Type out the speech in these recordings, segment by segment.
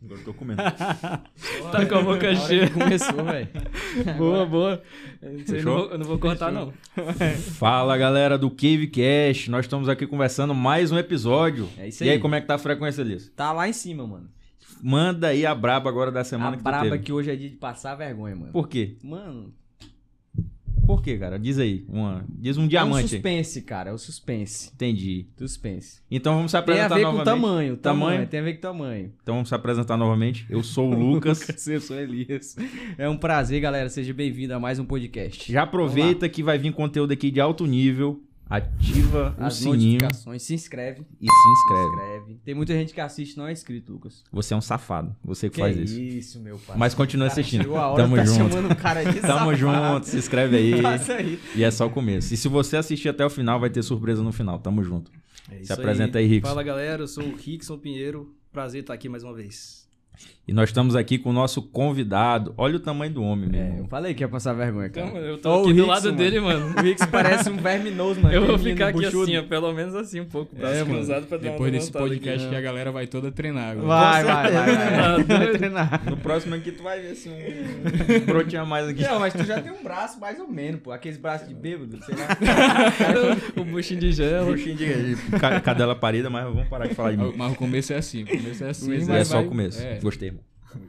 mesmo. Tá com a boca cheia. Começou, velho. Boa, boa. Isso aí eu não Fechou? vou- eu não vou cortar, não. Fala galera do Cavecast, nós estamos aqui conversando mais um episódio. É isso E aí, aí. como é que tá a frequência disso? Tá lá em cima, mano. Manda aí a braba agora da semana a que tu braba teve. que hoje é dia de passar vergonha, mano. Por quê? Mano, é um Por quê, cara? Diz aí. Uma... Diz um é o diamante. aí. suspense, cara. É o suspense. Entendi. Suspense. Então vamos se Tem a apresentar ver com novamente. tamanho, tamanho. Tamanho? Tem a ver com tamanho. Então vamos se apresentar novamente. Eu sou o Lucas. Eu sou Elias. É um prazer, galera. Seja bem-vindo a mais um podcast. Já aproveita que vai vir conteúdo aqui de alto nível. Ativa o As um sininho notificações. Se inscreve. e se Se inscreve. inscreve. Tem muita gente que assiste não é inscrito, Lucas. Você é um safado. Você que, faz isso. meu pai. Mas continua Cara, assistindo. Chegou a hora, Tamo tá junto. chamando o cara de Tamo safado. Tá junto. Se inscreve aí. Passa aí. E é só o começo. E se você assistir até o final, vai ter surpresa no final. Tamo junto. É Se apresenta aí, Rickson. Fala, galera. Eu sou o Rickson Pinheiro. Prazer estar aqui mais uma vez. E nós estamos aqui com o nosso convidado. Olha o tamanho do homem, meu É, eu irmão. falei que ia passar vergonha, cara. Então, eu Ó, tô o aqui do Rickson, lado mano. dele, mano. O Rix parece um verminoso, mano. Eu vou Menino ficar aqui buchudo. assim, ó, pelo menos assim um pouco, braço mano. cruzado pra dar uma Depois desse levantada aqui. podcast que a galera vai toda treinar agora. Vai, vai, vai, vai. Ah, Vai doido. treinar. No próximo aqui tu vai ver assim um brotinho a mais aqui. Não, mas tu já tem um braço mais ou menos, pô. Aqueles braços de bêbado, sei lá. Tá o buchinho de gelo. Ca- Cadela parida, mas vamos parar de falar de mim. Mas o começo é assim, o começo é assim. E mas é só vai- o começo. é. Gostei, irmão.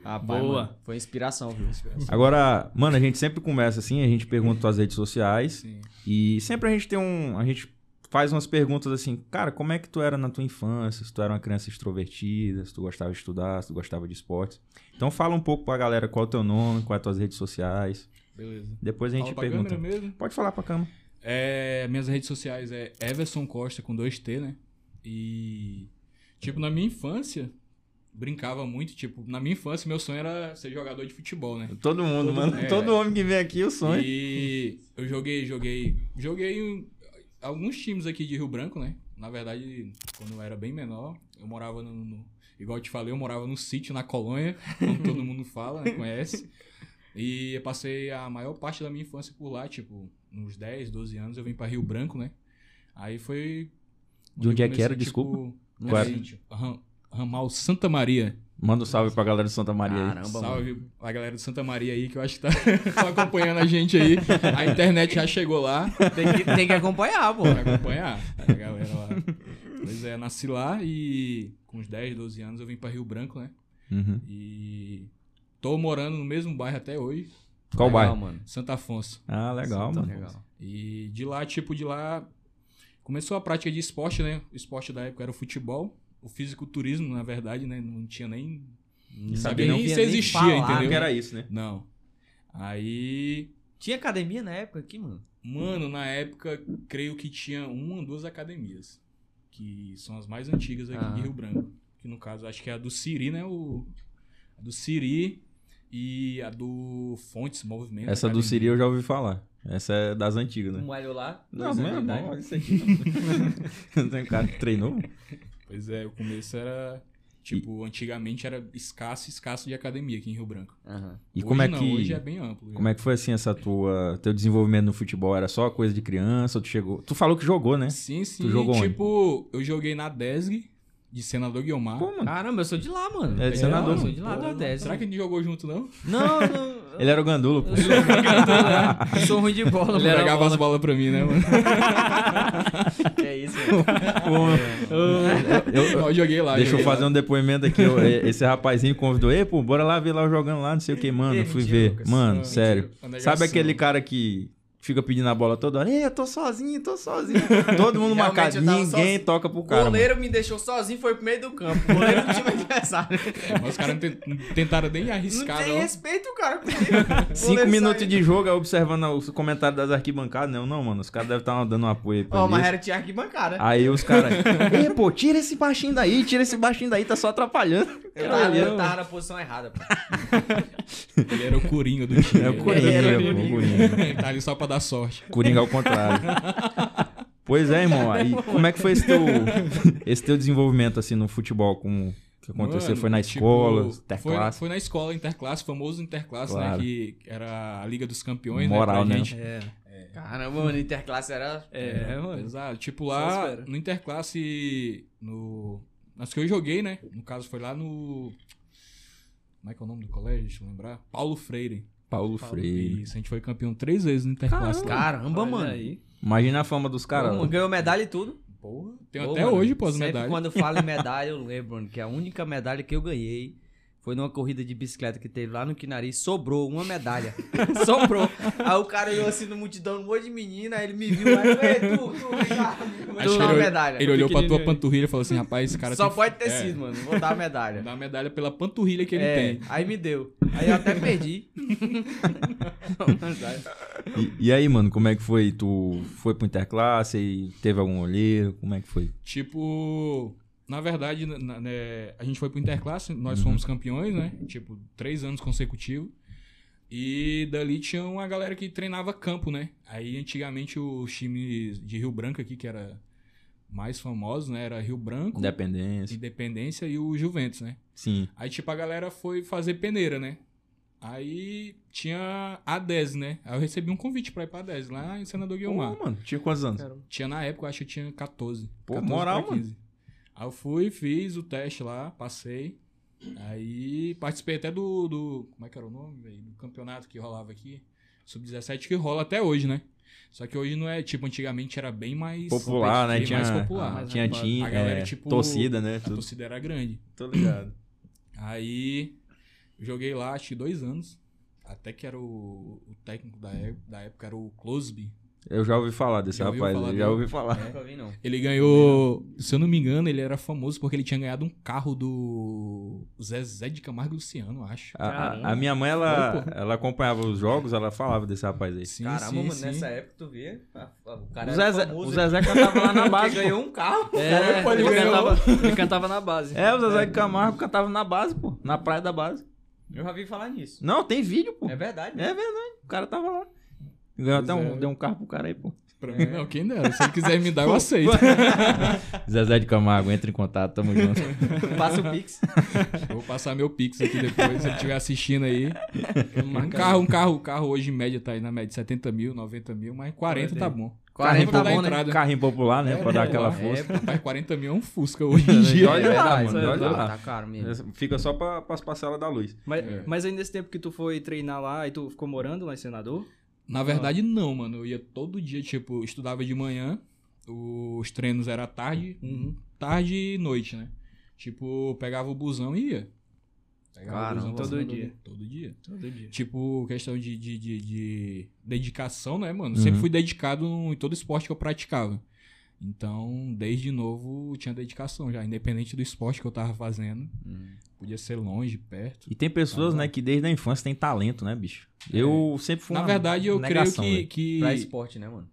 Ah, Boa. Foi inspiração, viu? Agora, mano, a gente sempre conversa assim, a gente pergunta as redes sociais Sim. e sempre a gente tem um. A gente faz umas perguntas assim, cara, como é que tu era na tua infância? Se tu era uma criança extrovertida, se tu gostava de estudar, se tu gostava de esportes. Então fala um pouco pra galera qual é o teu nome, quais as tuas redes sociais. Beleza. Depois a gente Fala pra pergunta. câmera mesmo. Pode falar pra cama. É, minhas redes sociais é Everson Costa com 2T, né? E tipo, na minha infância, brincava muito, tipo, na minha infância meu sonho era ser jogador de futebol, né? Todo mundo, mano. é. Todo homem que vem aqui, o sonho. E eu joguei, joguei, joguei em alguns times aqui de Rio Branco, né? Na verdade, quando eu era bem menor, eu morava no, no- igual eu te falei, eu morava no sítio, na colônia, como todo mundo fala, né? conhece. E eu passei a maior parte da minha infância por lá, tipo, uns 10, 12 anos eu vim pra Rio Branco, né? Aí foi De onde é que era, comecei, tipo, desculpa? no Qual era? sítio, Ram- Ramal Santa Maria. Manda um salve pra galera de Santa Maria aí. Caramba, mano. Salve a galera de Santa Maria aí, que eu acho que tá, tá acompanhando a gente aí. A internet já chegou lá Tem que, tem que acompanhar, pô. pra acompanhar tá a galera lá. Pois é, nasci lá e com uns 10, 12 anos eu vim pra Rio Branco, né? Uhum. E tô morando no mesmo bairro até hoje, Qual Legal, bairro? mano. Santo Afonso. Ah, legal, mano. Legal. E de lá, tipo, de lá começou a prática de esporte, né? O esporte da época era o futebol, o fisiculturismo, na verdade, né? Não tinha nem. Não sabia não nem via se existia, falar, entendeu? né? Era isso, né? Não. Aí Tinha academia na época aqui, mano? Mano, na época, creio que tinha uma ou duas academias. Que são as mais antigas aqui Ah. de Rio Branco. Que no caso, acho que é a do Siri, né? O, a do Siri e a do Fontes Movimento. Essa do Academia. Siri eu já ouvi falar. Essa é das antigas, né? Um alho lá. Não, dois mas anos é de idade. bom, olha isso aqui. Não tem um cara que treinou? Pois é, o começo era. Tipo, antigamente era escasso, escasso de academia aqui em Rio Branco. Aham. E Hoje como é não, que. Hoje é bem amplo. Como é que foi assim essa tua. Teu desenvolvimento no futebol? Era só coisa de criança? Ou tu chegou. Tu falou que jogou, né? Sim, sim. Tu jogou onde? tipo, eu joguei na DESG de Senador Guiomar. Pô, mano. Caramba, eu sou de lá, mano. É, Eu senador, sou mano. de lá da 10. Será que a gente jogou junto, não? Não, não. Ele era o Gandula, pô. Eu sou ruim de bola, né? Eu sou ruim de bola, Ele mano. pegava as bolas pra mim, né, mano? Que é isso, mano. Eu- eu- eu joguei lá. deixa eu joguei lá. fazer um depoimento aqui. eu- e- esse rapazinho convidou. Ei, pô, bora lá ver lá eu jogando lá, não sei o que, mano. Ei, Fui mentira, ver. Lucas. Mano, Não, sério. mentira. um assim. Uma Sabe negação. aquele cara que fica pedindo a bola toda hora? Ei, eu tô sozinho, tô sozinho. Todo mundo Realmente, marcado. eu tava Ninguém sozinho. toca pro O cara. mano. goleiro me deixou sozinho, foi pro meio do campo. O goleiro do time adversário. É, mas os caras não ten- não tentaram nem Não arriscar, tem não. respeito, cara. comigo. Cinco Goleiro minutos saiu. de jogo, aí observando os comentários das arquibancadas. Não, não, mano. Os caras devem estar dando um apoio aí pra Ó, mim. mas era tinha arquibancada. Aí os caras. Ei, pô, tira esse baixinho daí, tira esse baixinho daí, tá só atrapalhando. Eu tava, eu tava na posição errada. pô. Ele era o coringa do time. né? É o Coringa, né? Ele era pô, o o Coringa. Ele tá ali só pra dar sorte. Coringa ao contrário. Pois é, irmão. Aí, como é que foi esse teu, esse teu desenvolvimento assim no futebol? Como que aconteceu? Mano, foi na tipo, escola, foi, interclasse? foi na escola, interclasse, famoso interclasse, Claro. né? Que era a Liga dos Campeões, Moral, né? pra né? gente. É, Caramba, mano, interclasse era. é, mano. Exato. Tipo, Só lá espera. no interclasse, no... nas que eu joguei, né? No caso, foi lá no... Como é que é o nome do colégio? Deixa eu lembrar. Paulo Freire. Paulo Freire. Isso, a gente foi campeão três vezes no Interclasse. lá. Caramba, Olha mano. Aí. Imagina a fama dos caras. Mano, lá. ganhou medalha e tudo. Porra, tem Pô, até mano, hoje, pô, as sempre medalhas. quando eu falo em medalha, eu lembro, mano, que a única medalha que eu ganhei foi numa corrida de bicicleta que teve lá no Quinari, sobrou uma medalha. sobrou. Aí o cara olhou assim no multidão, um monte de menina, aí ele me viu, aí eu falei, tu, tu, vem cá, vou Acho te que dar uma ele, medalha. ele olhou pra tua Pequenininho. panturrilha e falou assim, rapaz, esse cara é né? Só tem- pode ter é, sido, mano, vou dar a medalha. Dá a medalha pela panturrilha que ele É, tem. aí me deu. Aí eu até perdi. E, e aí, mano, como é que foi? Tu foi pro Interclasse e teve algum olheiro? Como é que foi? Tipo, na verdade, na- na- né, a gente foi pro Interclasse, nós Uhum. fomos campeões, né? Tipo, três anos consecutivos. E dali tinha uma galera que treinava campo, né? Aí antigamente os times de Rio Branco aqui, que era mais famosos, né? Era Rio Branco, Independência. Independência e o Juventus, né? Sim. Aí, tipo, a galera foi fazer peneira, né? Aí tinha a 10, né? Aí eu recebi um convite pra ir pra 10, lá em Senador Guilmar. Pô, mano, tinha quantos anos? Tinha na época, eu acho que eu tinha 14. Pô, 14 moral, pra 15. Aí eu fui, fiz o teste lá, passei. Aí participei até do. do como é que era o nome, velho? Do campeonato que rolava aqui. Sub-17 que rola até hoje, né? Só que hoje não é, tipo, antigamente era bem mais. Popular, né? um bem Tinha, mais popular. ah, mas tinha mais time, A galera, é, tipo, torcida, né? a Tudo. torcida era grande. Tô ligado. Aí joguei lá, acho que dois anos. Até que era o, o técnico da, é- da época, era o Closby. Eu já ouvi falar desse Já ouviu rapaz, falar eu já dele? ouvi falar. Nunca vi, não. Ele ganhou, se eu não me engano, ele era famoso porque ele tinha ganhado um carro do Zezé de Camargo e Luciano, eu acho. A, a- Caramba. a minha mãe, ela, Foi, pô. ela acompanhava os jogos, ela falava desse rapaz aí. Sim, Caramba, sim, mano, sim. nessa época tu vê. a- a- O cara O era Zezé, famoso, o Zezé cantava lá na porque base. pô. ganhou um carro. É, pô, ele ele, ganhou. cantava, ele cantava na base. É, o Zezé de Camargo cantava na base, pô. Na praia da base. Eu já vi falar nisso. Não, tem vídeo, pô. É verdade. É verdade. O cara tava lá. Ganhou até um, é. deu um carro pro cara aí, pô. Pra é. mim, não, quem dera. Se ele quiser me dar, eu aceito. Zezé de Camargo, entra em contato, tamo junto. Passa o Pix. Eu Vou passar meu pix aqui depois, se ele estiver assistindo aí. Um carro, um carro, o carro hoje em média tá aí na média de 70 mil, 90 mil, mas 40 tá bom. 40 pra tá dar bom, né? entrada. Carrinho popular, né? pra dar aquela É, força. rapaz, 40 mil é um Fusca hoje em dia. Olha lá, Verdade, mano, isso é olha verdade. lá. Tá caro mesmo. Fica só pra, pras parcelas da luz. Mas, É. mas aí nesse tempo que tu foi treinar lá e tu ficou morando lá em Senador? Na verdade, não, mano. Eu ia todo dia, tipo, eu estudava de manhã, os treinos eram à tarde, Uhum. tarde e noite, né? Tipo, eu pegava o busão e ia. Pegava Caramba. pra Todo Salvador, dia. Todo dia. Todo dia. Tipo, questão de, de, de, de dedicação, né, mano? Uhum. Sempre fui dedicado em todo esporte que eu praticava. Então, desde novo, eu tinha dedicação já. Independente do esporte que eu tava fazendo. Podia ser longe, perto. Uhum. E tem pessoas, né, que desde a infância tem talento, né, bicho? Eu sempre fui um Na uma verdade, eu negação, creio velho. que... Pra que... esporte, né, mano?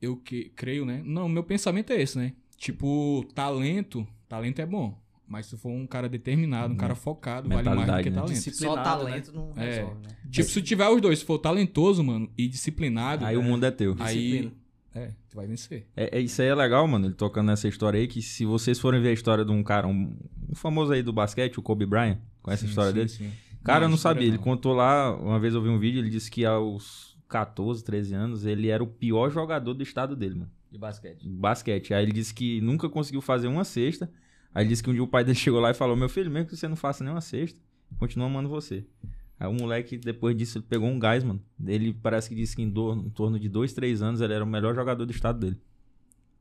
eu que, creio, né? Não, meu pensamento é esse, né? Tipo, talento, talento é bom. Mas se for um cara determinado, um cara focado, vale mais do Uhum. Mentalidade, que né? talento. Só Disciplinado, talento não É. resolve, né? Tipo, se tiver os dois, se for talentoso, mano, e disciplinado, né? Aí o mundo é teu. aí Disciplina. é, tu vai vencer. É, é- isso aí é legal, mano, ele tocando nessa história aí, que se vocês forem ver a história de um cara, um, um famoso aí do basquete, o Kobe Bryant, conhece a Sim, história sim, dele? sim. Cara, eu não história sabia, ele contou lá, uma vez eu vi um vídeo, ele disse que aos 14, 13 anos, ele era o pior jogador do estado dele, mano, De basquete. de basquete. Aí ele disse que nunca conseguiu fazer uma cesta, aí ele disse que um dia o pai dele chegou lá e falou, meu filho, mesmo que você não faça nenhuma cesta, continua amando você. Aí o moleque, depois disso, ele pegou um gás, mano. Ele parece que disse que em, do- em torno de 2, 3 anos, ele era o melhor jogador do estado dele.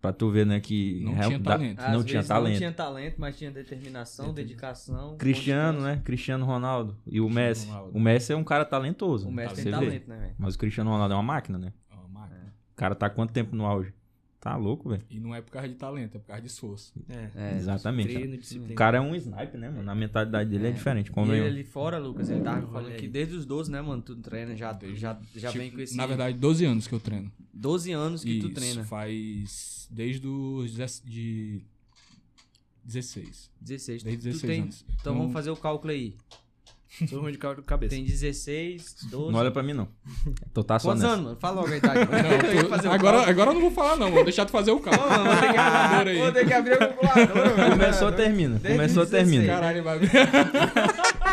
Pra tu ver, né, que... Não real- tinha dá- talento. não Às tinha vezes talento. Não tinha talento, mas tinha determinação, dedicação. Cristiano, né? Cristiano Ronaldo e o Cristiano Messi. Ronaldo. O Messi é um cara talentoso. O né? mestre Você tem vê. talento, né, velho? Mas o Cristiano Ronaldo é uma máquina, né? Ó, máquina. O cara tá quanto tempo no auge? Tá louco, velho. E não é por causa de talento, é por causa de esforço. É. É. Exatamente. Treino, O disciplina. cara é um sniper, né, mano? A mentalidade dele é, É. diferente. E Como ele eu... ali fora, Lucas, ele tava Olha falando aí. que desde os 12, né, mano? Tu treina, já, Desde- já, já Tipo, vem com esse. Na verdade, 12 anos que eu treino. 12 anos que Isso, tu treina. faz desde os 10 de 16. 16. Desde Tu 16 tem- anos. Então vamos fazer o cálculo aí. Sou ruim de ca- cabeça. Tem 16, 12. Não olha pra mim, não. Tu tá só Quantos nessa. anos, mano? Fala logo a idade. Não, tu- agora, agora eu não vou falar, não. Vou deixar tu fazer o carro. Calculadora aí. Vou ter que abrir o calculador, Começou, termina. Desde Começou, 16. termina. Caralho, vai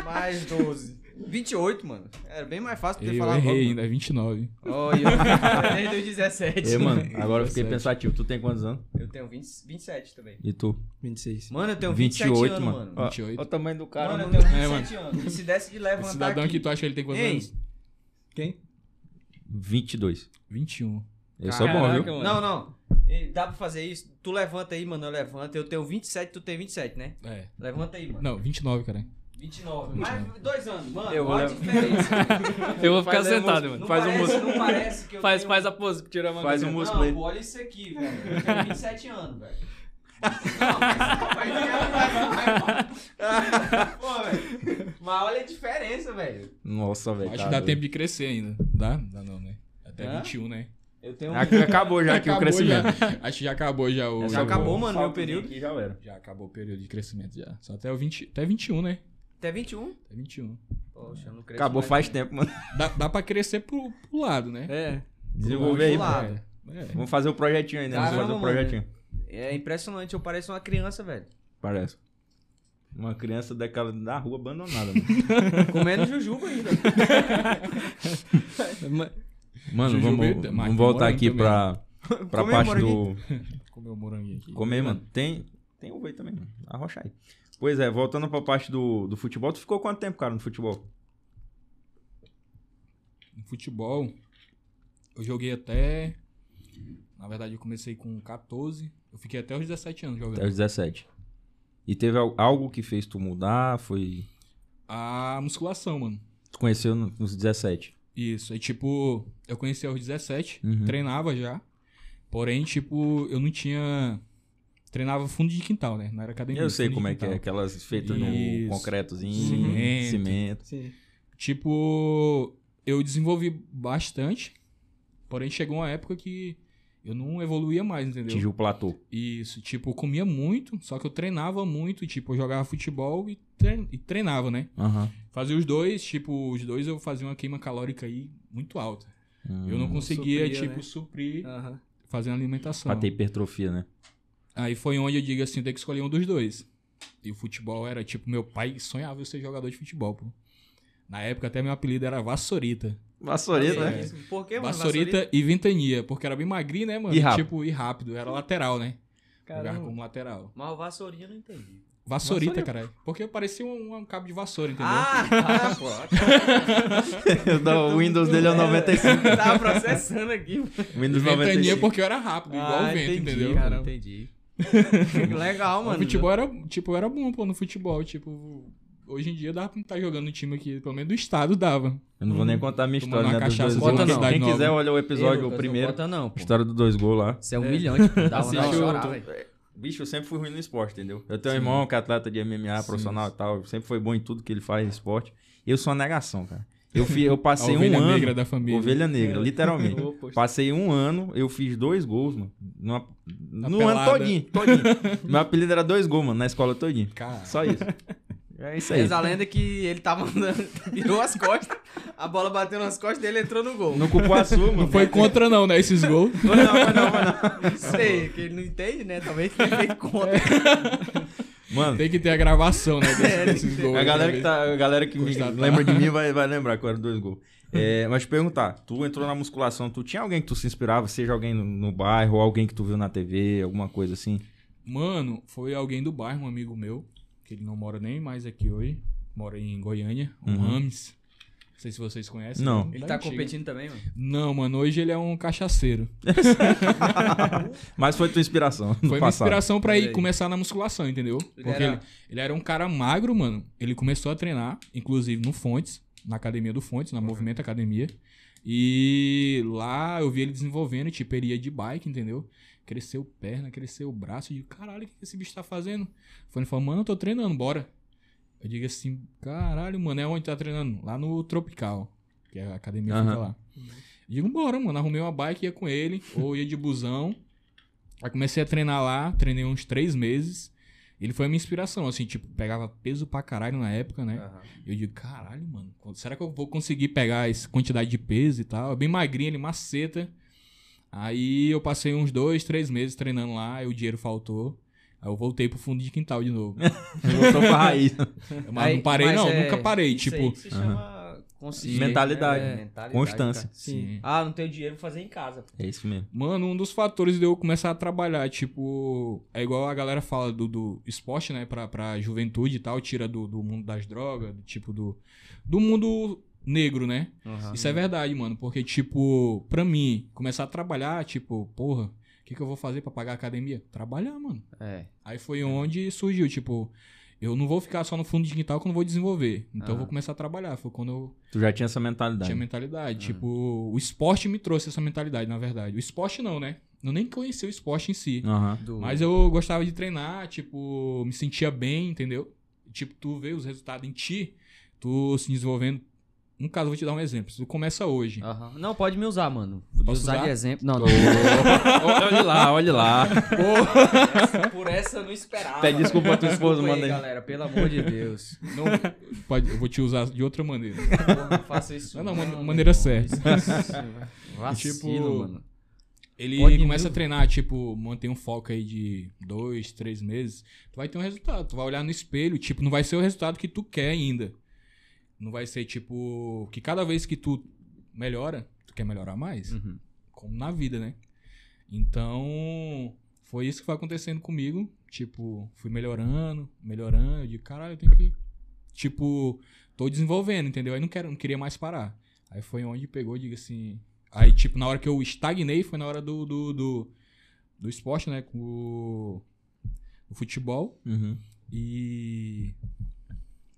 Mais 12. 28, mano. Era bem mais fácil ter Eu falado. errei logo, ainda, é 29. mano. Olha, eu- desde os 17. Ei, mano, agora eu fiquei Interessante. pensativo. Tu tem quantos anos? Eu tenho 20, 27 também. E tu? 26. Mano, eu tenho 27 28, anos, mano. mano. Ó, 28. Olha o tamanho do cara. Mano, eu mano. tenho É, 27 anos. E se desse de Esse levantar cidadão tá aqui... que tu acha que ele tem quantos Ei, anos? Quem? 22. 21. Eu sou bom, Caraca, viu? mano. Não, não. Ei, Dá pra fazer isso? Tu levanta aí, mano. Eu levanto. Eu tenho 27, tu tem 27, né? É. Levanta aí, mano. Não, 29, cara. 29. Mais dois anos, mano. Eu vou olha a lev- diferença. Eu vou ficar Faz aí, sentado, moço. mano. Não Faz um parece, músculo. Não parece que eu Faz, tenho... faz a pose, tira a manga. Faz um assim. músculo Não, aí. pô, olha isso aqui, velho. Eu tenho 27 anos, velho. Não, mas esse papai não é- Pô, velho. Mas olha a diferença, velho. Nossa, velho. Acho tá que dá doido. tempo de crescer ainda. Dá? Dá não, né? Até Hã? 21, né? Eu tenho. Ac- Acabou já aqui o Acabou crescimento. já. Acho que já acabou já o... Já acabou, o- mano, meu período. Aqui já era. Já acabou o período de crescimento já. Só até o 20... Até 21, né? Até 21. Até 21. Poxa, eu não cresci. Acabou mais. faz tempo, mano. Dá, dá pra crescer pro, pro lado, né? É. Desenvolver aí, Pro lado. mano. É. Vamos fazer o projetinho ainda. Vamos Caramba, fazer o mano. projetinho. É impressionante, eu pareço uma criança, velho. Parece. Uma criança daquela da rua abandonada, mano. Comendo jujuba ainda. Ma- Mano, Jujuba e- vamos, mas vamos tem voltar morango aqui também. pra, pra Comeu parte do. moranguinho? Comer o moranguinho aqui. Comer, mano. Tem, tem uva aí também, mano. Arrocha aí. Pois é, voltando pra parte do, do futebol, tu ficou quanto tempo, cara, no futebol? No futebol, eu joguei até... Na verdade, eu comecei com 14. Eu fiquei até os 17 anos jogando. Até os 17. E teve al- algo que fez tu mudar? Foi. A musculação, mano. Tu conheceu no- nos 17. Isso, aí tipo, eu conheci aos 17, Uhum. treinava já. Porém, tipo, eu não tinha. Treinava fundo de quintal, né? Não era academia. Eu sei fundo de como é que é, quintal. aquelas feitas no Isso. concretozinho, Cimento. cimento. Sim. Tipo, eu desenvolvi bastante. Porém, chegou uma época que eu não evoluía mais, entendeu? Atingiu o platô. Isso, tipo, eu comia muito, só que eu treinava muito, e, tipo, eu jogava futebol e trein- e treinava, né? Aham. Fazia os dois, tipo, os dois eu fazia uma queima calórica aí muito alta. Eu não Hum. conseguia, Supria, tipo, né? suprir Aham. fazendo alimentação. Pra ter hipertrofia, né? Aí foi onde eu digo assim, tem que escolher um dos dois. E o futebol era tipo, meu pai sonhava em ser jogador de futebol, pô. Na época até meu apelido era Vassourita. Vassourita, É né? isso. Por que, mano? Vassourita, e Ventania, porque era bem magrinho, né, mano? E rápido. Tipo, e rápido, era lateral, né? Jogava Caramba. como lateral. Mas o Vassourinha eu não entendi. Vassourita, caralho. Porque eu parecia um, um cabo de vassoura, entendeu? Ah, tá, pô. o Windows dele é o 95. Tava Tá processando aqui. Windows Ventania 95. porque eu era rápido, Ah, igual o vento, entendi, entendeu? Caramba. Entendi. Legal, O mano. futebol era, tipo, eu era bom, pô, no futebol, tipo, hoje em dia dá pra estar jogando no time aqui, pelo menos do estado dava. Eu não vou nem contar a minha Tomando história, né? uma Dos dois cachaça gols. de Quem- qualidade Quem nova. quiser, olha o Ei, episódio, Lucas, o primeiro. Não bota não, pô. História dos dois gols lá. Isso é humilhante, pô. Dá Assiste uma o- chorar, velho. Bicho, eu sempre fui ruim no esporte, entendeu? Eu tenho um irmão que é atleta de MMA, profissional e tal. Sempre foi bom em tudo que ele faz, esporte. Eu sou uma negação, cara. Eu, fi- eu A passei um ovelha ano... negra da família. É. Ovelha negra, literalmente. Ô, poxa. Passei um ano, eu fiz dois gols, mano. Numa, no ano pelada. todinho, todinho. Meu apelido era dois gols, mano, na escola todinho. Cara, Só isso. É isso aí. Mas a lenda é que ele tava andando, virou as costas, a bola bateu nas costas dele e entrou no gol. No Cupuaçu, mano. não foi contra não, né, esses gols. Não, não, não, não. Não sei, que ele não entende, né? Talvez tenha feito conta. Mano, Tem que ter a gravação, né, É, desses, desses gols. a galera né, que, tá, a galera que me Constatar. lembra de mim vai, vai lembrar que eu era dois gols. É, mas te perguntar, tu entrou na musculação, tu tinha alguém que tu se inspirava, seja alguém no, no bairro, ou alguém que tu viu na TV, alguma coisa assim? Mano, foi alguém do bairro, um amigo meu, que ele não mora nem mais aqui hoje, mora em Goiânia, um Uhum. Rames. Não sei se vocês conhecem. Não. né? Ele Da tá antiga. competindo também, mano? Não, mano, hoje ele é um cachaceiro. Mas foi tua inspiração no Foi minha passado. inspiração pra Olha ir aí. começar na musculação, entendeu? Porque era- ele, ele era um cara magro, mano. Ele começou a treinar, inclusive no Fontes, na academia do Fontes, na Movimento Academia. E lá eu vi ele desenvolvendo, tipo, ele ia de bike, entendeu? Cresceu perna, cresceu o braço. Eu digo, caralho, o que esse bicho tá fazendo? Foi ele falou, mano, eu tô treinando, bora. Eu digo assim, caralho, mano, é onde tá treinando? Lá no Tropical, que é a academia que fica Aham. lá. Eu digo, bora, mano. Arrumei uma bike, ia com ele, ou ia de busão. Aí comecei a treinar lá, treinei uns três meses. Ele foi a minha inspiração, assim, tipo, pegava peso pra caralho na época, né? É. Eu digo, caralho, mano, quando- será que eu vou conseguir pegar essa quantidade de peso e tal? É bem magrinho, ele maceta. Aí eu passei uns dois, três meses treinando lá, e o dinheiro faltou. Aí eu voltei pro fundo de quintal de novo. Voltou pra raiz. Mas Aí- não parei, mas não, é nunca parei. isso Tipo, aí que se chama consistência, Mentalidade, né? né? Mentalidade, Constância. sim. cara. Ah, não tenho dinheiro, vou fazer em casa. pô. É isso mesmo. Mano, um dos fatores de eu começar a trabalhar, tipo, é igual a galera fala do, do esporte, né, pra, pra juventude e tal, tira do, do mundo das drogas, do tipo do. Do mundo negro, né? Ah, Isso é verdade, mano, porque, tipo, pra mim, começar a trabalhar, tipo, porra, o que, que eu vou fazer pra pagar a academia? Trabalhar, mano. É. Aí foi onde surgiu, tipo, eu não vou ficar só no fundo de quintal que eu não vou desenvolver. Então eu vou começar a trabalhar. Foi quando eu Tu já tinha essa mentalidade. tinha mentalidade. Tipo, o esporte me trouxe essa mentalidade, na verdade. O esporte não, né? Eu nem conheci o esporte em si. Aham. Do- Mas eu gostava de treinar, tipo, me sentia bem, entendeu? Tipo, tu vê os resultados em ti, tu se desenvolvendo. No caso, eu vou te dar um exemplo. Tu começa hoje. Ah. Aham. Não, pode me usar, mano. Vou Posso usar, usar? de exemplo. Não, olha lá, olha lá. não. por essa eu não esperava. Pede desculpa pra tua esposa, Desculpa aí, manda aí. galera, pelo amor de Deus. Não, pode, eu vou te usar de outra maneira. Porra, não faça isso. Não, não, man- meu maneira irmão. certa. Isso, Vacilo, Tipo, mano. Ele Pode começa mesmo. a treinar, tipo, mantém um foco aí de dois, três meses. Tu vai ter um resultado. Tu vai olhar no espelho, tipo, não vai ser o resultado que tu quer ainda. Não vai ser, tipo, que cada vez que tu melhora, tu quer melhorar mais. Uhum. Como na vida, né? Então, foi isso que foi acontecendo comigo. Tipo, fui melhorando, melhorando. Eu digo, caralho, eu tenho que. Tipo, tô desenvolvendo, entendeu? Aí não, quero, não queria mais parar. Aí foi onde pegou, diga assim. Aí, tipo, na hora que eu estagnei, foi na hora do. do, do, do esporte, né? Com o, o futebol Uhum. e.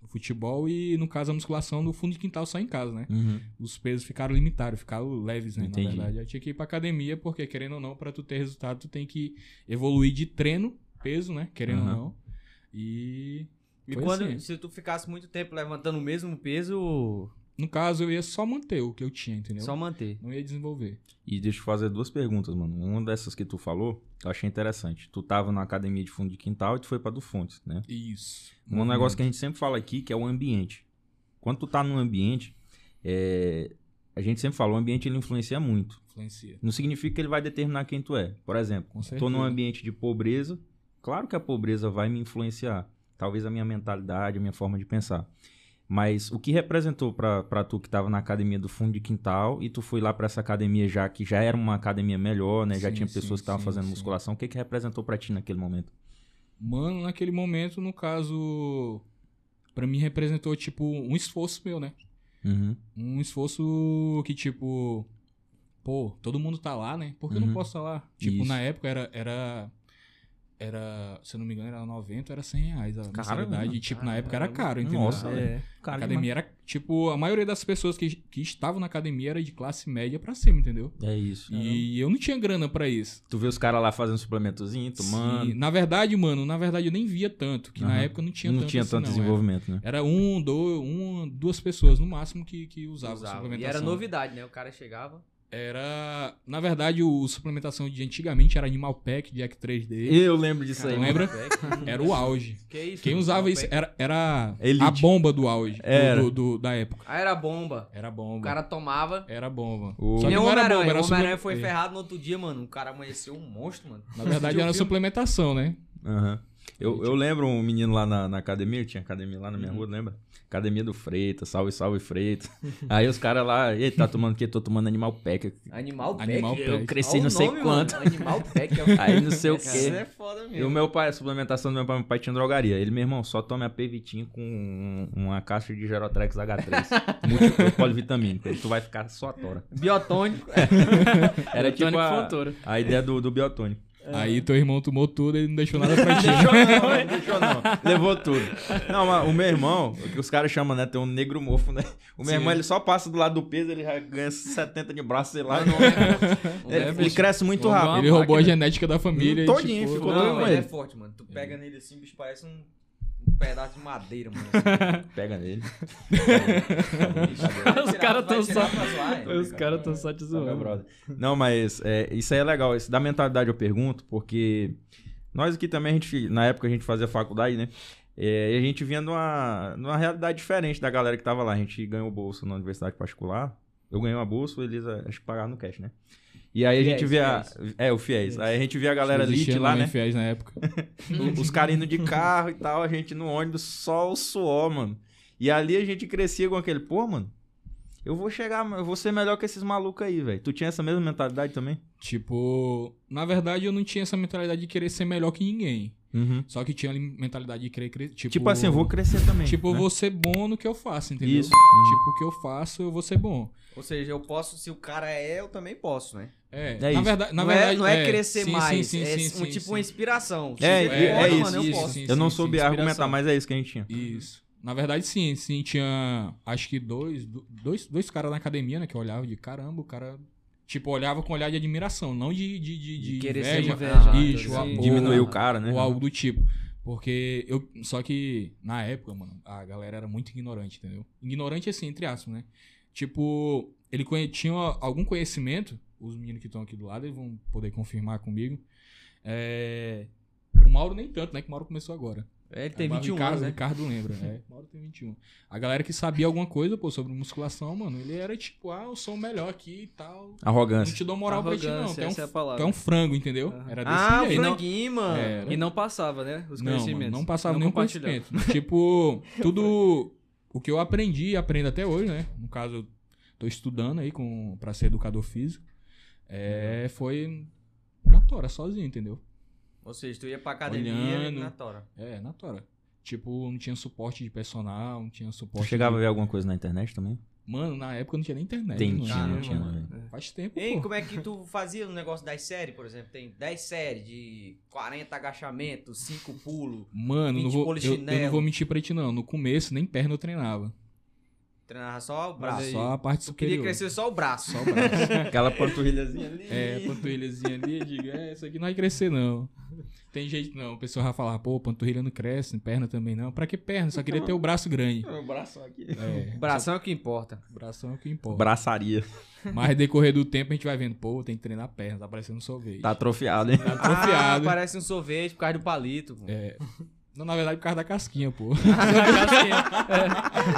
O futebol e, no caso, a musculação do fundo de quintal só em casa, né? Uhum. os pesos ficaram limitados, ficaram leves, né? Entendi. Na verdade, eu tinha que ir pra academia, porque querendo ou não, pra tu ter resultado, tu tem que evoluir de treino, peso, né? Querendo Aham. ou não. E. E foi quando, assim. se tu ficasse muito tempo levantando o mesmo peso, No caso, eu ia só manter o que eu tinha, entendeu? só manter. Não ia desenvolver. E deixa eu fazer duas perguntas, mano. Uma dessas que tu falou, eu achei interessante. Tu tava na academia de fundo de quintal e tu foi pra do Fontes, né? Isso. Um negócio Uhum. que a gente sempre fala aqui, que é o ambiente. Quando tu tá num ambiente, é, a gente sempre fala, o ambiente ele influencia muito. Influencia. Não significa que ele vai determinar quem tu é. Por exemplo, Com tô certeza. num ambiente de pobreza, claro que a pobreza vai me influenciar. Talvez a minha mentalidade, a minha forma de pensar. Mas o que representou pra pra tu que tava na academia do fundo de quintal e tu foi lá pra essa academia já que já era uma academia melhor, né? já Sim, tinha sim, pessoas que estavam sim, fazendo sim. musculação. O que que representou pra ti naquele momento? Mano, naquele momento, no caso. Pra mim representou, tipo, um esforço meu, né? Uhum. Um esforço que, tipo. Pô, todo mundo tá lá, né? Por que eu Uhum. não posso estar lá? Tipo, Isso. na época era. era... Era, se eu não me engano, era 90, era 100 reais a mensalidade. né? E, tipo, na época era Caramba. caro, entendeu? Nossa, velho. É. Tá a academia era, tipo, a maioria das pessoas que, que estavam na academia era de classe média pra cima, entendeu? É isso. E eu não tinha grana pra isso. Tu vê os caras lá fazendo suplementozinho, tomando. Sim. Na verdade, mano, na verdade eu nem via tanto, que Aham. na época não tinha não tanto tinha assim, tanto não, desenvolvimento, né? Era, era um, dois, um, duas pessoas no máximo que, que usavam Usava. E suplementação. era novidade, né? O cara chegava. Era. Na verdade, o suplementação de antigamente era Animal Pack, Jack 3D. Eu lembro disso aí. Caramba. mano. É. Lembra? Uhum. Peck. Era o auge. Que isso? Quem mano? usava Não, isso Peck. era, era a Elite. bomba do auge do- Era. do- do- da época. Ah, era bomba. Era O bomba. cara tomava. Era bomba. O- Só Que que nem o não era Homem-Aranha. bomba, era O Homem-Aranha suplementação. foi ferrado no outro dia, mano. O cara amanheceu um monstro, mano. Na verdade, um era suplementação, né? Aham. Eu, eu lembro um menino lá na, na academia, tinha academia lá na minha rua, lembra? Academia do Freita, salve, salve Freita. aí os caras lá, ei, tá tomando o quê? Tô tomando animal pack. Animal Pack. Animal Olha Eu Pack. cresci o não sei nome, quanto. mano. Animal Pack. é Aí não sei o Essa quê. é foda E o mesmo. meu pai, a suplementação do meu pai, meu pai tinha drogaria. Ele, meu irmão, só tome a Pevitin com um- uma caixa de Gerotrex H3. muito polivitamínico. Tu vai ficar só a tora. Biotônico. Era tipo Tônico a, Fontoura. a ideia do, do biotônico. Aí teu irmão tomou tudo e não deixou nada pra ti. Deixou não, né? deixou não. Levou tudo. Não, mas o meu irmão, o que os caras chamam, né? Tem um negro mofo, né? O meu Sim. irmão, ele só passa do lado do peso, ele já ganha 70 de braço, Ah, sei lá. ele, é, ele bicho. cresce muito Vamos lá. rápido. Ele roubou a genética da família. e, Todinho, tipo, ficou todo Não, com ele é ele. forte, mano. Tu pega Uhum. nele assim, o bicho parece um, um pedaço de madeira, mano. assim. Pega nele. Vai Os tirar- caras vai tão tirar só- pra zoar, é? Os caras estão só te Tá, meu zoando. brother. Não, mas é, isso aí é legal. Isso da mentalidade eu pergunto, porque nós aqui também, a gente, na época a gente fazia faculdade, né? É, e a gente vinha numa, numa realidade diferente da galera que tava lá. A gente ganhou bolsa na universidade particular. Eu ganhei uma bolsa, o Elisa acho que pagava no cash, né? E aí a gente Fiéis, via. É, o Fiéis. Aí a gente via a galera elite lá, né? Fiéis na época. O- Os caras indo de carro e tal, a gente no ônibus, só o suor, mano. E ali a gente crescia com aquele, pô, mano, eu vou chegar, eu vou ser melhor que esses malucos aí, velho. Tu tinha essa mesma mentalidade também? tipo, na verdade eu não tinha essa mentalidade de querer ser melhor que ninguém. Uhum. Só que tinha a mentalidade de querer crescer. Tipo, Tipo, assim, eu vou crescer também. Tipo, eu né? vou ser bom no que eu faço, entendeu? Isso. Tipo, o que eu faço, eu vou ser bom. Ou seja, eu posso, se o cara é, eu também posso, né? É, É na isso. verdade, na não, verdade, é, não é crescer sim, mais, sim, sim, é sim, um sim, tipo sim. uma inspiração. Se É, eu é, posso, é mano, eu isso, posso. sim, Eu não sim, soube sim, argumentar, inspiração. mas é isso que a gente tinha. Isso. Na verdade, sim, sim, tinha acho que dois, do- dois, dois caras na academia, né, que eu olhava de caramba, o cara, tipo, olhava com olhar de admiração, não de, de, de, de querer ser inveja, inveja, isso, tá ou- ligado? ou- Diminuiu o cara, né? ou algo do tipo. Porque eu. Só que na época, mano, a galera era muito ignorante, entendeu? Ignorante assim, entre aspas, né? Tipo, ele conhe- tinha algum conhecimento, os meninos que estão aqui do lado eles vão poder confirmar comigo. É, O Mauro nem tanto, né? Que o Mauro começou agora. É, Ele tem Agora o 21 Ricardo, anos, O né? Ricardo lembra, né? O Mauro tem 21. A galera que sabia alguma coisa, pô, sobre musculação, mano, ele era tipo, ah, eu sou o melhor aqui e tal. Não Arrogância. te dou moral pra ti, não. Tu Arrogância, é um, essa é a palavra. tu é um frango, entendeu? Aham. Era desse Ah, o jeito. franguinho, mano. É, E não passava, né? Os Não, conhecimentos. mano, não passava nenhum compartilhava. conhecimento. tipo, tudo o que eu aprendi e aprendo até hoje, né? No caso, eu tô estudando aí com, pra ser educador físico. É, foi na tora, sozinho, entendeu? Ou seja, tu ia pra academia Olhando. e na tora. É, na tora. Tipo, não tinha suporte de personal, não tinha Tu suporte. chegava a de- ver alguma coisa na internet também? Mano, na época não tinha nem internet. Tem, mano. tinha, Caramba, tinha, mano. velho. Faz tempo, Hein, pô. como é que tu fazia no negócio das séries, por exemplo? Tem 10 séries de 40 agachamentos, 5 pulos, Mano, não 20 vou, eu, eu não polichinelo. vou mentir pra ti, não. No começo, nem perna eu treinava. treinava só o braço. aí, Só a parte eu superior. queria crescer só o braço. Só o braço. Aquela panturrilhazinha ali. É, panturrilhazinha ali, eu digo, é, isso aqui não vai crescer, não. Tem jeito não, o pessoal vai falar, pô, panturrilha não cresce, perna também não. Pra que perna? Só queria ter o braço grande. Meu braço aqui. É, O bração é o que importa. bração é o que importa. Braçaria. Mas decorrer do tempo a gente vai vendo, pô, tem que treinar a perna, tá parecendo um sorvete. Tá atrofiado, hein? Tá Ah, atrofiado. parece um sorvete por causa do palito. pô. Não, na verdade, por causa da casquinha, pô.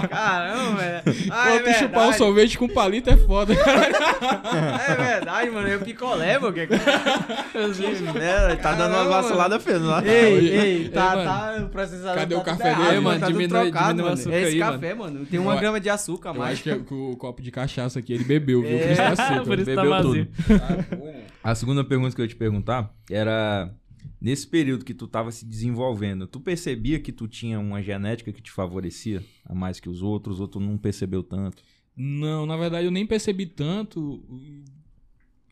Caramba, velho. pô, Ah, é tu chupar o verdade. sorvete com palito é foda. É verdade, mano. Eu picolé, mano. que- É, tá dando uma Caramba, vacilada é? fez lá. Ei, ei, Ei, tá, mano. tá, o processador Cadê tá tudo o café errado, dele, mano? mano? Tá tudo Diminui- trocado, diminui o mano. açúcar Esse aí, café, mano. tem uma Eu- grama de açúcar a Eu mais. acho Tá que, que o copo de cachaça aqui, ele bebeu, viu? É, Por isso tá seco, por ele isso tá bebeu vazio. tudo. Ah, A segunda pergunta que eu ia te perguntar era: nesse período que tu tava se desenvolvendo, tu percebia que tu tinha uma genética que te favorecia a mais que os outros, ou tu não percebeu tanto? Não, na verdade, eu nem percebi tanto,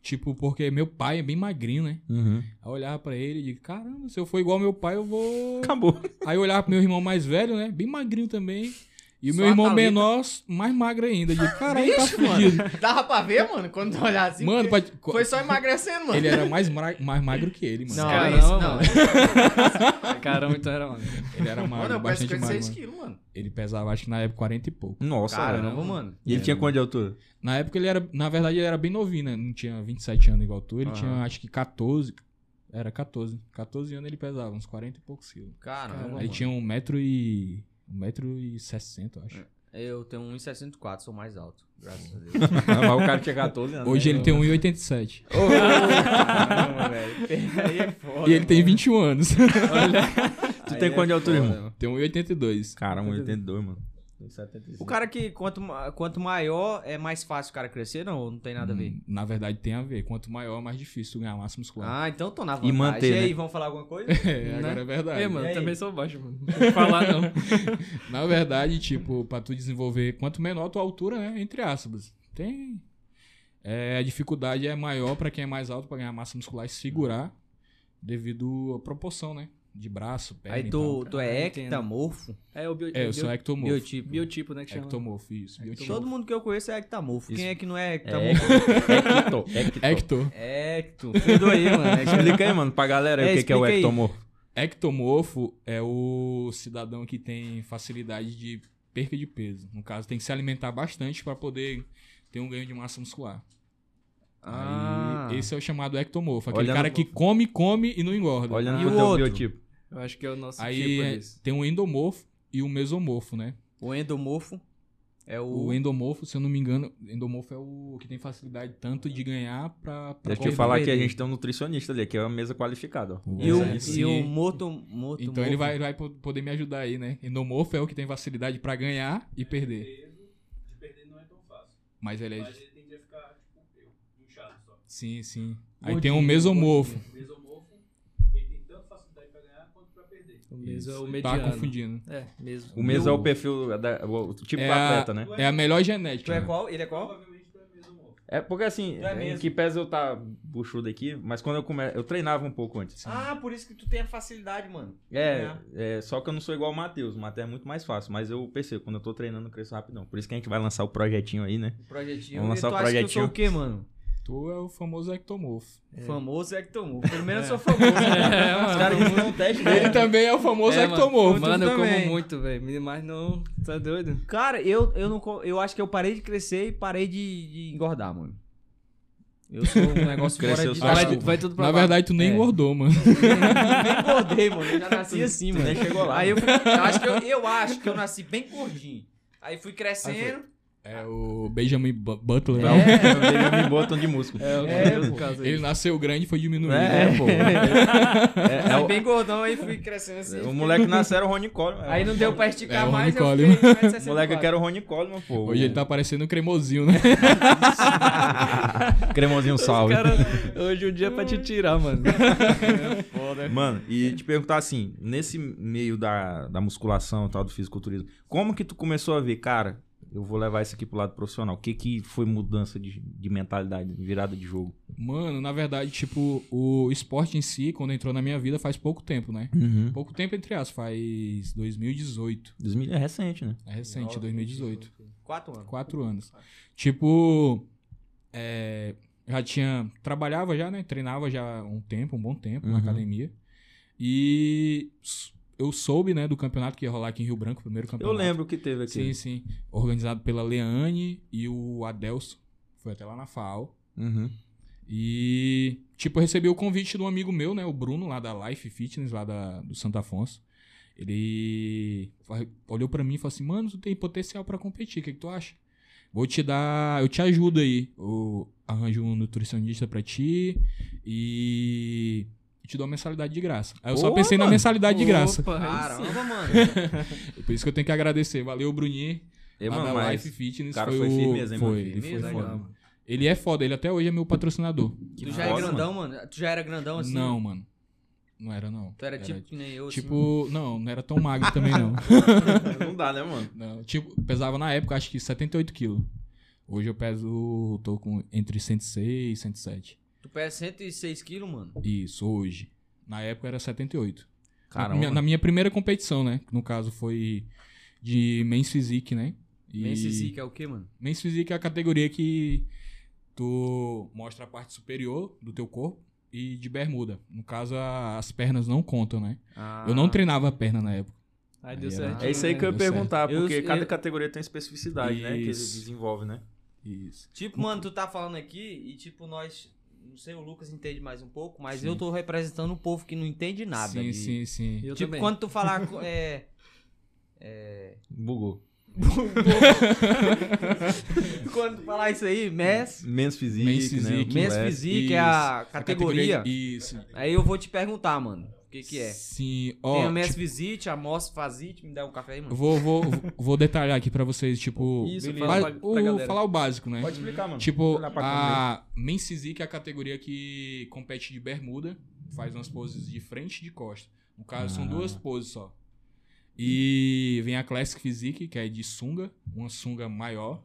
tipo, porque meu pai é bem magrinho, né? Aí eu olhava pra ele e digo, caramba, se eu for igual meu pai, eu vou. Acabou. Aí eu olhava pro meu irmão mais velho, né? Bem magrinho também. E o Só meu a irmão Thalita. menor, mais magro ainda. Eu Digo, caralho, tá Bicho, mano. fudido. Dava pra ver, mano, quando tu olhar assim. Mano, porque pra- foi só emagrecendo, mano. ele era mais, mra- mais magro que ele, mano. Não, Caramba, é isso, não. mano. Caramba, então era, mano. Ele era Mano, magro, eu peço bastante magro. 56 mano. quilos, mano. Ele pesava, acho que na época, 40 e pouco. Nossa, velho. Caramba, mano. E ele tinha quanto de altura? Na época ele era, na verdade, ele era bem novinho, né? Não tinha 27 anos igual tu. Ele Aham. tinha, acho que 14. Era 14. 14 anos ele pesava, uns 40 e poucos quilos. Caramba, Ele mano. tinha 1 metro e... 1 metro e 60, eu acho. Eu tenho 1,64, sou mais alto. Graças a Deus. Mas o cara tinha 14 É. anos. Hoje ele tem 1,87. Caramba, velho. Aí é foda. E ele tem 21 anos. Tu é é tem quanto de altura, irmão? um tem 1,82. Caramba, 82, mano. O cara que quanto, ma- quanto maior é mais fácil o cara crescer, não? Não tem nada a ver. Hum, Na verdade, tem a ver. Quanto maior, mais difícil tu ganhar massa muscular. Ah, então tô na vantagem. Hum. manter, e aí, né? vamos falar alguma coisa? é, agora é verdade. É, mano, E aí? também sou baixo, mano. Não vou falar, não. Na verdade, tipo, pra tu desenvolver, quanto menor a tua altura, né? Entre aspas. Tem. É, a dificuldade é maior pra quem é mais alto pra ganhar massa muscular e segurar devido à proporção, né? De braço, perna. aí e tu, tal. tu é entendo. ectamorfo? É o bio, É, eu bio- sou ectomorfo. É Biotipo. biotipo, né? Que chama. Ectomorfo, isso. Biotipo. Todo mundo que eu conheço é ectamorfo. Isso. Quem é que não é É, ectamorfo? ecto. Ecto. É Ecto. Ecto. Cuidou aí, mano. É, Explica aí, mano, pra galera aí É, o que, que é o explica aí. ectomorfo. Ectomorfo é o cidadão que tem facilidade de perca de peso. No caso, tem que se alimentar bastante pra poder ter um ganho de massa muscular. Ah. Aí, esse é o chamado ectomorfo. Aquele Olhando- cara que come, come e não engorda. Olhando E pro o teu outro? biotipo. Eu acho que é o nosso Aí tipo é, disso. tem o endomorfo e o mesomorfo, né? O endomorfo. É o. O endomorfo, se eu não me engano, endomorfo é o que tem facilidade tanto de ganhar pra. pra Deixa eu correr. falar perder. que a gente tem um nutricionista ali, que é uma mesa qualificada. ó. E o, Isso aí. e o morto, morto. Então ele morto. vai, ele vai po- poder me ajudar aí, né? Endomorfo é o que tem facilidade pra ganhar e perder. Perder não é tão fácil. Mas ele é. ele tende a ficar, tipo, eu, inchado só. Sim, sim. Aí Gordinho, tem um o mesomorfo. O mesomorfo, ele tem tanto facilidade pra ganhar quanto pra perder. O meso é o Tá mediano. confundindo. É, mesmo. O meso é o perfil, da- o tipo do a- atleta, né? É a melhor Tu genética. é né? qual? Ele é qual? Provavelmente tu é mesomorfo. É porque assim, Tu é em mesmo. que pesa eu tá buchudo aqui, mas quando eu come... eu treinava um pouco antes. Ah, por isso que tu tem a facilidade, mano. É, é, só que eu não sou igual o Matheus. O Matheus é muito mais fácil, mas eu percebo, quando eu tô treinando, eu cresço rapidão. Por isso que a gente vai lançar o projetinho aí, né? O projetinho. Vamos E lançar tu o acha que eu sou projetinho. o quê, mano? Tu é o famoso ectomorfo. O Famoso é que tomou. Pelo menos eu sou famoso. né? É, Os É, mano, caras que fizeram um teste Ele dele. também é o famoso É, ectomorfo. Mano, eu como também. muito, velho. Mas não. Tá doido? Cara, eu, eu, não, co- eu acho que eu parei de crescer e parei de, de engordar, mano. Eu sou um negócio fora Cresceu de... só Acho Vai, que- vai tudo pra Na baixo. verdade, tu nem É. engordou, mano. nem engordei, mano. Eu já nasci assim, mano. nem chegou lá. Aí eu, eu acho que eu, eu acho que eu nasci bem gordinho. Aí fui crescendo. É o Benjamin Bu- Butler. Não, é. me botam de músculo. É, eu É, é, pô. caso aí. Ele nasceu grande e foi diminuído. né, É, pô. É, é nasci o- bem gordão, aí fui crescendo assim. é, o, moleque nasceu era o Ronnie Coleman. Aí não deu pra esticar É, o mais, eu Rony fiquei O 1,64. moleque é aqui era o Ronnie Coleman, pô. Hoje ele tá parecendo um cremosinho, né? Cremosinho salve. Cara, hoje o dia é pra te tirar, mano. Mano, É. e te perguntar assim, nesse meio da, da musculação e tal, do fisiculturismo, como que tu começou a ver, cara, eu vou levar isso aqui pro lado profissional? O que que foi mudança de, de mentalidade, virada de jogo? Mano, na verdade, tipo, o esporte em si, quando entrou na minha vida, faz pouco tempo, né? Uhum. Pouco tempo, entre aspas, faz 2018. É recente, né? É recente, 2018. Quatro anos. Quatro anos. Tipo, é, já tinha. Trabalhava já, né? Treinava já um tempo, um bom tempo na Uhum. academia. E s- eu soube, né, do campeonato que ia rolar aqui em Rio Branco, o primeiro Eu campeonato. lembro que teve aqui. Sim, sim. Organizado pela Leane e o Adelson. Foi até lá na FAO. Uhum. E, tipo, eu recebi o convite de um amigo meu, né? O Bruno, lá da Life Fitness, lá da, do Santo Afonso. Ele fa- olhou pra mim e falou assim: Mano, tu tem potencial pra competir, o que, que tu acha? Vou te dar. Eu te ajudo aí. Eu arranjo um nutricionista pra ti e. Te dou uma mensalidade de graça. Aí eu só Ô, pensei na mano. mensalidade de graça. Opa, aí sim. Caramba, mano. Por isso que eu tenho que agradecer. Valeu, Bruninho. E, Lá É, mano, da mas Life o Fitness cara foi, foi o... firmeza, hein, mano? foi, ele foi Firmeza, foda. legal, mano. Ele é foda, ele até hoje é meu patrocinador. Tu já é foda, grandão, mano. Tu já era grandão assim? Não, mano. Não era, não. Tu era tipo que nem eu, assim, Tipo, não, não era tão magro também, não. não dá, né, mano? não. Tipo, pesava na época, acho que 78 quilos. Hoje eu peso, tô com entre 106 e 107. Tu pesa 106 quilos, mano. Isso, hoje. Na época era 78. Caramba. Na, minha, na minha primeira competição, né? No caso foi de Men's Physique, né? E- Men's Physique é o quê, mano? Men's Physique é a categoria que tu mostra a parte superior do teu corpo e de bermuda. No caso, a- as pernas não contam, né? Eu não treinava a perna na época. Aí deu né? Aí era- certo. É isso aí que eu ia Deu certo. perguntar, Eu- porque eu- cada categoria tem especificidade, né? Que ele Isso. desenvolve, né? Isso. Tipo, mano, tu tá falando aqui e tipo, nós. Não sei, o Lucas entende mais um pouco, mas eu tô representando um povo que não entende nada. Sim, de- sim, sim. Eu tipo, também. quando tu falar. co- É, Bugou. quando tu falar isso aí, MES. Men's Physique, Men's né? Physique. MES Less. Physique é a categoria. Isso. Aí eu vou te perguntar, mano. O que que é? Sim, Tem a ó. MES tipo, Visite, a MOS Fazite. Me dá um café aí, mano. vou, vou, vou detalhar aqui pra vocês, tipo. Isso, ba- fala pra- o- pra galera. falar o básico, né? Pode explicar, mano. Tipo, Olhar pra câmera a Men's Physique é a categoria que compete de bermuda, faz umas poses de frente e de costa. No caso, Ah. são duas poses só. E vem a Classic Physique, que é de sunga, uma sunga maior,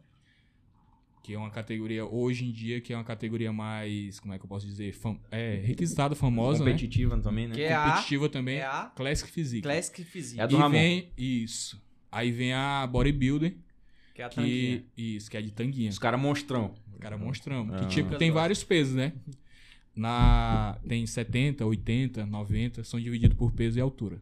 que é uma categoria, hoje em dia, que é uma categoria mais, como é que eu posso dizer, Fam- é, requisitada, famosa, né? competitiva também, né? Que é a, Competitiva também, é a Classic Physique. Classic Physique. É a e do Ramon. vem, isso. Aí vem a Bodybuilder, Que é a tanquinha. que, isso, que é de tanguinha. Os caras monstrão. O cara monstrão. Ah. Que, tipo, tem vários pesos, né? Na, tem 70, 80, 90, são divididos por peso e altura.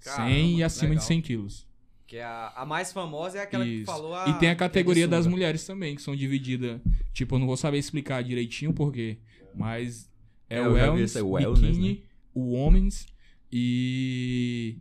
100 e Caramba, acima legal. de 100 quilos. Que é a, a mais famosa é aquela que Isso. falou a. e tem a categoria das mulheres. mulheres também, que são divididas. Tipo, eu não vou saber explicar direitinho por quê, mas é, É, o eu já vi wellness, esse aí, o wellness, né? biquíni, o homens e...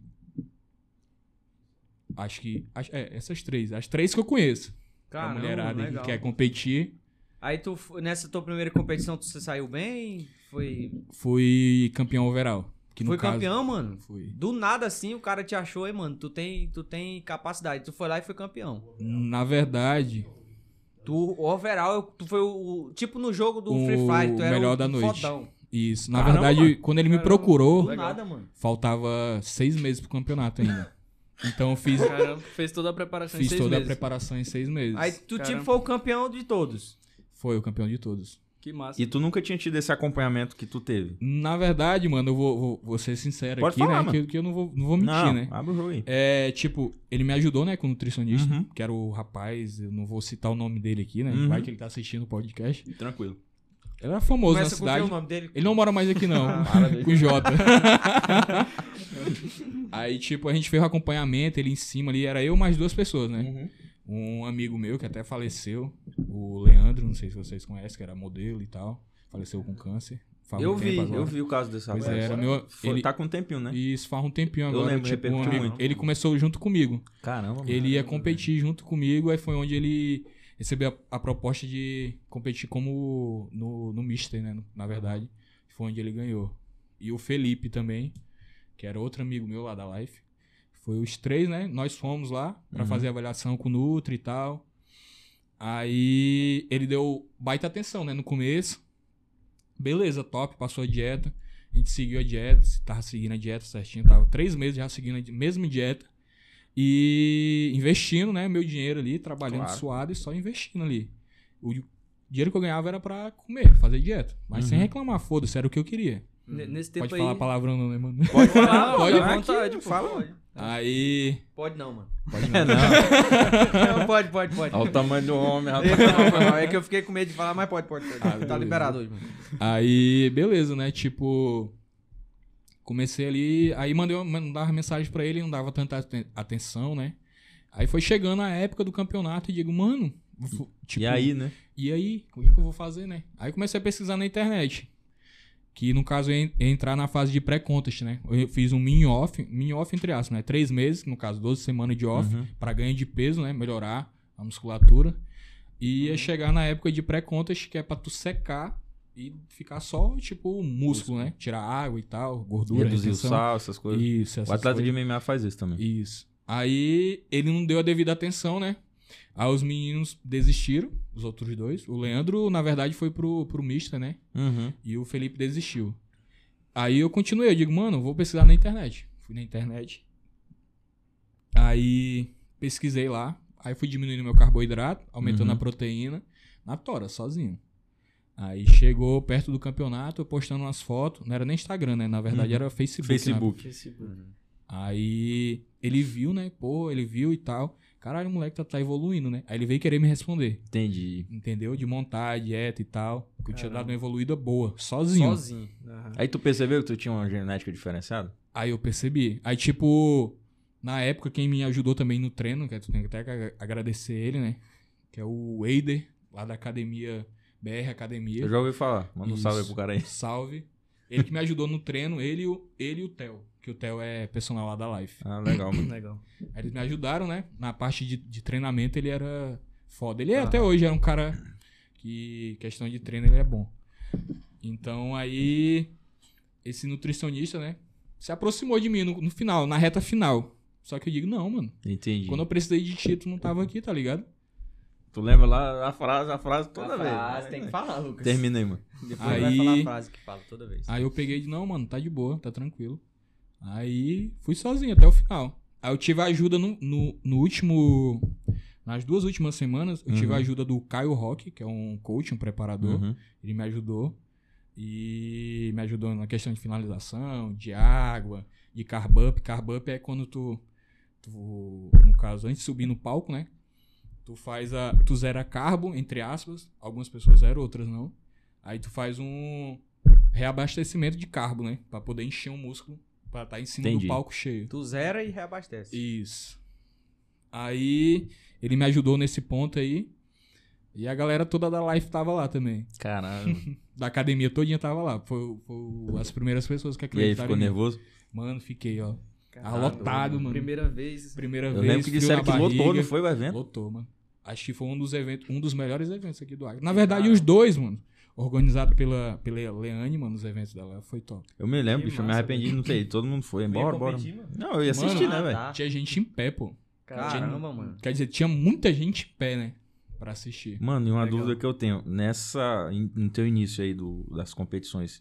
Acho que... acho- é, essas três. As três que eu conheço. pra Caramba, mulherada aí que legal. quer competir. Aí tu, f- nessa tua primeira competição, tu se saiu bem? Foi, Fui campeão overall. Que no foi caso- campeão, mano? Fui. Do nada assim, o cara te achou, hein, mano? Tu tem, tu tem capacidade. Tu foi lá e foi campeão. Na verdade, Tu, o overall, eu- tu foi o, o- Tipo no jogo do O Free Fire, tu era melhor o da noite. fodão. isso. Na Caramba. verdade, quando ele me Do procurou, nada, mano. faltava seis meses pro campeonato ainda. Então eu fiz, Caramba, fez toda a preparação em fiz seis toda meses. a preparação em seis meses. Aí tu, tipo, Caramba. foi o campeão de todos. Foi o campeão de todos. Que massa. E tu nunca tinha tido esse acompanhamento que tu teve. Na verdade, mano, eu vou, vou- vou ser sincero Pode aqui, falar, né? Que, que eu não vou, não vou mentir, não, né? abre o jogo aí. É, tipo, ele me ajudou, né, com o nutricionista, Uhum. que era o rapaz, eu não vou citar o nome dele aqui, né? Uhum. Vai que ele tá assistindo o podcast. Tranquilo. Ele era famoso Começa na com o teu cidade. nome dele. Ele não mora mais aqui, não. com o Jota. Aí, tipo, a gente fez o acompanhamento, ele em cima ali, era eu mais duas pessoas, né? Um amigo meu que até faleceu, o Leandro, não sei se vocês conhecem, que era modelo e tal. Faleceu com câncer. Faz um Eu tempo vi, agora. eu vi o caso desse Pois rapaz. é, era meu. Foi- Ele, Tá com um tempinho, né? Isso, faz um tempinho agora. lembro, tipo, um repercutiu amigo- muito. ele começou junto comigo. Caramba, mano. Ele ia competir junto comigo, aí foi onde ele recebeu a, a proposta de competir como no, no Mister, né? no- Na verdade. Foi onde ele ganhou. E o Felipe também, que era outro amigo meu lá da Life. Foi os três, né? Nós fomos lá pra Uhum. fazer a avaliação com o Nutri e tal. Aí ele deu baita atenção, né? No começo. Beleza, top, passou a dieta. A gente seguiu a dieta, tava seguindo a dieta certinho, tava três meses já seguindo a di- mesma dieta. E investindo, né? Meu dinheiro ali, trabalhando Claro. suado e só investindo ali. O dinheiro que eu ganhava era pra comer, fazer dieta. Mas sem Uhum. reclamar, foda-se, era o que eu queria. Ne- Nesse tempo Pode Tipo falar aí... palavrão, não, né, mano? Pode falar, Não, pode fica à falar. vontade, pô. fala. Aí. Pode não, mano. Pode Tá É, não. Não, pode, pode, pode. Olha o tamanho do homem, Ei, rapaz. foi mal, foi mal. É que eu fiquei com medo de falar, mas pode, pode. pode. tá Ah, beleza. liberado hoje, mano. Aí, beleza, né? Tipo, comecei ali, aí mandei uma, mandava mensagem pra ele, não dava tanta aten- atenção, né? Aí foi chegando a época do campeonato e digo, mano, fu- tipo, E aí, né? e aí, o que, que eu vou fazer, né? Aí comecei a pesquisar na internet. Que no caso eu ia en- é entrar na fase de pré-contest, né? Eu fiz um mini-off, mini-off entre aspas, né? Três meses, no caso 12 semanas de off, Uhum. pra ganho de peso, né? Melhorar a musculatura. Uhum. E ia chegar na época de pré-contest, que é pra tu secar e ficar só, tipo, músculo, né? Tirar água e tal, gordura, Reduzir o retenção. sal, essas coisas. Isso, o essas atleta coisas. de MMA faz isso também. Isso. Aí ele não deu a devida atenção, né? Aí os meninos desistiram, os outros dois. O Leandro, na verdade, foi pro, pro Mista, né? Uhum. E o Felipe desistiu. Aí eu continuei, eu digo, mano, vou pesquisar na internet. Fui na internet. Aí pesquisei lá. Aí fui diminuindo meu carboidrato, aumentando Uhum. a proteína, na tora, sozinho. Aí chegou perto do campeonato, eu postando umas fotos. Não era nem Instagram, né? Na verdade Uhum. era Facebook. na Facebook. Tipo, Aí ele viu, né? Pô, ele viu e tal. Caralho, o moleque tá, tá evoluindo, né? Aí ele veio querer me responder, Entendi. entendeu? De montar a dieta e tal. Que eu tinha Caramba. dado uma evoluída boa, sozinho. Sozinho. Aham. Aí tu percebeu que tu tinha uma genética diferenciada? Aí eu percebi. Aí, tipo, na época, quem me ajudou também no treino, que eu tenho até que ag- agradecer ele, né? Que é o Eider, lá da academia BR Academia. Eu já ouvi falar. Manda um Isso. salve aí pro cara aí. Salve. Ele que me ajudou no treino, ele, e o- ele e o Theo. Que o Theo é personal lá da Life. Ah, legal, mano. Legal. Aí eles me ajudaram, né? Na parte de, de treinamento ele era foda. Ele é até hoje era um cara que, questão de treino, ele é bom. Então aí, esse nutricionista, né? Se aproximou de mim no, no final, na reta final. Só que eu digo, não, mano. Entendi. Quando eu precisei de ti, tu não tava aqui, tá ligado? Tu lembra lá a frase, a frase toda A vez. frase Tá tem que falar, Lucas. Terminei, mano. Depois vai falar Aí- a frase que fala toda vez. Aí eu peguei e disse, não, mano, tá de boa, tá tranquilo. Aí fui sozinho até o final. Aí eu tive a ajuda no, no, no último. Nas duas últimas semanas, eu tive a Uhum. ajuda do Caio Rock, que é um coach, um preparador. Uhum. Ele me ajudou. E me ajudou na questão de finalização, de água, de carb up. Carb up é quando tu, tu, no caso, antes de subir no palco, né? Tu faz a. Tu zera carbo, entre aspas. Algumas pessoas zeram, outras não. Aí tu faz um reabastecimento de carbo, né? Pra poder encher o músculo. Pra estar em cima Entendi. do palco cheio. Tu zera e reabastece. Isso. Aí ele me ajudou nesse ponto aí. E a galera toda da live tava lá também Caralho. da academia todinha tava lá. Foi, foi as primeiras pessoas E que aí, acreditaram. ficou em mim. nervoso? Mano, fiquei, ó. Caralho, Tá Tá lotado, mano. Primeira vez. Primeira Eu vez. lembro que frio disseram na que lotou, barriga. não foi né? o evento? Lotou, mano. Acho que foi um dos eventos, um dos melhores eventos aqui do Acre. Na verdade, os dois, mano. Organizado pela, pela Leane, mano, os eventos dela. Foi top. Eu me lembro, Que bicho, eu me massa, arrependi, não sei, todo mundo foi, Eu ia bora, bora. competir, mano. Não, eu ia Mano, assistir, né, Ah, velho? tá. Tinha gente em pé, pô. Caramba, mano. Quer dizer, tinha muita gente em pé, né? Pra assistir. Mano, e uma Legal. dúvida que eu tenho, nessa, in- no teu início aí do, das competições,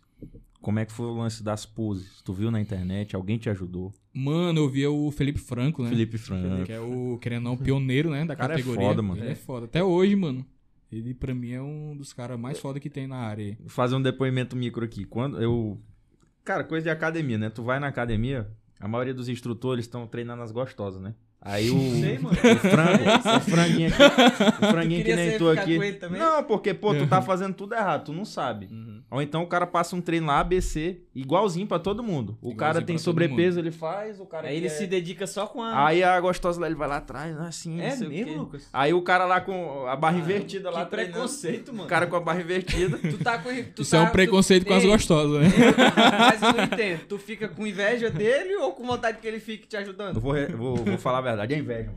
como é que foi o lance das poses? Tu viu na internet, alguém te ajudou? Mano, eu via o Felipe Franco, né? Felipe Franco. Que é o, querendo ou não, pioneiro, né? Da cara é categoria. foda, mano. Ele é foda. Até hoje, mano. Ele, pra mim, é um dos caras mais foda que tem na área. Vou fazer um depoimento micro aqui. Quando eu. Cara, coisa de academia, né? Tu vai na academia, a maioria dos instrutores estão treinando as gostosas, né? Aí o. Sei, mano. o frango, o franguinho aqui. O franguinho Tu que queria nem ser- tu ficar com ele aqui. também? Uhum. Não, porque, pô, tu Uhum. tá fazendo tudo errado, tu não sabe. Ou então o cara passa um treino lá, ABC, igualzinho pra todo mundo. O Igualzinho cara pra tem todo sobrepeso, ele faz, o cara. Aí que ele é- se dedica só com a. Aí a gostosa lá, ele vai lá atrás, assim. é não sei o mesmo, quê. Lucas? Aí o cara lá com a barra invertida lá que treinando. preconceito, mano. O cara com a barra invertida. Tu tá com. Tu Isso tá, é um preconceito tu... com as Ei, gostosas, né? Mas eu não entendo. Tu fica com inveja dele ou com vontade que ele fique te Eu ajudando? vou, re- vou, vou falar a verdade, é inveja.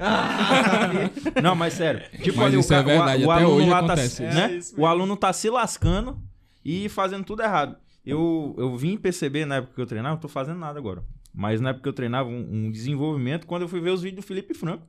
não, mas sério. Tipo, Mas ali, o, isso é cara- o a- verdade, o até aluno hoje lá tá, acontece isso. né? É isso o aluno tá se lascando e fazendo tudo errado. Eu, eu vim perceber na época que eu treinava, eu tô fazendo nada agora. Mas na época que eu treinava um, um desenvolvimento, quando eu fui ver os vídeos do Felipe Franco.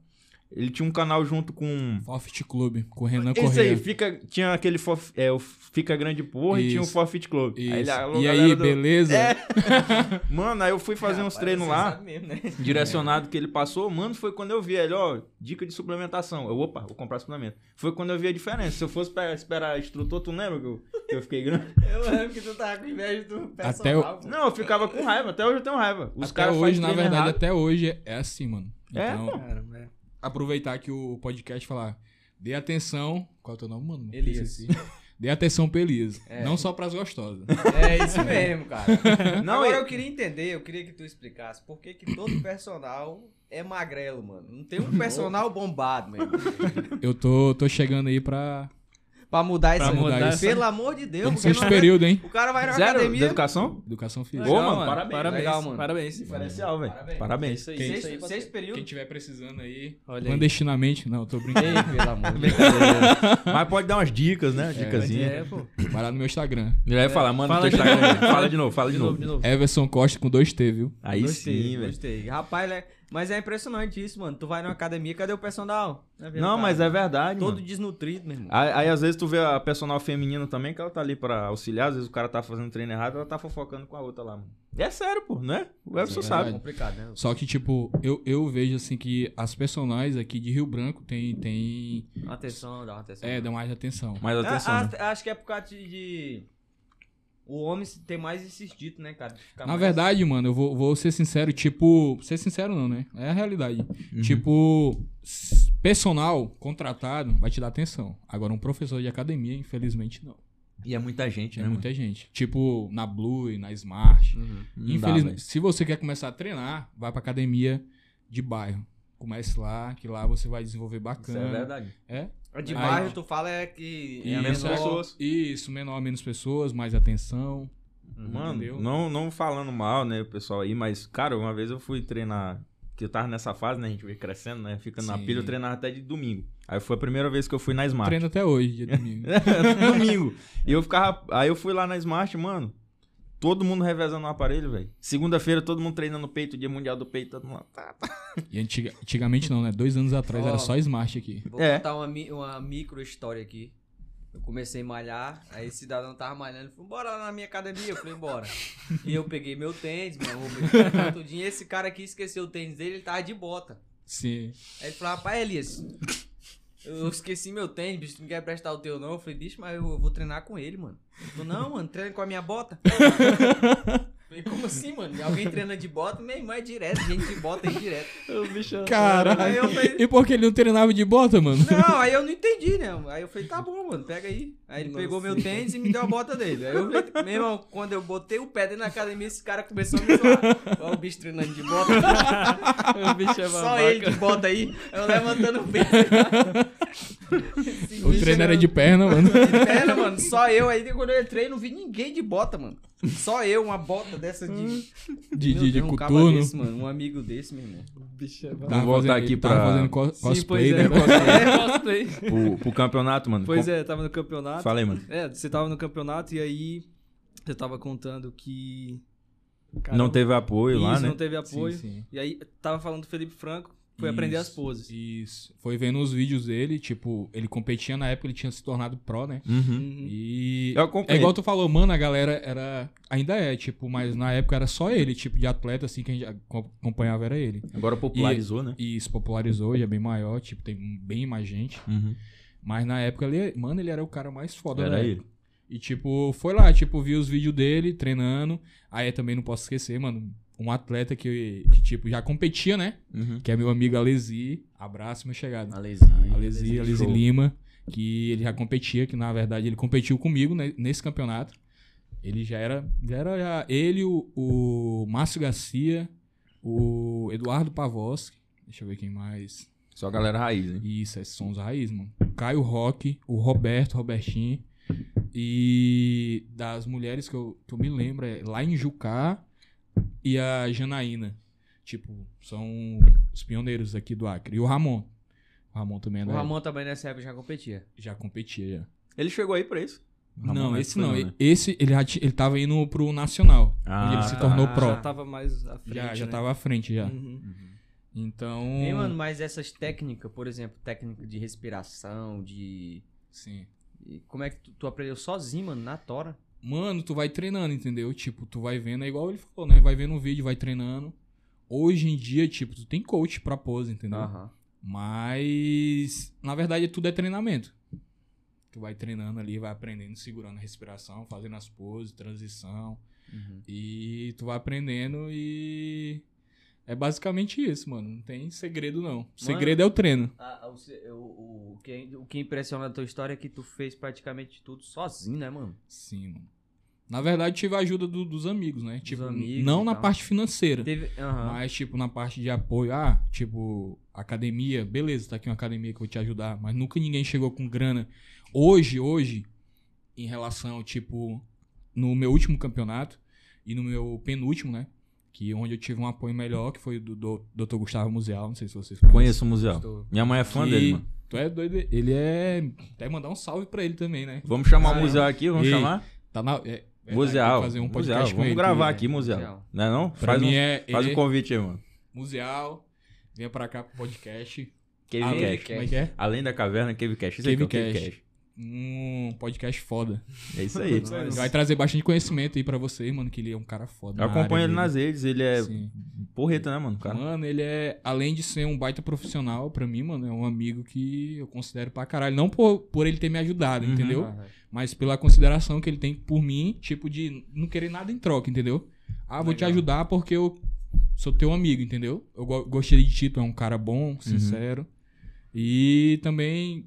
Ele tinha um canal junto com. Forfit Club, com o Renan Esse aí, Correia. fica, tinha aquele forf- é, o Fica Grande Porra e tinha o Isso. Forfeit Club. Aí ele, Isso. alô, e galera aí, do- beleza? É. Mano, aí eu fui fazer uns Rapaz, treinos você lá sabe mesmo, né? direcionado que ele passou, mano, foi quando eu vi ele, ó, dica de suplementação. Eu, opa, vou comprar suplemento. Foi quando eu vi a diferença. Se eu fosse pe- esperar instrutor, tu lembra que eu, que eu fiquei grande? Eu lembro que tu tava com inveja do Até personal. pô. Não, eu ficava com raiva. Até hoje eu tenho raiva. Os até caras hoje, fazem na treino verdade, errado. até hoje é- é assim, mano. É, Então, Caramba, é. aproveitar que o podcast e falar. Dê atenção. Qual é o teu nome, mano? Elias. Esqueci. Dê atenção pro Elias. É. Não só pras gostosas. É isso mesmo, cara. Não, Agora e- eu queria entender, eu queria que tu explicasse por que, que todo personal é magrelo, mano. Não tem um personal bombado, mano. Eu tô, tô chegando aí pra. Pra mudar Pra esse mudar Pelo isso. amor de Deus, Tô no porque sexto não- é- período, hein? o cara vai na Zero de academia. é educação? Educação física. Ô, mano, parabéns, Parabéns, legal, mano. Parabéns. Diferencial, velho. Parabéns. Parabéns. Isso aí, Seis, isso aí, seis Quem períodos. tiver precisando aí, Olha aí. clandestinamente, não, tô brincando. Ei, pelo amor de Deus. Mas pode dar umas dicas, né? Dicasinha. É, pô. Vai lá no meu Instagram. Ele vai falar, manda Fala o teu de Instagram. Fala de novo, fala de, De novo. novo, de novo. Everson Costa com 2T, viu? Aí gostei, sim, velho. Gostei. Rapaz, né? mas é impressionante isso, mano. Tu vai numa academia, cadê o personal? Não, mas é verdade, Todo mano. desnutrido, meu irmão. Aí, aí, às vezes tu vê a personal feminina também, que ela tá ali pra auxiliar, às vezes o cara tá fazendo treino errado, ela tá fofocando com a outra lá, mano. É sério, pô, não é? O Everson Sim, é sabe. verdade. complicado, né? Só que, tipo, eu, eu vejo assim que as personagens aqui de Rio Branco tem. tem Uma atenção, dá uma atenção. Ah, é, dão mais atenção. Mas atenção, Ah, né? ah, Acho que é por causa de- de. O homem se- tem mais esses ditos, né, cara? De ficar Na mais- verdade, mano, eu vou, vou ser sincero, tipo. Ser sincero não, né? É a realidade. tá. Tipo, s- personal contratado vai te dar atenção. Agora, um professor de academia, infelizmente, não. E é muita gente, É né? muita gente. Tipo, na Blue, e na Smart. Uhum. Infelizmente, se você quer começar a treinar, vai pra academia de bairro. Comece lá, que lá você vai desenvolver Isso é bacana. verdade. É? De Aí- bairro, tu fala é que. É a menos menor- pessoas. Isso, menor, menos pessoas, mais atenção. Mano, Uhum. Entendeu? não, não falando mal, né, o pessoal aí, mas, cara, uma vez eu fui treinar, que eu tava nessa fase, né, a gente veio crescendo, né, ficando na Sim. pilha, eu treinava até de domingo. Aí foi a primeira vez que eu fui na Smart. Treino até hoje, dia de domingo. domingo. E eu ficava. Aí eu fui lá na Smart, mano. Todo mundo revezando o aparelho, velho. Segunda-feira, todo mundo treinando peito, dia mundial do peito, todo mundo lá. Tá, tá. E antiga- antigamente não, né? Dois anos atrás Ó. era só Smart aqui. Vou É. contar uma, mi- uma micro história aqui. Eu comecei a malhar, aí esse cidadão tava malhando, falou, bora lá na minha academia, eu falei, bora. E eu peguei meu tênis, minha roupa, minha roupa, tudinho, e esse cara aqui esqueceu o tênis dele, ele tava de bota. Sim. Aí ele falou, rapaz, Elias, eu esqueci meu tênis, bicho, tu não quer prestar o teu não? Eu falei, bicho, mas eu vou treinar com ele, mano. Ele falou, não, mano, treina com a minha bota. Eu Falei, como assim, mano? Alguém treina de bota? Minha irmã é direto, gente de bota é direto. O bicho. Aí eu Caralho. falei, E por que ele não treinava de bota, mano? Não, aí eu não entendi, né? Aí eu falei, tá bom, mano, pega aí. Aí ele Nossa. pegou meu tênis e me deu a bota dele. Aí eu falei, meu irmão, quando eu botei o pé dentro da academia, esse cara começou a me zoar. Olha o bicho treinando de bota. O bicho é Só babaca. ele de bota aí, eu levantando o pé. Esse O bicho treino era de perna, mano. de perna, mano. mano, só eu aí, quando eu entrei, não vi ninguém de bota, mano. Só eu, uma bota dessa de. De, Meu de, de Deus, um caba coturno. desse, mano, um amigo desse, meu irmão. Bicho, é Tá. barato. Tava voltar fazendo- aqui tava pra- fazendo co- Sim, pois cosplay, é. né? É, cosplay. Pro, pro campeonato, mano. Pois é, tava no campeonato. Falei, mano. É, você tava no campeonato e aí você tava contando que. não teve apoio lá, isso, né? não teve apoio. Sim, sim. E aí tava falando do Felipe Franco, foi aprender as Isso, poses. Isso. Foi vendo os vídeos dele, tipo, ele competia na época, ele tinha se tornado pró, né? Uhum. Uhum. E. Eu acompanhei. É igual tu falou, mano, a galera era. Ainda é, tipo, mas na época era só ele, tipo, de atleta, assim, que a gente acom- acompanhava era ele. Agora popularizou, né? E se popularizou, hoje é bem maior, tipo, tem bem mais gente. Uhum. Mas na época ele, mano, ele era o cara mais foda, Era né? ele. E tipo, foi lá, tipo, vi os vídeos dele treinando. Aí eu também não posso esquecer, mano, um atleta que, que tipo, já competia, né? Uhum. Que é meu amigo Alesi. Abraço, meu chegado. Alezinho. Alesi, Alesi show. Lima, que ele já competia, que na verdade ele competiu comigo né, nesse campeonato. Ele já era, já era já- ele, o, o Márcio Garcia, o Eduardo Pavoski, deixa eu ver quem mais. Só a galera raiz, né? Isso, esses são os raiz, mano. Caio Rock, o Roberto, Robertinho. E das mulheres que eu, que eu me lembro, é lá em Jucá e a Janaína. Tipo, são os pioneiros aqui do Acre. E o Ramon. O Ramon também é O da- Ramon também nessa época já competia. já competia. Já. Ele chegou aí pra isso. Ramon não, Neto esse foi não. não, né? Esse, ele, já ti- ele tava indo pro Nacional. Ah, onde ele se tá. tornou Ah, pro. Já tava mais à frente. já já né? tava à frente, Hum. já. Uhum. Então... Ei, mano, mas essas técnicas, por exemplo, técnica de respiração, de. Sim. e Como é que tu, tu aprendeu sozinho, mano, na tora? Mano, tu vai treinando, entendeu? Tipo, tu vai vendo, é igual ele falou, né? Vai vendo um vídeo, vai treinando. Hoje em dia, tipo, tu tem coach pra pose, entendeu? Mas, na verdade, tudo é treinamento. Tu vai treinando ali, vai aprendendo, segurando a respiração, fazendo as poses, transição. Uhum. E tu vai aprendendo e. É basicamente isso, mano. Não tem segredo, não. O segredo é o treino. Ah, o, se- o, o, que, o que impressiona da tua história é que tu fez praticamente tudo sozinho, né, mano? Sim, mano. Na verdade, tive a ajuda do- dos amigos, né? Tipo, amigos não e na tal. parte financeira. Teve. aham. Mas, tipo, na parte de apoio, ah, tipo, academia, beleza, tá aqui uma academia que eu vou te ajudar, mas nunca ninguém chegou com grana. Hoje, hoje, em relação, tipo, no meu último campeonato e no meu penúltimo, né? Que onde eu tive um apoio melhor, que foi do, do Dr. Gustavo Museal, não sei se vocês conhecem. Conheço o museu. Estou- Minha mãe é fã Que- dele, mano. Tu é doido, ele é. Até mandar um salve pra ele também, né? Vamos chamar o Caramba. museu aqui, vamos Ei, chamar? Tá na. É, é, tem Museal. que fazer um podcast Museal. com Vamos ele. gravar que- aqui, Museal. Museal. Não é não? Pra Faz, mim um, é. faz ele um é convite aí, mano. Museal, venha pra cá pro podcast. Cave Além- Cash. Como é que é? Além da caverna, Cave Cash. Isso aí que é o Cave Cave Cash. um podcast foda. É isso aí. Ele vai trazer bastante conhecimento aí pra você, mano, que ele é um cara foda. Eu na área acompanho ele dele. nas redes, ele é Sim. porreta, né, mano? Cara, Mano, ele é, além de ser um baita profissional, pra mim, mano, é um amigo que eu considero pra caralho. Não por, por ele ter me ajudado, Uhum. entendeu? Aham. Mas pela consideração que ele tem por mim, tipo, de não querer nada em troca, entendeu? Ah, vou te Legal. ajudar porque eu sou teu amigo, entendeu? Eu go- gostei de ti, tu é um cara Uhum. bom, sincero. E também,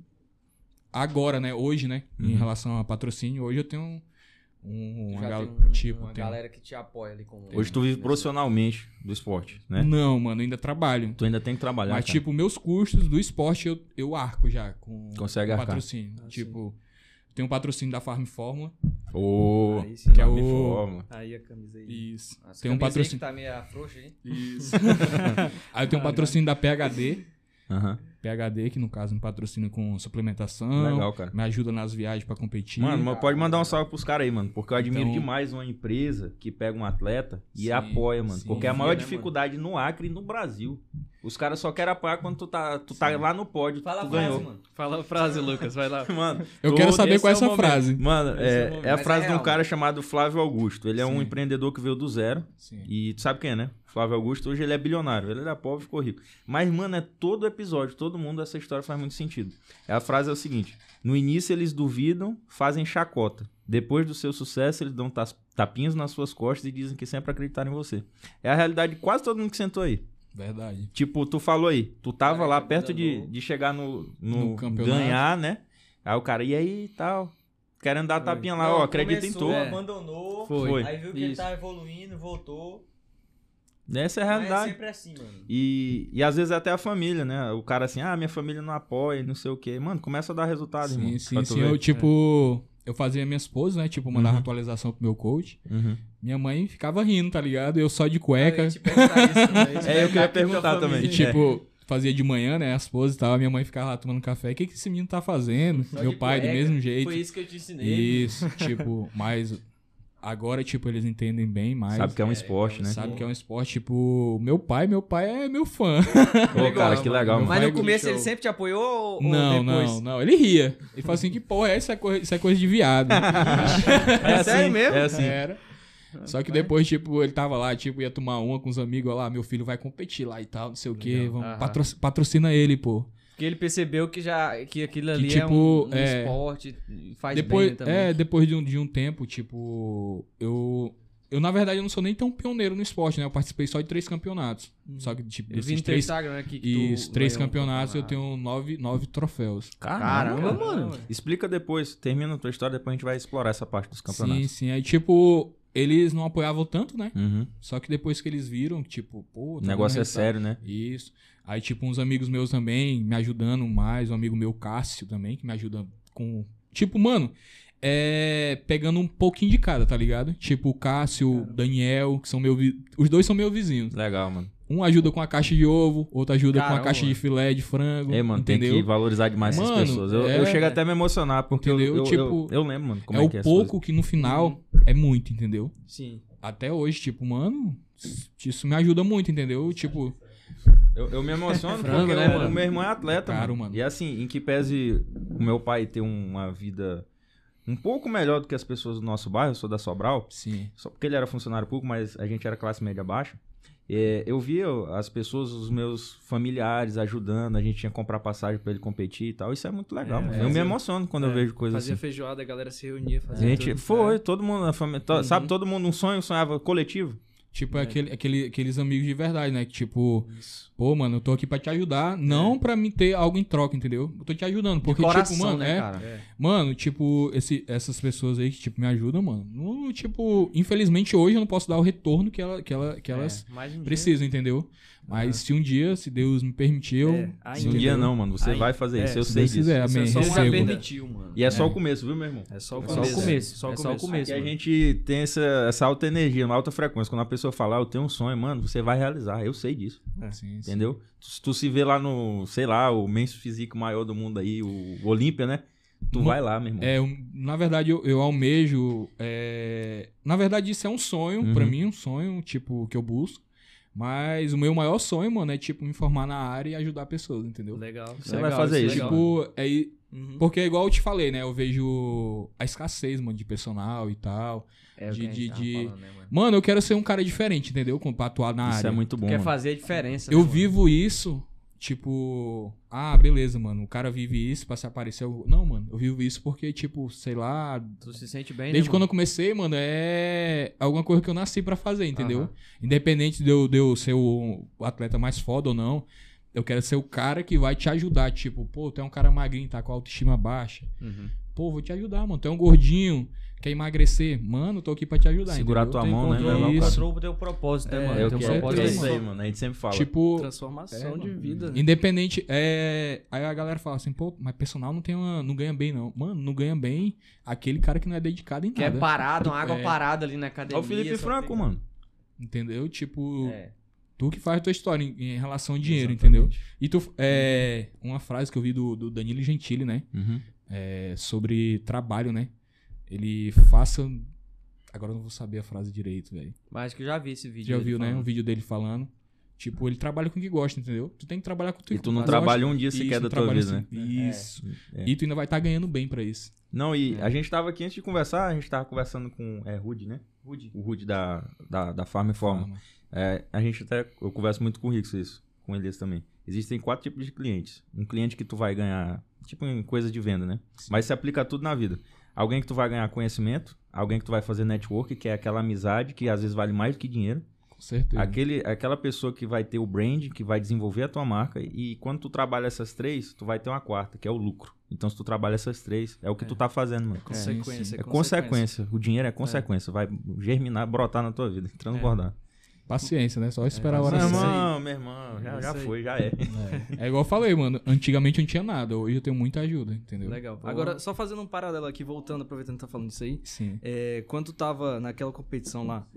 agora, né? Hoje, né? Em Uhum. relação a patrocínio, hoje eu tenho um... um- Já uma gal- tem um- tipo, uma tem- galera que te apoia ali como. hoje tu vive profissionalmente do esporte, né? Não, mano, ainda trabalho. Tu ainda tem que trabalhar, Hum. Mas, cara. tipo, meus custos do esporte eu, eu arco já com, Consegue com arcar. patrocínio. Ah, tipo, tem um patrocínio da Farm Fórmula. Ô, Aí sim. Que é me o- forma. Aí a camisa aí. Isso. Nossa, tem um camisa aí que patrocínio. Tá meio frouxa, hein? Isso. Aí eu tenho um patrocínio da PHD. Aham. PHD, que no caso me patrocina com suplementação. Legal, cara. Me ajuda nas viagens pra competir. Mano, mas pode mandar um salve pros caras aí, mano. Porque eu admiro Então- demais uma empresa que pega um atleta e Sim, apoia, mano. sim. porque é a Sim, maior né, dificuldade no Acre e no Brasil. Os caras só querem apoiar quando tu tá, tu tá lá no pódio, Fala tu a frase, ganhou. mano. Fala a frase, Lucas, vai lá. Mano, eu tô- quero saber esse qual é o essa momento. frase. Mano, Esse é o é, momento. é a Mas é frase de um real, cara chamado Flávio Augusto. Ele é um Sim. empreendedor que veio do zero. Sim. E tu sabe quem é, né? Flávio Augusto, hoje ele é bilionário. Ele era pobre, ficou rico. Mas, mano, é todo episódio, todo mundo, essa história faz muito sentido. A frase é o seguinte: no início eles duvidam, fazem chacota. Depois do seu sucesso, eles dão tas- tapinhas nas suas costas e dizem que sempre acreditaram em você. É a realidade de quase todo mundo que sentou aí. Verdade. Tipo, tu falou aí, tu tava Cara, lá que perto de, danou. de chegar no, no, No campeonato. ganhar, né? Aí o cara, e aí e tal? Querendo dar a tapinha lá, ó, acredita em começou, tu. é. abandonou. Foi. Foi. Aí viu que ele Isso. tava evoluindo, voltou. Essa é a Mas realidade. É sempre assim, mano. E, e às vezes até a família, né? O cara assim, ah, minha família não apoia, não sei o quê. Mano, começa a dar resultado, sim, irmão. sim, pra tu sim. ver. É. Eu, tipo, eu fazia minhas poses, né? Tipo, mandava atualização pro meu coach. Uhum. Minha mãe ficava rindo, tá ligado? Eu só de Então, cueca. tipo, Eu ia te perguntar isso, né? Isso É, eu queria vai dar pra tua perguntar também. E família. tipo, fazia de manhã, né? As poses e tal. Minha mãe ficava lá tomando café. O que, que esse menino tá fazendo? Só Meu de pai, do cueca. mesmo jeito. Foi isso que eu te ensinei. Isso, tipo, mas agora, tipo, eles entendem bem mais. Sabe que é um esporte, né? Sabe que é um esporte, tipo, meu pai, meu pai é meu fã. Pô, cara, que legal, mano. Mas Vai, no começo show. ele sempre te apoiou ou, ou não, depois? não, não. Ele ria. Ele falou assim, que porra é essa? Isso é coisa, isso é coisa de viado. É, sério mesmo? É assim. Era. Só que depois, tipo, ele tava lá, tipo, ia tomar uma com os amigos, ó lá, meu filho vai competir lá e tal, não sei o quê. Vamos, Aham. patro- patrocina ele, pô. Porque ele percebeu que já que aquilo ali é um, tipo, um é, esporte, faz depois, bem também. É, depois de um, de um tempo, tipo, eu. Eu, na verdade, eu não sou nem tão pioneiro no esporte, né? Eu participei só de três campeonatos. Só que, tipo, eu vi desses no teu três, Instagram aqui que tu isso, três ganhou um campeonatos, eu campeonato. tenho nove, nove troféus. Caramba, mano. Explica depois, termina a tua história, depois a gente vai explorar essa parte dos Sim, campeonatos. sim. Aí, tipo, eles não apoiavam tanto, né? Uhum. Só que depois que eles viram, tipo, O pô... tá dando negócio é resultado. sério, né? Isso. Aí, tipo, uns amigos meus também me ajudando mais. Um amigo meu, Cássio, também, que me ajuda com. Tipo, mano, é. Pegando um pouquinho de cada, tá ligado? Tipo, o Cássio, o Daniel, que são meu. vi- Os dois são meus vizinhos. Legal, mano. Um ajuda com a caixa de ovo, outro ajuda com Caramba. a caixa de filé de frango. Ei, mano, entendeu? tem que valorizar demais Mano, essas pessoas. Eu, é- eu chego até a me emocionar, porque eu, Entendeu? eu, Tipo, eu, eu lembro, mano, como é, é, o que é as pouco que no final é muito, entendeu? Sim. Até hoje, tipo, mano, isso me ajuda muito, entendeu? Tipo, Eu, eu me É emociono Frango, porque né, o- mano? o meu irmão é atleta, Claro, mano. mano. E assim, em que pese o meu pai ter uma vida um pouco melhor do que as pessoas do nosso bairro, eu sou da Sobral, sim. só porque ele era funcionário público, mas a gente era classe média baixa. é, eu via as pessoas, os meus familiares ajudando, a gente tinha que comprar passagem pra ele competir e tal. Isso é muito legal, É, mano. é, eu me sim. emociono quando eu É, vejo coisa Fazia assim. feijoada, a galera se reunia, A fazia gente tudo. né? é. foi, todo mundo na família, to- Uhum. sabe, todo mundo um sonho, sonhava coletivo. Tipo, é. Aquele, aquele, aqueles amigos de verdade, né? Que, tipo, Isso. Pô, mano, eu tô aqui pra te ajudar, não pra me ter algo em troca, entendeu? Eu tô te ajudando, porque, Coração, tipo, mano, né, é, cara? mano, tipo, esse, essas pessoas aí que, tipo, me ajudam, mano, não, tipo, infelizmente hoje eu não posso dar o retorno que, ela, que, ela, que elas Mais um dia. precisam, entendeu? Mas se um dia, se Deus me permitir, eu... É, Um ainda. dia não, mano, você Aí- vai fazer é, isso, eu se sei Deus disso. quiser, amém, Isso é só um recebo. aprender. permitiu, mano. E é só o começo, viu, meu irmão? É só o É só o começo. começo, Só o é só o começo. começo. Que a mano. gente tem essa, essa alta energia, uma alta frequência. Quando a pessoa fala, "Ah, eu tenho um sonho, mano, você vai realizar. Eu sei disso, É. Sim, sim. entendeu? Se tu se vê lá no, sei lá, o menso físico maior do mundo aí, o Olímpia, né? Tu Mu- vai lá, meu irmão. É, eu- na verdade, eu, eu almejo. é, Na verdade, isso é um sonho, Uhum. pra mim, um sonho, tipo, que eu busco. Mas o meu maior sonho, mano, é, tipo, me formar na área e ajudar pessoas, entendeu? Legal. Você vai fazer isso, legal. Tipo, é, i- Uhum. porque é igual eu te falei, né? Eu vejo a escassez, mano, de personal e tal. É o que de- a gente de- tava de- falando, né, mano? Mano, eu quero ser um cara diferente, entendeu? Com- Pra atuar na isso área. é muito bom. Quer mano. fazer a diferença. Eu né, mano? vivo isso, tipo, ah, beleza, mano, o cara vive isso pra se aparecer. eu- Não, mano, eu vivo isso porque, tipo, sei lá, Tu se sente bem, Desde né, quando mano? eu comecei, mano, é alguma coisa que eu nasci pra fazer, entendeu? Aham. Independente de eu, de eu ser o o atleta mais foda ou não, eu quero ser o cara que vai te ajudar. Tipo, pô, tu é um cara magrinho, tá com a autoestima baixa. Uhum. Pô, vou te ajudar, mano. Tu é um gordinho, quer emagrecer. Mano, tô aqui pra te ajudar. Segurar entendeu? tua Tu mão, né? encontrou Levar pra- Isso. Encontrou o teu propósito, né, É, mano? É, o teu que é, propósito é certeza, isso aí. aí, mano. A gente sempre fala. Tipo, Transformação É, de vida. né? independente. É... Aí a galera fala assim, pô, mas personal não, tem uma... não ganha bem, não. Mano, não ganha bem aquele cara que não é dedicado em Que é nada. parado, uma água É. parada ali na Olha academia. o Felipe só Franco, fica- mano. Entendeu? Tipo, É. tu que faz a tua história em, em relação ao dinheiro, entendeu? Exatamente. E tu, é, uma frase que eu vi do, do Danilo Gentili, né? É, sobre trabalho, né? Ele faça. Agora eu não vou saber a frase direito, velho. Mas acho que eu já vi esse vídeo. Já dele viu, né? Um falando. vídeo dele falando. Tipo, ele trabalha com o que gosta, entendeu? Tu tem que trabalhar com o E tu não gosta. trabalha um dia Isso, sequer da não tua trabalha vida, né? assim. Isso. É. E tu ainda vai estar ganhando bem pra isso. Não, e a gente tava aqui antes de conversar, a gente tava conversando com é, Rude, né? Rude. O Rude da, da, da Farm Forma. É, a gente até. Eu converso muito com o Rickson isso, com eles também. Existem quatro tipos de clientes. Um cliente que tu vai ganhar, tipo em coisa de venda, né? Sim. Mas se aplica a tudo na vida. Alguém que tu vai ganhar conhecimento, alguém que tu vai fazer network, que é aquela amizade que às vezes vale mais do que dinheiro. Com certeza. É, Aquele, aquela pessoa que vai ter o brand, que vai desenvolver a tua marca. E quando tu trabalha essas três, tu vai ter uma quarta, que é o lucro. Então, se tu trabalha essas três, é o que tu tá fazendo, mano. Consequência. É consequência. O dinheiro é consequência. Vai germinar, brotar na tua vida, transbordar. Paciência, né? Só esperar a Meu hora Não, certa. mano. irmão, meu irmão, já, É já isso aí. foi, já é. É igual eu falei, mano. Antigamente eu não tinha nada. Hoje eu tenho muita ajuda, entendeu? Legal. pô. Agora, só fazendo um paralelo aqui, voltando, aproveitando que tá falando disso aí. Sim. É, quando tu tava naquela competição lá,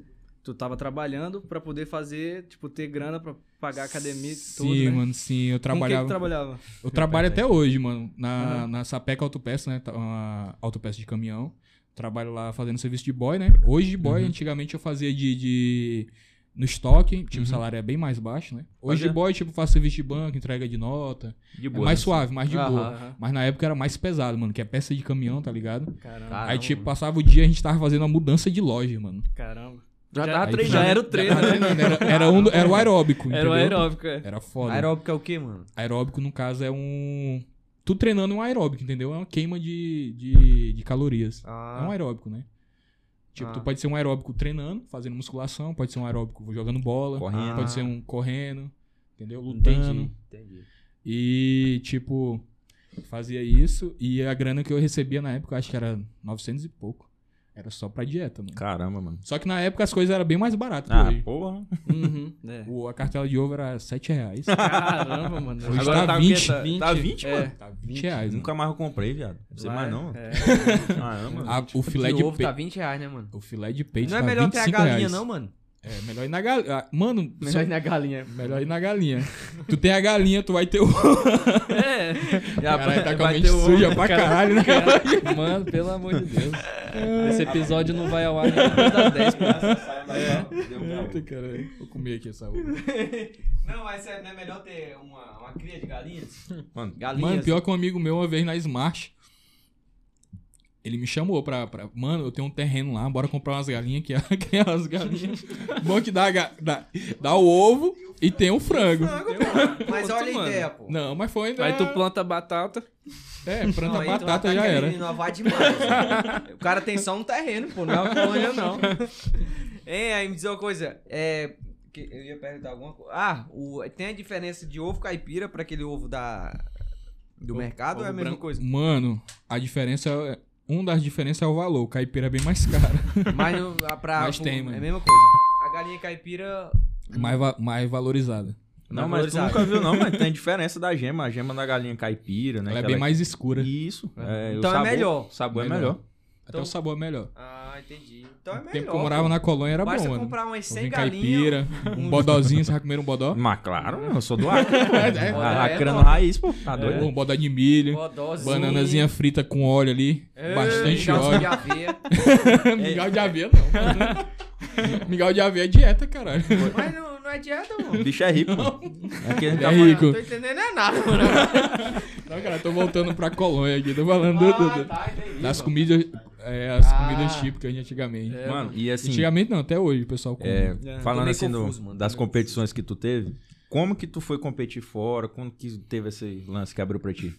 tu tava trabalhando pra poder fazer, tipo, ter grana pra pagar a academia e tudo, sim, né? mano, sim. Com o que Eu que trabalhava. tu trabalhava? Eu trabalho até hoje, mano. Na, na Sapeca Autopeça, né? tá- Uma autopeça de caminhão. Trabalho lá fazendo serviço de boy, né? Hoje de Uhum. boy, antigamente eu fazia de. de- No estoque, tipo, Uhum. o salário é bem mais baixo, né? Hoje é. de Fazia. boy, tipo, faço serviço de banco, entrega de nota. De É boa. mais né? suave, mais de Aham, boa. aham. Mas na época era mais pesado, mano, que é peça de caminhão, tá ligado? Caramba. Caramba, Aí, tipo, mano. passava o dia a gente tava fazendo uma mudança de loja, mano. Caramba. Já Já- tava Aí treinando. Já era o treino, Tá né? entendendo? Era, era, um, do- era o aeróbico, entendeu? Era o aeróbico, é. Era foda. Aeróbico é o quê, mano? Aeróbico, no caso, é um. Tu treinando um aeróbico, entendeu? É uma queima de, de, de calorias. É um Ah, aeróbico, né? Tipo, Ah. tu pode ser um aeróbico treinando, fazendo musculação, pode ser um aeróbico jogando bola, Correndo. pode ser um correndo, entendeu? Lutando. entendi. Entendi. E, tipo, fazia isso. E a grana que eu recebia na época, eu acho que era 900 e pouco. Era só pra dieta, mano. Caramba, mano. Só que na época as coisas eram bem mais baratas. Ah, que hoje. porra. Uhum, é. O- a cartela de ovo era 7 reais. Caramba, mano. Hoje Agora tá tá o quê? 20. Tá- tá 20, é. mano? 20 reais. né? Mano. Nunca mais eu comprei, viado. Não sei Lá mais é- não, mano. Ah, é. Caramba. A- o filé Esse de ovo pe- tá 20 reais, né, mano? O filé de peito Não é tá melhor ter a 25 galinha, reais. não, mano? É, melhor ir na galinha. Ah, mano, só- Melhor ir na galinha. melhor ir na galinha. tu tem a galinha, tu vai ter o É. Já Caralho, tá com a Ah, vai mente ter o- suja pra caralho, né? Mano, pelo amor de Deus. Esse episódio não vai ao ar né? nem depois das 10, pô. Eita, caralho. Vou comer aqui essa uva. Não, mas é- não é melhor ter uma, uma cria de galinhas? Mano, Galinhas. Mano, pior que um amigo meu, uma vez na Smart, ele me chamou pra, pra- Mano, eu tenho um terreno lá, bora comprar umas galinhas que criar umas galinhas. Bom é que dá, a ga- dá, dá o ovo e tem o frango. Mas Outro, olha a mano. ideia, pô. Não, mas foi ainda. Aí tu planta batata. É, planta Não, aí tu batata vai tá já era. querendo inovar demais. né? o cara tem só um terreno, pô, não é uma colônia, não. Hein, aí me diz uma coisa. É. que Eu ia perguntar alguma coisa. Ah, o- tem a diferença de ovo caipira pra aquele ovo da. Do mercado ou é a mesma coisa? Mano, a diferença. é- Uma das diferenças é o valor. O caipira é bem mais caro. Mas no- a- pra, Mas tem, É mano. a mesma coisa. A galinha caipira. mais, va- mais valorizada. não, Não mas tu valorizado. nunca viu não, mas tem a diferença da gema. A gema da galinha caipira, né? Ela é que bem mais escura. Isso. É, o Então é sabor- melhor. O sabor é Melhor. melhor. Até o sabor é melhor. Ah, entendi. Então é O melhor. tempo que eu morava na colônia era Basta bom, mano. comprar umas 100 Ovinho galinhas. caipira, um bodozinho. Vocês já comeram um bodó? Mas claro, eu sou do Acre, pô. É, A- é, Acreano não. raiz, pô. Tá doido? Um bodó de milho. Bodozinho. Bananazinha frita com óleo ali. bastante calça É, de óleo. aveia. Mingau de aveia não. Mingau de aveia é dieta, caralho. Mas não, não é dieta, O mano. bicho é rico. mano. Aqui a gente É tá rico. Não tô entendendo é nada, mano. Não, cara, tô voltando pra colônia aqui. Tô falando do- do- Ah, tá, entendi, das mano. comidas, é, as Ah. É. comidas típicas de antigamente. falando- Mano, e assim, Antigamente não, até hoje o pessoal come. é, É, falando meio assim do- confuso, mano, tô das meio competições que tu teve, como que tu foi competir fora? Quando que teve esse lance que abriu pra ti?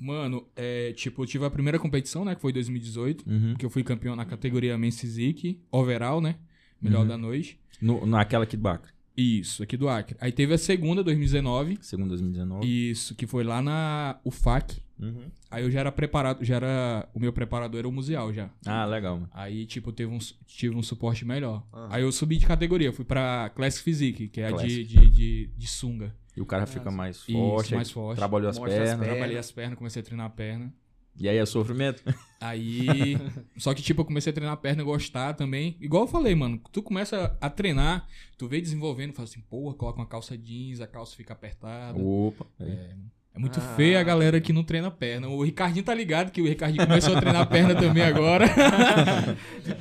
Mano, é, tipo, eu tive a primeira competição, né, que foi em 2018, Uhum. que eu fui campeão na categoria Men's Physique, overall, né, melhor Uhum. da noite. No, naquela aqui do Acre, Isso, aqui do Acre. Aí teve a segunda, 2019, segundo 2019. isso, que foi lá na UFAC. Uhum. Aí eu já era preparado, já era, o meu preparador era o Museal já. Ah, legal, mano. Aí, tipo, teve um, su- tive um suporte melhor. Aí eu subi de categoria, fui pra Classic Physique, que é a de, Classic. de, de, de sunga. E o cara fica mais Isso, forte, aí mais forte. trabalhou as Mostra as pernas. pernas. Trabalhei as pernas, comecei a treinar a perna. E aí é sofrimento? Aí. só que, tipo, eu comecei a treinar a perna, gostar também. Igual eu falei, mano, tu começa a treinar, tu vem desenvolvendo, fala assim, porra, coloca uma calça jeans, a calça fica apertada. Opa. É muito Ah. feia a galera que não treina a perna. O Ricardinho tá ligado que o Ricardinho começou a treinar a perna também agora.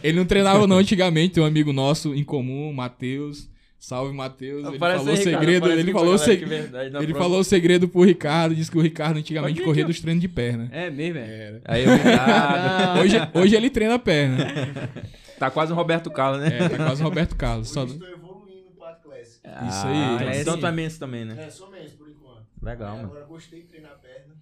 ele não treinava não antigamente, tem um amigo nosso em comum, Matheus. Salve, Matheus. Ele falou o segredo, ele falou o segredo. Ele falou o segredo pro Ricardo, disse que o Ricardo antigamente corria dos treinos de perna. É mesmo, é. Era. Aí eu ah, Hoje, hoje ele treina a perna. Tá quase um Roberto Carlos, né? É, tá quase Roberto Carlos. Só... Hoje Isso estou evoluindo para Classic. É. aí. assim. Ah, então tu é menso também, né? É, sou menos por enquanto. Legal, Aí mano. Agora gostei de treinar a perna.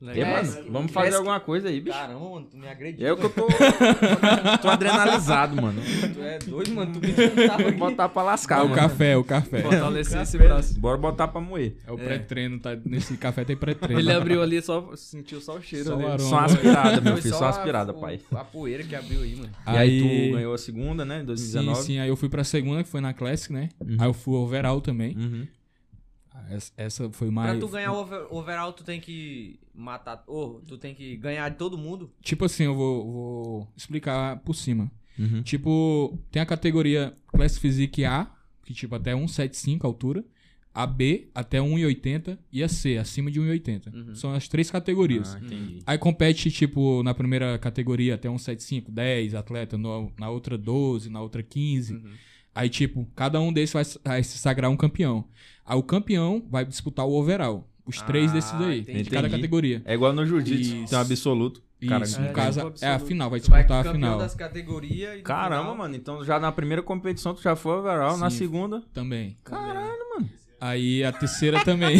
E, É, mano, vamos fazer alguma coisa aí, bicho. Caramba, mano, tu me agrediu. É o que eu tô. tô adrenalizado, mano. Tu é doido, mano. Tu me descontava Vou aqui. botar pra lascar, é o mano. café, é o café. Fortalecer esse braço. Bora botar pra moer. É o pré-treino, tá? Nesse café tem pré-treino. Ele abriu ali, só sentiu só o cheiro Só o ali. aroma. Só uma aspirada, meu Foi filho. Só uma a- aspirada, o- pai. A poeira que abriu aí, mano. E aí tu ganhou a segunda, né? Em Sim, 2019. sim, aí eu fui pra segunda, que foi na Classic, né? Aí eu fui overall também. Ah, Uhum. Essa, essa foi mais. Pra tu ganhar o over- overall, tu tem que matar. Ou tu tem que ganhar de todo mundo. Tipo assim, eu vou, vou explicar por cima. Uhum. Tipo, tem a categoria Classic Physique A, que tipo até 1,75 altura. A B até 1,80 e a C, acima de 1,80. Uhum. São as três categorias. Ah, entendi. Aí compete, tipo, na primeira categoria até 175, 10 atleta, no- na outra 12, na outra 15. Aí, tipo, cada um desses vai, s- vai se sagrar um campeão. Aí o campeão vai disputar o overall. Os três Ah, desses daí, entendi. de cada Entendi. categoria. É igual no jiu-jitsu, Isso. tem um absoluto. Cara, Isso, ganha. no caso, tipo, é a absoluto. final, vai Tu vai disputar a campeão final das categorias. e no Caramba, final- mano. Então já na primeira competição tu já foi overall, na Sim. segunda. também. Caralho. Aí a terceira também.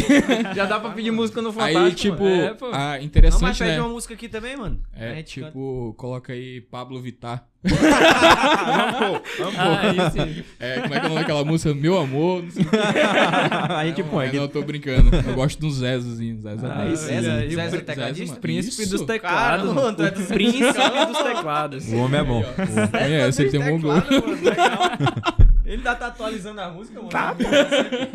Já dá pra pedir música no Fantástico. Aí, tipo, mano. É, pô. ah, Não, mas interessante, pede um né? uma música aqui também, mano. A É, gente canta. tipo, coloca aí Pablo Vittar. Vamos, pô, vamos, pô. Ah, É, como é que é o nome daquela música? Meu amor, não sei A gente põe. Mas não, eu tô brincando. Eu gosto um do Zezozinho. Zezo. Ah, Zezo, isso aí. Zezo, Zezo, mano. tecladista? príncipe Isso. dos teclados. Caramba, mano, tu é mano. dos príncipe dos teclados. O homem é bom. É, eu sei que tem um bom Claro, gosto. tá mano, legal. Ele tá atualizando a música, mano. Tá,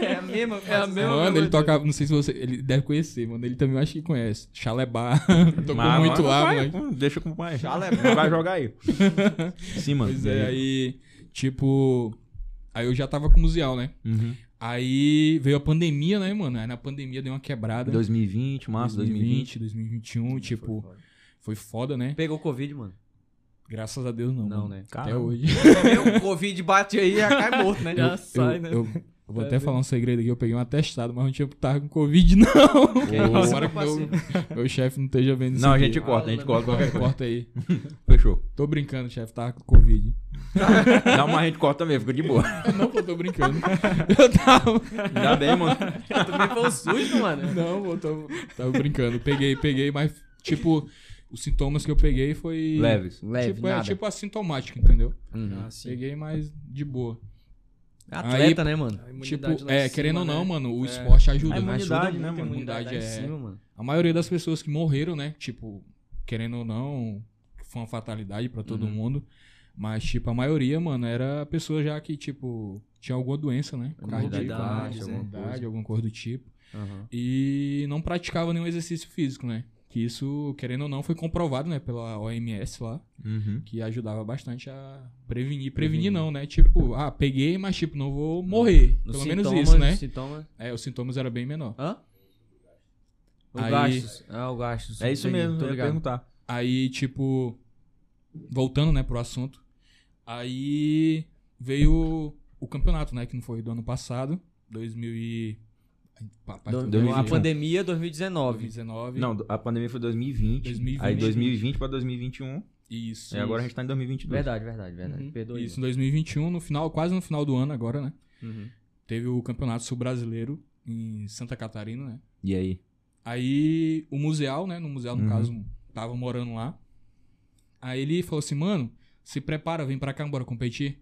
É a mesma coisa. É a mesma Mano, ele melodia. toca, não sei se você, ele deve conhecer, mano, ele também eu acho que conhece. Chalebá, tocou Mas, muito mano, lá, vai, mano. hum, Deixa com o pai. Chalé, Vai jogar aí. Sim, mano. Pois é, aí, tipo, aí eu já tava com o Musial, né? Uhum. Aí veio a pandemia, né, mano? Aí na pandemia deu uma quebrada. 2020, março de 2020. 2021, tipo, foi foda, né? Pegou Covid, mano. Graças a Deus não, Não, mano. né? Até Caramba. hoje. O Covid bate aí e já cai morto, né? Já sai, né? Eu, eu vou até falar um segredo aqui, eu peguei um atestado, mas não tinha tava com Covid, não. Que isso, Tomara que meu, meu chefe não esteja vendo isso. Não, a aqui. gente corta, a gente corta qualquer coisa. Corta aí. Fechou. Tô brincando, chefe, tava com Covid. Não, mas a gente corta mesmo, fica de boa. Não, pô, tô brincando. Eu tava. Ainda bem, mano. Também foi um susto, mano. Não, pô, tô, tava brincando. Peguei, peguei, mas, tipo, os sintomas que eu peguei foi. Leves. Leve, tipo, é, nada. tipo assintomático, entendeu? Ah, Uhum. Peguei, mas de boa. Atleta, né, mano? Tipo, é, querendo ou não, mano, o É. esporte ajuda. A imunidade, ajuda né, muito, mano? A imunidade Lá em é. cima, mano. A maioria das pessoas que morreram, né? Tipo, querendo ou não, foi uma fatalidade pra todo mundo. Mas, tipo, a maioria, mano, era pessoa já que, tipo, tinha alguma doença, né? Comorbidade, Cardíaca, alguma ansiedade, coisa. alguma coisa do tipo. Aham. E não praticava nenhum exercício físico, né? Que isso, querendo ou não, foi comprovado, né, pela OMS lá, Uhum. que ajudava bastante a prevenir. Prevenir não, né? Tipo, ah, peguei, mas tipo, não vou morrer. Nos Pelo menos sintomas, isso, né? nos sintomas. É, os sintomas eram bem menor. Hã? O Aí- gastos. Ah, o gastos. É isso Entendi, mesmo, Tô eu ia ligado. perguntar. Aí, tipo, voltando, né, pro assunto. Aí veio o campeonato, né, que não foi do ano passado, 2000 e... Papai, Do- 2021. né? A pandemia 2019. 2019. Não, a pandemia foi 2020. 2020. Aí 2020 pra 2021. Isso. e agora a gente tá em 2022. Verdade, verdade, verdade. Uhum. Perdoa Isso, em 2021, no final, quase no final do ano agora, né? Uhum. Teve o Campeonato Sul Brasileiro em Santa Catarina, né? E aí? Aí o Museal, né? No Museal, no Uhum. caso, tava morando lá. Aí ele falou assim, mano, se prepara, vem pra cá, bora competir.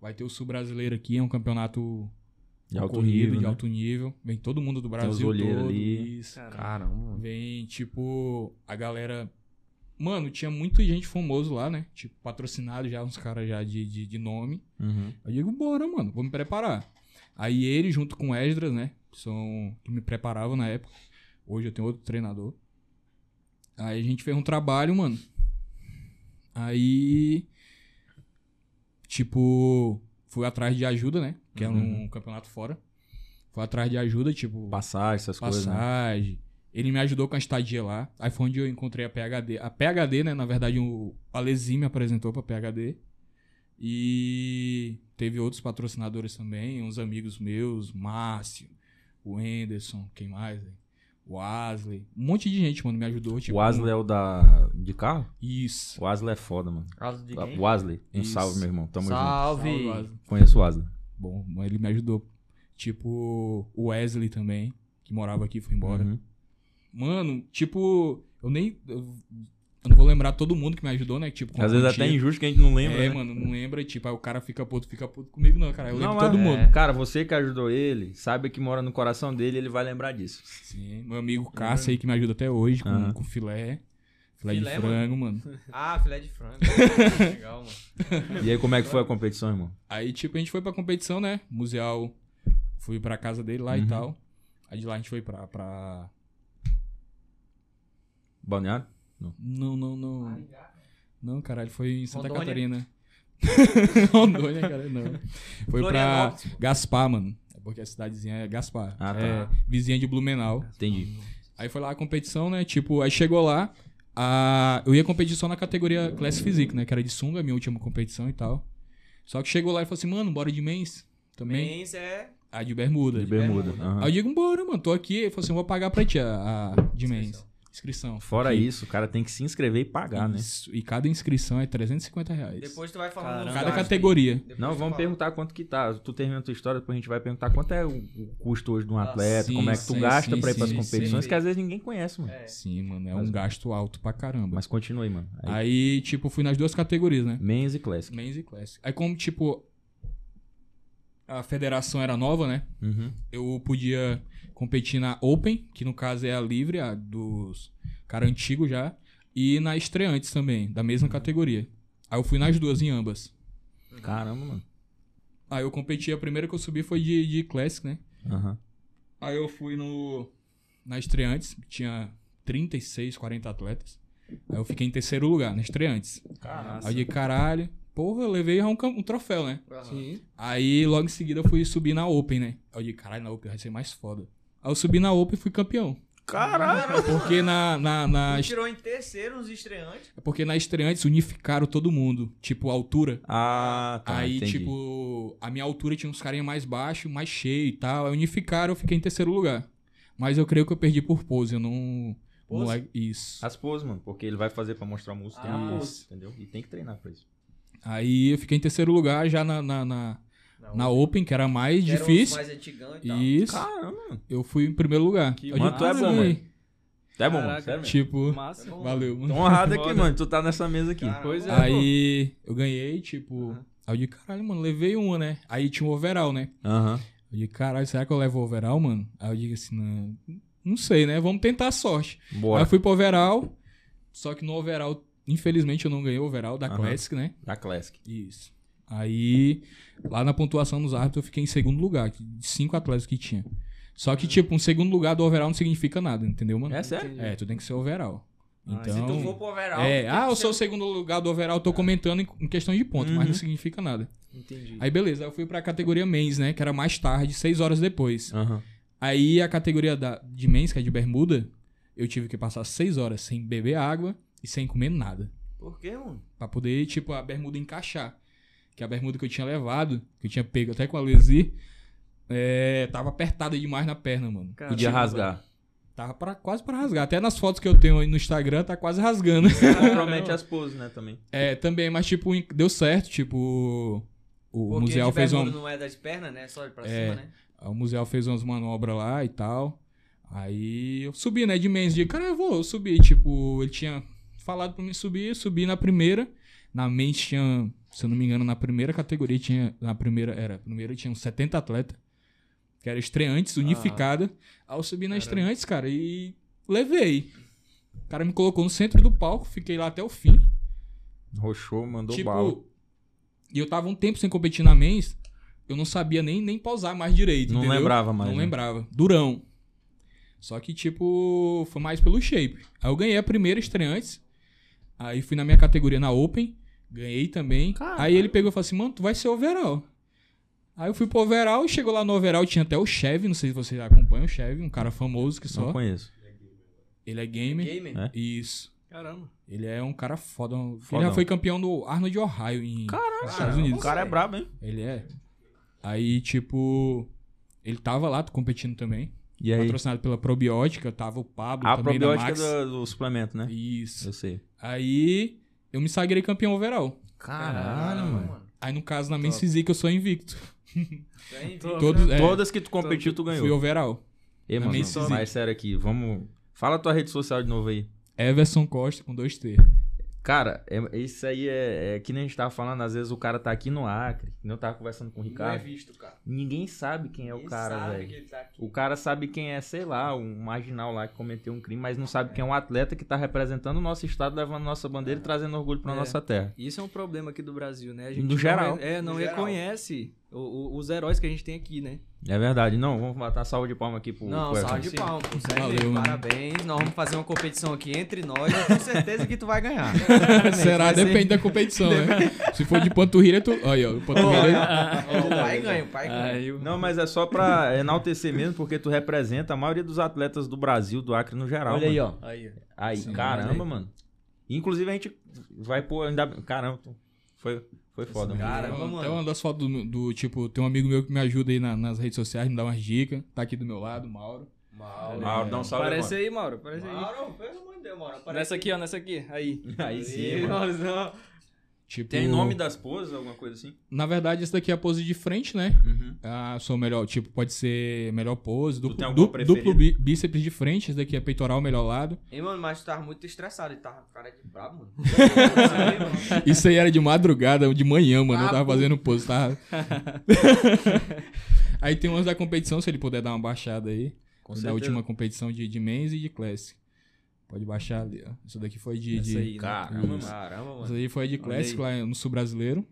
Vai ter o Sul Brasileiro aqui, é um campeonato De alto concorrido, nível, de né? alto nível. Vem todo mundo do os Brasil olheiros todo. ali. Isso. Caramba, mano. Vem, tipo, a galera... Mano, tinha muita gente famoso lá, né? Tipo, patrocinado já, uns caras já de, de, de nome. Uhum. Eu digo, bora, mano, vou me preparar. Aí ele, junto com o Esdras, né? Que, são, que me preparavam na época. Hoje eu tenho outro treinador. Aí a gente fez um trabalho, mano. Aí. Tipo, fui atrás de ajuda, né? Que era um campeonato fora. Fui atrás de ajuda, tipo, Passagem, essas coisas. Né? passagem. Ele me ajudou com a estadia lá. Aí foi onde eu encontrei a PHD. A PHD, né? Na verdade, o Alesi me apresentou pra PHD. E teve outros patrocinadores também, uns amigos meus, Márcio, o Anderson, quem mais? hein? O Asley. Um monte de gente, mano, me ajudou. Tipo, o Asle é o da. de carro? Isso. O Asle é foda, mano. Caso Tá de quem? O Asle, um Isso. salve, meu irmão. Tamo Salve. Salve, Asley. junto. Conheço o Asle. Bom, mas ele me ajudou. Tipo, o Wesley também, que morava aqui, foi embora. Uhum. Mano, tipo, eu nem. Eu, eu não vou lembrar todo mundo que me ajudou, né? Tipo, Às vezes com até é tiro. injusto que a gente não lembra. É, né? mano, não lembra. E, tipo, aí o cara fica puto, fica puto comigo, não, cara. Eu lembro Não, todo é. mundo. Cara, você que ajudou ele, sabe que mora no coração dele, ele vai lembrar disso. Sim, meu amigo Cássio aí que me ajuda até hoje com, Aham. com filé. Filé, Filé, de frango, mano. Ah, filé de frango. Legal, mano. E aí, como é que foi a competição, irmão? Aí, tipo, a gente foi pra competição, né? Museal, fui pra casa dele lá Uhum. e tal. Aí de lá a gente foi pra. pra... Balneário? Não, não, não. Não, caralho, foi em Santa Rondônia? Catarina. Rondônia, cara, não. Foi pra Florianópolis, Gaspar, mano. É porque a cidadezinha é Gaspar. Ah, tá. É, vizinha de Blumenau. Entendi. Aí foi lá a competição, né? Tipo, aí chegou lá. A... Eu ia competir só na categoria Class Physique, né? Que era de sunga, minha última competição e tal. Só que chegou lá e falou assim, mano, bora de mens também. Mens é. A de bermuda. De bermuda. aham. é. Aí eu digo, bora, mano, tô aqui. Ele falou assim, eu vou pagar pra ti a, a de mens. Inscrição. Fora Aqui. isso, o cara tem que se inscrever e pagar, né? Isso. E cada inscrição é 350 reais. Depois tu vai falando. Caramba. os cada gastos aí. categoria. Depois Não, tu vamos fala. perguntar quanto que tá. Tu termina a tua história, depois a gente vai perguntar quanto é o o custo hoje de um Ah, atleta, sim, como é que tu sim, gasta sim, pra ir pras sim, competições, sim. que às vezes ninguém conhece, mano. É. Sim, mano, é Mas- um gasto alto pra caramba. Mas continua aí, mano. Aí, Aí, tipo, fui nas duas categorias, né? Men's e Classic. Men's e Classic. Aí como, tipo, a federação era nova, né? Uhum. Eu podia competir na Open, que no caso é a livre, a dos cara antigo já, e na estreantes também, da Uhum. mesma categoria. Aí eu fui nas duas, em ambas. Caramba, mano. Aí eu competi, a primeira que eu subi foi de, de Classic, né? Aham. Aí eu fui no. Na estreantes, tinha 36, 40 atletas. Aí eu fiquei em terceiro lugar, na estreantes. Aí eu de caralho, porra, eu levei um, cam- um troféu, né? Sim. Aí logo em seguida eu fui subir na Open, né? Aí eu de caralho, na Open vai ser mais foda. Aí eu subi na Open e fui campeão. Caralho! Porque na, na, na, Tu Tirou em terceiro os estreantes. porque na estreantes unificaram todo mundo, tipo, a altura. Ah, tá. aí, entendi. tipo, a minha altura tinha uns carinha mais baixo, mais cheio e tal. Aí unificaram, eu fiquei em terceiro lugar. Mas eu creio que eu perdi por pose, eu não. Pose? moleque- isso. As poses, mano, porque ele vai fazer pra mostrar o músculo, tem Ah, a pose, isso. entendeu? E tem que treinar pra isso. Aí eu fiquei em terceiro lugar já na, na, na, na Open, que era mais Que eram os difícil. Mais antigão e tal. Isso. Caramba, mano. Eu fui em primeiro lugar. Que Eu digo, Mano, tu é "Caralho, bom, véi." mano. Tá bom, mano, Caraca. sério. mesmo. Tipo, Massa. valeu, Tô mano. honrado aqui, Foda. mano. Tu tá nessa mesa aqui. Caramba. Pois é. Aí eu ganhei, tipo. Aí eu digo, caralho, mano, levei uma, né? Aí tinha um overall, né? Aham. Eu digo, caralho, será que eu levo o overall, mano? Aí eu digo assim, não, não sei, né? Vamos tentar a sorte. Aí eu Bora. fui pro overall, só que no overall, infelizmente eu não ganhei o overall da Aham. Classic, né? Da Classic. Isso. Aí, lá na pontuação dos árbitros, eu fiquei em segundo lugar, que- de cinco atletas que tinha. Só que, tipo, um segundo lugar do overall não significa nada, entendeu, mano? É sério? É, tu tem que ser overall. assim. Ah, Então, Se tu for pro overall. é, tem ah, que eu ser- sou o segundo lugar do overall, eu tô comentando em em questão de ponto, mas não significa nada. Entendi. Aí beleza, eu fui pra categoria mens, né, que era mais tarde, seis horas depois. Aham. Aí a categoria da, de mens, que é de bermuda, eu tive que passar seis horas sem beber água e sem comer nada. Por quê, mano? Pra poder, tipo, a bermuda encaixar. Que a bermuda que eu tinha levado, que eu tinha pego até com a Lesi, é, tava apertada demais na perna, mano. Caramba. Podia Tipo, rasgar. Tava pra, quase pra rasgar. Até nas fotos que eu tenho aí no Instagram, tá quase rasgando. Compromete as poses, né, também. É, também, mas tipo, em- deu certo, tipo, o Porque Museal de fez um bermuda uma, não é das pernas, né? Só pra É. cima, né? o Museal fez umas manobras lá e tal. Aí eu subi, né, de mens, de cara, eu vou, eu subi, tipo, ele tinha falado pra mim subir, eu subi na primeira, na mens tinha, se eu não me engano, na primeira categoria tinha, na primeira, era, primeira tinha uns 70 atletas, que era Ah. estreantes, unificada. Aí eu subi na estreantes, cara, e levei. O cara me colocou no centro do palco, fiquei lá até o fim. Roxou, mandou Tipo, bala. e eu tava um tempo sem competir na mens, eu não sabia nem, nem pausar mais direito, Não entendeu? lembrava mais. Não né? lembrava. Durão. Só que, tipo, foi mais pelo shape. Aí eu ganhei a primeira estreantes. Aí fui na minha categoria na Open. Ganhei também. Aí ele pegou e falou assim, mano, tu vai ser overall. Aí eu fui pro overall e chegou lá no overall, tinha até o Chevy, não sei se vocês acompanham o Chevy, um cara famoso que Não só. conheço. Ele é gamer. Gamer. É. Isso. Caramba. Ele é um cara foda. Ele já Fodão. foi campeão do Arnold Ohio em nos Estados Caramba, Unidos. o cara é brabo, hein? Ele é. Aí, tipo, ele tava lá competindo também. E aí? Patrocinado pela Probiótica, tava o Pablo A também probiótica da Max. do, do suplemento, né? Isso. Eu sei. Aí eu me sagrei campeão overall. Caralho, Aí, no caso, na Men's Physique, eu sou invicto. Tem- Tô- Todos, é, Todas que tu competiu, tu ganhou. fui overall. Ei, na mano, Men's Physique. mas sério aqui, vamos Fala a tua rede social de novo aí. Everson Costa com dois T. Cara, é- isso aí é, é que nem a gente tava falando, às vezes o cara tá aqui no Acre, que nem eu tava conversando com o Não é Ricardo. visto, cara. Ninguém sabe quem é o Ninguém cara, sabe que velho. ele tá aqui. O cara sabe quem é, sei lá, um marginal lá que cometeu um crime, mas não sabe quem é um atleta que tá representando o nosso estado, levando nossa bandeira e trazendo orgulho pra É. nossa terra. Isso é um problema aqui do Brasil, né? A No não geral. re- é, não No geral. reconhece o- o- os heróis que a gente tem aqui, né? É verdade. Não, vamos botar salva de palmas aqui pro Não, pro salve Everton. de palmas, pô, sério Valeu, mesmo, mano. parabéns. Nós vamos fazer uma competição aqui entre nós, eu tenho certeza que tu vai ganhar. Né? É, Será? Vai ser- assim. Depende da competição, né? Se for de panturrilha, tu. Olha, ó, o panturrilha. O pai ganha, o pai ganha. Aí o- Não, mas é só pra enaltecer mesmo, porque tu representa a maioria dos atletas do Brasil, do Acre no geral. Olha aí, mano. ó. Aí, ó. Aí, Sim, caramba, olha mano. Inclusive a gente vai pôr ainda. Caramba, tu- foi, foi foda, mano. Cara, Então, vamos Até lá. uma das fotos do, do, tipo, tem um amigo meu que me ajuda aí na- nas redes sociais, me dá umas dicas. Tá aqui do meu lado, Mauro. Mauro. Mauro, dá um salve Parece aí, Mauro. Parece aí. Mauro, pelo amor de Deus, Mauro. Parece Nessa aqui, ó, nessa aqui. Aí. agora. Aí sim, Aí, mano. Mauro, não. Tipo, Tem nome das poses, alguma coisa assim? Na verdade, essa daqui é a pose de frente, né? Uhum. Ah, sou melhor, tipo, pode ser melhor pose, duplo, tem alguma du- duplo preferida? bí- bíceps de frente, esse daqui é peitoral, melhor lado. Ei, mano, mas tu tava muito estressado, ele tava com cara de brabo, mano. Isso aí era de madrugada, de manhã, mano. Ah, Eu tava Papo. fazendo pose, tava. aí tem umas da competição, se ele puder dar uma baixada aí. Com é da última competição de, de men's e de classic. Pode baixar ali, ó. Isso daqui foi de. Essa de- aí, né? Caramba, mano. Caramba, Isso mano. aí foi de Olha classic lá no sul brasileiro.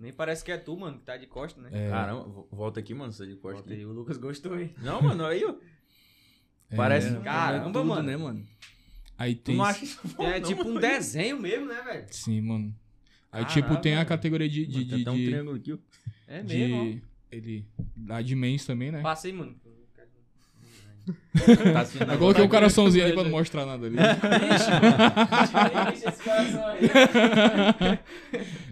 É, Nem parece que é tu, mano, que tá de costa, né? Caramba, vo- volta aqui, mano. Você de costa Volta aqui. aí, o Lucas gostou, hein? Não, mano, aí, ó. Parece. Caramba, é, Tudo, mano. né, mano? é, Aí Tu tem. não acha isso bom, É não, tipo mano? um desenho mesmo, né, velho? Sim, mano. Aí, Caralho, tipo, tem a mano. categoria de. de, Mano, tem de, até um de- triângulo aqui, ó. É de- mesmo, Ele. A de men's também, ó. né? Passa aí, mano. Tá assim, Eu né? coloquei um coraçãozinho ali pra não mostrar nada ali. esse coração aí. né?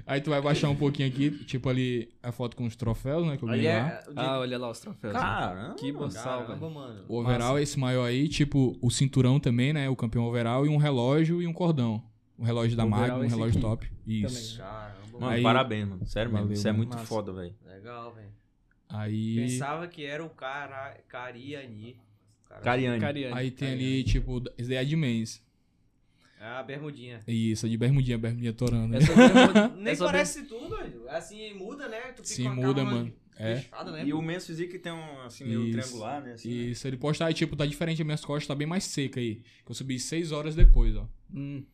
Aí tu vai baixar um pouquinho aqui, tipo ali a foto com os troféus, né? Que eu Olha, ganhei lá. é, o de- Ah, olha lá os troféus. Caramba. Que boçal, caramba, velho. mano. O overall é esse maior aí, tipo, o cinturão também, né? O campeão overall e um relógio e um cordão. Um relógio da Overall Magno, um esse relógio aqui. top. Isso. Caramba, Mano, Aí- parabéns, mano. Sério mesmo. Valeu, Isso é mano. muito Massa. foda, velho. legal, velho. Aí. Pensava que era o cara Cariani. Cara- Cariani. Cariani. Aí tem ali, tipo, esse daí é de mens. É a bermudinha. Isso, é de bermudinha, bermudinha torando. né? Essa aqui é Nem Essa parece tudo, doido. Assim, muda, né? Tu fica Sim, com a muda, cara mano. É. Fechada, né? E o Men's Physique tem um, assim, meio Isso. triangular, né? Assim, E se ele postar, aí, tipo, tá diferente, as minhas costas tá bem mais seca aí. Que eu subi seis horas depois, ó. Hum,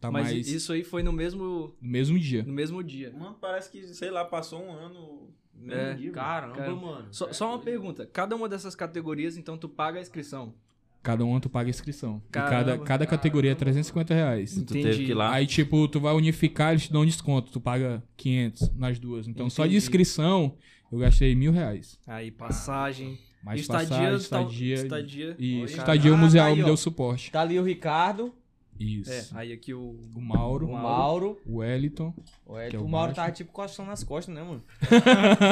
Tá mas mais. isso aí foi no mesmo, No mesmo dia. no mesmo dia. Mano, parece que, sei lá, passou um ano. no É, mesmo dia, Caramba, Cara, mano. Só, É só uma doido. pergunta. Cada uma dessas categorias, então, tu paga a inscrição. Cada um tu paga a inscrição. E cada, Caramba, cada categoria é caramba. 350 reais. mano. Tu teve que ir lá. Aí, tipo, tu vai unificar, eles te dão um desconto. Tu paga 500 nas duas. Então, só de Entendi. inscrição, eu gastei mil reais. Aí, passagem, Mais estadia, Ah, passagem, tal- estadia. estadia. Isso, Olha, estadia o cara. museal Ah, aí, me ó. deu suporte. Tá ali o Ricardo, Isso. É, aí aqui o... O Mauro, o Mauro. o Wellington. O, Ed- Que é o o Mauro baixo. tava tipo coçando nas costas, né, mano?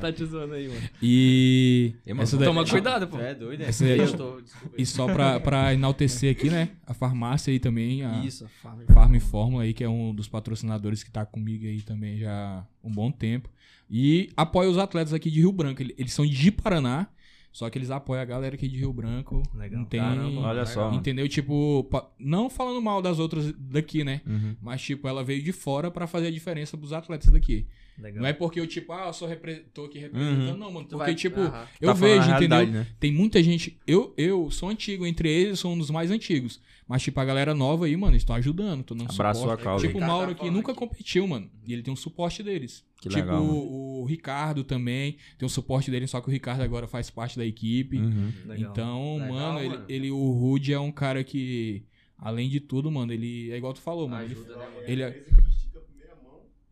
Tá te zoando aí, mano. E. E, mano, essa daí- Toma cuidado, pô. Tu é doido, é? Essa aí é eu tipo- tô, desculpa. aí. E só pra, pra enaltecer aqui, né? A farmácia aí também, a Isso, fala. Farm Informa aí, que é um dos patrocinadores que tá comigo aí também já há um bom tempo. E apoia os atletas aqui de Rio Branco. Ele- Eles são de Paraná, só que eles apoiam a galera aqui de Rio Branco. Legal. Não tem. um- Caramba, olha só, mano. Entendeu? Tipo, pa- não falando mal das outras daqui, né? Uhum. Mas, tipo, ela veio de fora pra fazer a diferença pros atletas daqui. Legal. Não é porque eu, tipo, ah, eu sou repre- tô Uhum. aqui representando, não, mano. Tu Porque, vai- tipo, Aham. eu Tá falando a vejo, entendeu? realidade, né? Tem muita gente. Eu, eu sou antigo, entre eles, sou um dos mais antigos. Mas, tipo, a galera nova aí, mano, eles estão ajudando, estão dando Abraço suporte. a causa. Tipo, o Ricardo Mauro tá aqui falando nunca aqui. competiu, mano. E ele tem um suporte deles. Que tipo, legal, mano. o, o Ricardo também tem um suporte dele, só que o Ricardo agora faz parte da equipe. Uhum. Legal. Então, Legal, mano, ele, mano. ele- o Rude é um cara que, além de tudo, mano, ele é igual tu falou, mano. Ele, Ajuda, né, mano? ele é.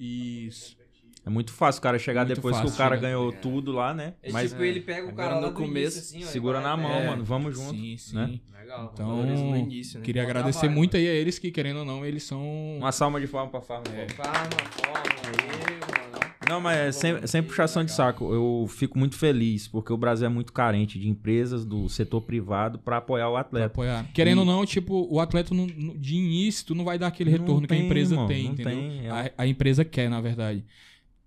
Isso. É muito fácil o cara chegar Muito depois que fácil, o cara né? ganhou tudo lá, né? É Mas tipo, ele pega o Agora cara lá no do início, começo, assim, ó, e segura vai- na mão, é. mano. Vamos junto. Sim, sim. né? Legal. Então, Valoriza no início, né? Queria Bom agradecer trabalho, muito aí a eles que, querendo ou não, eles são. Uma salva de palma pra Fábio. É. Calma, calma aí, né? mano. Não, mas é sem, sem puxação de saco. Eu fico muito feliz, porque o Brasil é muito carente de empresas do setor privado pra apoiar o pra atleta. apoiar. Querendo E- ou não, tipo, o atleta não- não- de início, tu não vai dar aquele Não retorno que a tem, empresa irmão, tem, não entendeu? tem, é. A, a empresa quer, na verdade.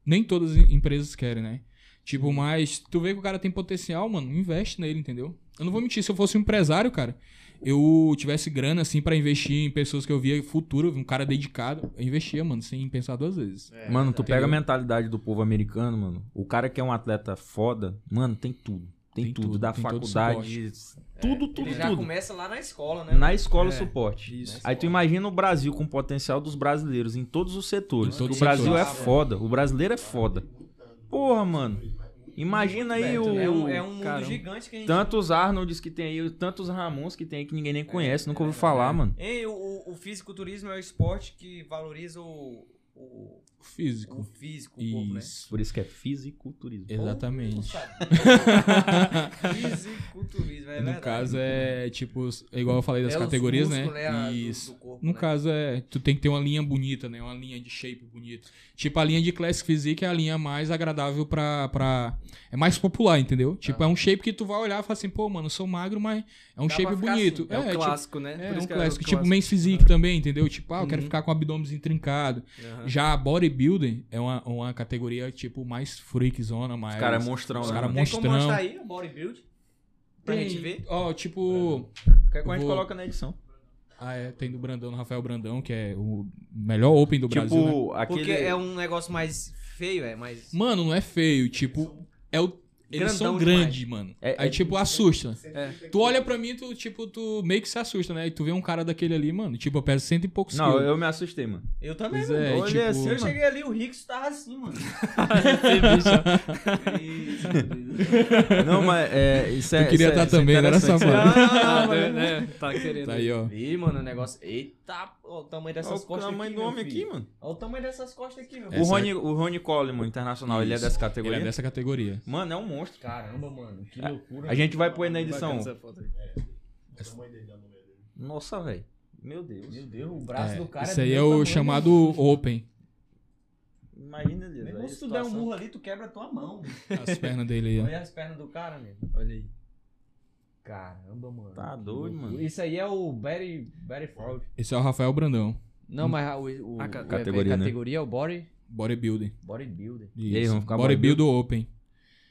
Nem todas as em- empresas querem, né? Tipo, mas tu vê que o cara tem potencial, mano, investe nele, entendeu? Eu não vou mentir, se eu fosse um empresário, cara, eu tivesse grana, assim, pra investir em pessoas que eu via futuro, um cara dedicado, eu investia, mano, sem pensar duas vezes. É, mano, tu pega a mentalidade do povo americano, mano. O cara que é um atleta foda, mano, tem tudo. Tem, Tem tudo, tudo, da tem todo faculdade. Tudo, tudo, É, Ele já tudo. começa lá na escola, né? Na escola o É, suporte. isso. Aí tu imagina o Brasil com o potencial dos brasileiros em todos os setores. Em todos o os Brasil setores. é foda, o brasileiro é foda. Porra, mano. Imagina aí Então- Beto, o É um, é um mundo Caramba. gigante que a gente. tantos Arnolds que tem aí, tantos Ramons que tem aí que ninguém É, nem conhece, nunca ouviu falar, mano. Ei, o- o, o fisiculturismo é o esporte que valoriza o, o, o Físico. físico, o corpo, né? Isso. Por isso que é fisiculturismo. Exatamente. Fisiculturismo, é no verdade. caso é tipo, é igual eu falei das É os categorias, músculos, né? a- do- Isso. do corpo, No né? caso é, tu tem que ter uma linha bonita, né? Uma linha de shape bonita. Tipo, a linha de Classic Physique é a linha mais agradável pra. pra... É mais popular, entendeu? Tipo, é um shape que tu vai olhar e fala assim, pô, mano, eu sou magro, mas é um Ah. Dá shape pra ficar assim. bonito. É, o tipo, clássico, né? É, Por é isso um que clássico. o Tipo, men's physique também, entendeu? Tipo, ah, eu Uhum. quero ficar com o abdômen trincado. Ah. Aham. Já a bodybuilding é uma, uma categoria, tipo, mais freakzona, mais... Os caras é monstrão, Os né? caras mano? Tem como monstrão. mostrar aí o bodybuild? Pra Tem, gente ver? É. Ó, tipo... Qualquer coisa a gente Vou- coloca na edição. Ah, é, tem do Brandão, do Rafael Brandão, que é o melhor open do Brasil, né? Tipo, aquele... Porque é um negócio mais feio, é mais. Mano, não é feio, tipo... É o... Eles Grandão são demais. grandes, mano. É- Aí, é- tipo, assusta. É. Tu olha pra mim, tu, tipo, tu meio que se assusta, né? E tu vê um cara daquele ali, mano. Tipo, eu peso cento e poucos Não, quilos. eu me assustei, mano. Eu também, Pois mano. é, eu olhei tipo... assim, Eu mano. cheguei ali, o Rickson tava assim, mano. Isso, isso. Não, mas é, isso é. Eu queria isso é- estar isso é também, não era interessante. Ah, safado. Ah, né? Tá querendo. Tá aí, ó. Ih, mano, o negócio. Eita, ó, o tamanho Olha dessas o costas. tamanho aqui, do homem meu aqui, filho. mano. Olha o tamanho dessas costas aqui, meu É. O Essa- Rony, o Rony Coleman, internacional, ele é Isso. dessa Ele categoria? é dessa categoria. Mano, é um monstro. Caramba, mano, que loucura. A gente vai pôr aí na edição. Bacana essa foto aí. Nossa, velho. Meu Deus. Meu Deus, o braço É, do cara isso aí do é meu o tamanho, chamado mano. open. Imagina ele. Mesmo se tu der um murro ali, tu quebra a tua mão. bicho. As pernas dele aí, ó. Olha as pernas do cara, nego. Olha aí. Caramba, mano. Tá que doido, loucura. mano. Isso aí é o Barry, Barry Ford. Esse é o Rafael Brandão. Não, mas o, A ca- categoria, a né? categoria é o body, Bodybuilder. bodybuilder. E aí, vamos ficar Bodybuilder open.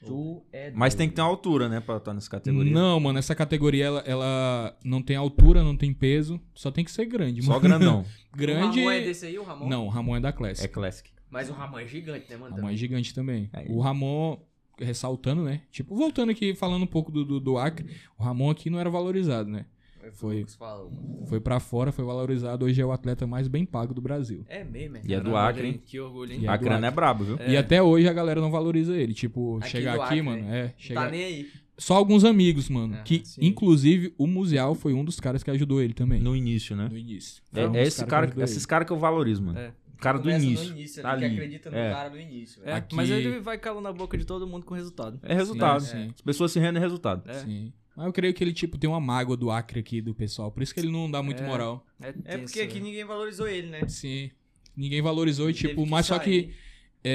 Tu é Mas tem doido. que ter uma altura, né, pra estar nessa categoria. Não, mano, essa categoria ela, ela não tem altura, não tem peso, só tem que ser grande, Só mano. grandão. um grande. O Ramon é desse aí, o Ramon? Não, o Ramon é da é Classic. classic. Mas o Ramon é gigante, né, O mano? Ramon é gigante também. Aí. O Ramon, ressaltando, né? Tipo, voltando aqui, falando um pouco do, do, do Acre, o Ramon aqui não era valorizado, né? Também. Foi. o Lucas falou, mano. Foi pra fora, foi valorizado, hoje é o atleta mais bem pago do Brasil. É mesmo, é. E é do Caralho, Acre, hein? Que orgulho, E hein? Tá é A do grana é brabo, viu? E até hoje a galera não valoriza ele. Tipo, Aqui chegar do aqui, Acre, mano, é. Não Chegar... tá nem aí. Só alguns amigos, mano. Ah, que, sim. inclusive, o Musial foi um dos caras que ajudou ele também. No início, né? no início. É, Foi um é dos esse caras cara, que ajudou esses caras que eu valorizo, mano. É. O cara do Começa início. no início, tá ali, que ali. acredita no É. cara no início, É, velho. Aqui- Mas ele vai calando na boca de todo mundo com resultado. É resultado. Sim, sim. As pessoas se rendem resultado. É. Sim. Mas eu creio que ele, tipo, tem uma mágoa do Acre aqui do pessoal. Por isso que ele não dá muito É. moral. É, É tenso, porque aqui né? ninguém valorizou ele, né? Sim. Ninguém valorizou, e, tipo, Teve que mas só que sair.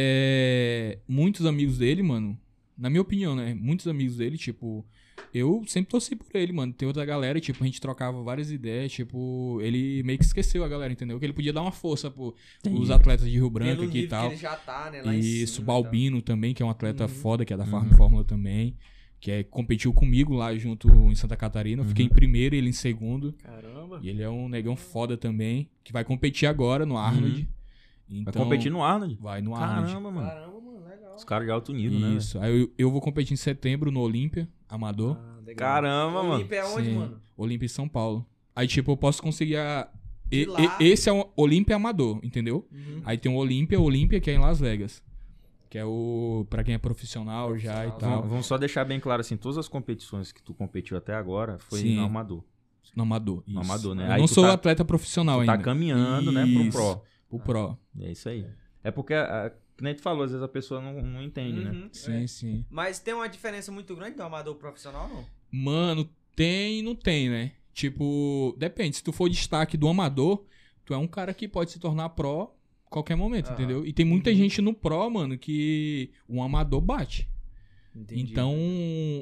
é, muitos amigos dele, mano, na minha opinião, né? Muitos amigos dele, tipo, eu sempre torci por ele, mano. Tem outra galera, tipo, a gente trocava várias ideias, tipo, ele meio que esqueceu a galera, entendeu? Que ele podia dar uma força pro, os atletas de Rio Branco Pelo aqui e nível tal. que ele já tá, né? Lá em cima Isso, e tal. Balbino também, que é um atleta foda, que é da Farm Uhum. Fórmula também. Que é, competiu comigo lá junto em Santa Catarina. Eu Uhum. fiquei em primeiro e ele em segundo. Caramba. E ele é um negão foda também, que vai competir agora no Arnold. Então, Uhum. Vai competir no Arnold. Vai no Arnold. Caramba, mano. Caramba, mano, legal. Os caras de alto nível, né? velho? Isso. Aí eu, eu vou competir em setembro no Olímpia, amador. Ah, legal. Caramba, O mano. Olímpia é onde, Sim. mano? Ah. Olímpia em São Paulo. Aí, tipo, eu posso conseguir a. De e- lá. Uhum. e- esse é um Olímpia amador, entendeu? Aí tem o Olímpia, Olímpia, que é em Las Vegas. Que é o. Pra quem é profissional já e Profissional. tal. Vamos, vamos só deixar bem claro assim, todas as competições que tu competiu até agora foi Sim. no amador. No amador. Isso. No amador, né? Eu Aí não tu sou tá- atleta profissional Tu tá ainda. caminhando, né, pro Isso. pro. O Pro. É isso aí. É porque, a, que nem tu falou, às vezes a pessoa não, não entende, né? Uhum. Sim, sim. Mas tem uma diferença muito grande do amador pro profissional, não? Mano, tem e não tem, né? Tipo, depende. Se tu for destaque do amador, tu é um cara que pode se tornar Pro qualquer momento, Aham. entendeu? E tem muita Uhum. gente no Pro, mano, que um amador bate. Entendi. Então,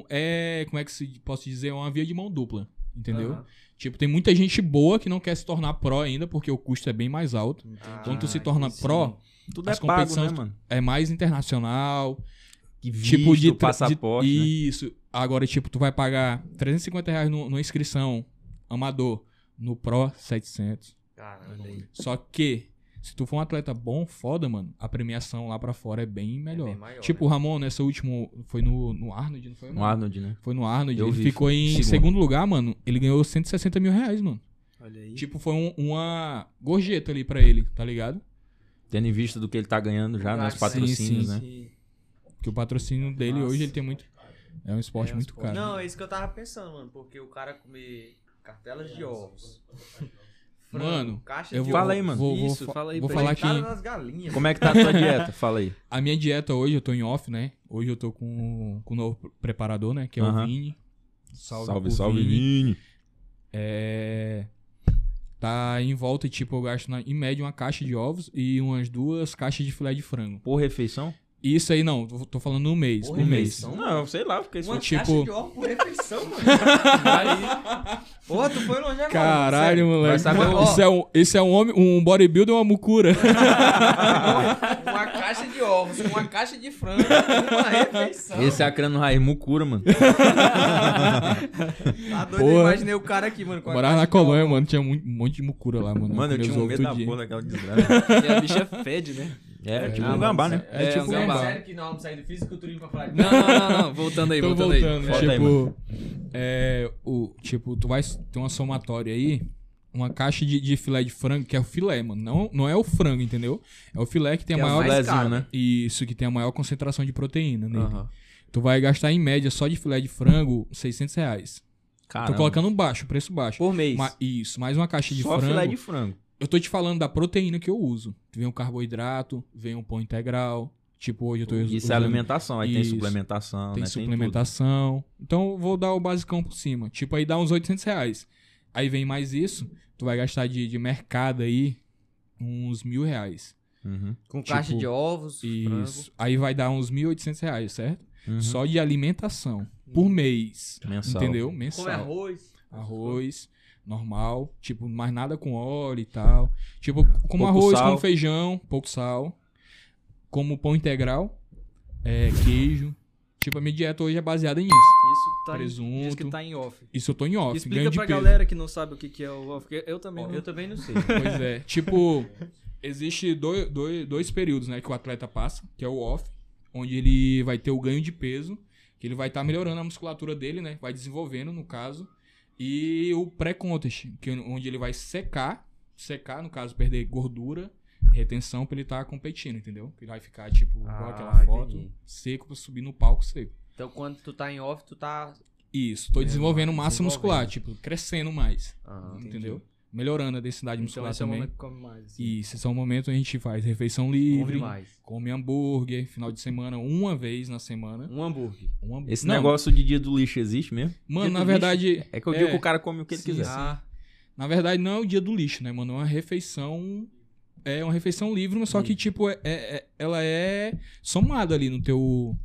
é. Como é que se posso dizer? É uma via de mão dupla. Entendeu? Aham. Tipo, tem muita gente boa que não quer se tornar pro ainda, porque o custo é bem mais alto. Uhum. Entendi. Quando tu se Ah, torna entendi. pro, Tudo As é pago, né, competições- mano? é mais internacional, Que tipo de tra- passaporte, né? de- Isso. Agora, tipo, tu vai pagar 350 reais no- numa inscrição. amador no Pro 700. Caramba. Só que, se tu for um atleta bom, foda, mano, a premiação lá pra fora é bem melhor. bem maior, né? né? tipo, o Ramon, nessa última, foi no, no Arnold, não foi? Um Arnold, né? Foi no Arnold. Eu ele vi, ficou foi em segundo. segundo. lugar, mano. Ele ganhou 160 mil reais, mano. Olha aí. Tipo, foi um- uma gorjeta ali pra ele, tá ligado? Tendo em vista do que ele tá ganhando já, Ah, né? Os Ah, Sim, patrocínios, sim. né? Que o patrocínio dele Nossa. hoje ele tem muito. É um esporte É um muito esporte. caro. Não, é isso que eu tava pensando, mano. Porque o cara comer cartelas de ovos. frango, Mano, caixa eu de vou, Fala aí, ovos, mano. Vou, vou Isso, fa- fala aí vou pra falar gente. aqui. fritada nas galinhas. Como é que tá a tua dieta? Fala aí. A minha dieta hoje, eu tô em off, né? Hoje eu tô com, com o novo preparador, né? Que é Aham. o Vini. Salve, pro salve, Vini. É. Tá em volta, tipo, eu gasto na- em média uma caixa de ovos e umas duas caixas de filé de frango. Por refeição? Um Isso aí não, tô tô falando no mês. Por no mês. refeição? São- Não, sei lá, porque Uma isso tipo- caixa de ovos por refeição, mano. aí. Pô, tu foi longe agora. tá Caralho, Vai moleque. saber Mano, o- Isso é um, esse é um homem, um bodybuilder ou uma mucura? sério. Uma caixa de ovos, uma caixa de frango, uma refeição. Esse acrano raiz mucura, mano. Tá doido, eu Porra. imaginei o cara aqui, mano. Com Eu a morava na caixa de ovos. colônia, mano. Tinha um monte de mucura lá, mano. Mano, eu comia tinha os um ovos medo da todinho. porra daquela desgraça. E a bicha fede, né? É, tipo não, um gambá, né? É, tipo um um gambá. gambá. Sério que nós vamos sair do fisiculturismo pra falar de Não, não, não, não. Voltando aí, Tô voltando, voltando, aí. Volta aí, tipo, é, o, tipo, tu vai ter uma somatória aí, uma caixa de, de filé de frango, que é o filé, mano. Não, não é o frango, entendeu? É o filé que tem a Que é o maior. mais Lezinho, caro. né? Isso, que tem a maior concentração de proteína nele. Aham. Tu vai gastar em média só de filé de frango 600 reais. Caramba. Tô colocando um baixo, preço baixo. Por mês. Ma- isso, mais uma caixa de Só frango. filé de frango. Eu tô te falando da proteína que eu uso. Vem um carboidrato, vem um pão integral. Tipo, hoje eu tô us- Isso é usando- alimentação. Aí tem Isso. suplementação, Tem né? suplementação. então eu vou dar o basicão por cima. Tipo, aí dá uns 800 reais. Aí vem mais isso, tu vai gastar de, de mercado aí uns mil reais. tudo. Uhum, Com Tipo, caixa de ovos, frango. Isso. Aí vai dar uns 1.800 reais, certo? uhum. Só de alimentação. Por mês. Mensal. Entendeu? Come Mensal. é arroz. Arroz, normal. Tipo, mais nada com óleo e tal. Tipo, como Pouco arroz, sal. como feijão, pouco sal. Como pão integral, é, queijo. Tipo, a minha dieta hoje é baseada nisso. Isso tá Em, diz que Presunto. tá em off. Isso eu tô em off, Explica ganho de pra peso. galera que não sabe o que, que é o off. porque Eu também não. Eu também não sei. Pois é. Tipo, existe dois, dois, dois períodos, né, que o atleta passa, que é o off, onde ele vai ter o ganho de peso, que ele vai estar melhorando a musculatura dele, né? Vai desenvolvendo, no caso. E o pré-contest, que é onde ele vai secar, secar, no caso, perder gordura, retenção pra ele estar competindo, entendeu? Ele vai ficar, tipo, igual Ah, aquela foto, entendi. seco pra subir no palco seco. Então quando tu tá em off, tu tá. Isso, tô desenvolvendo massa desenvolvendo. muscular, tipo, crescendo mais, Ah, entendeu? Melhorando a densidade Então muscular esse é o também. momento que come mais. assim. Isso, esse é um momento onde a gente faz refeição livre, Livre come, mais. hambúrguer, final de semana, uma vez na semana. Um hambúrguer. Um hambúrguer. Esse Não, negócio de dia do lixo existe mesmo? Mano, Dia na do verdade. É que eu É. digo que o cara come o que ele Sim, quiser. sim. Na verdade, não é o dia do lixo, né, mano? É uma refeição. É uma refeição livre, mas só que, tipo, é, é- é- ela é somada ali no teu.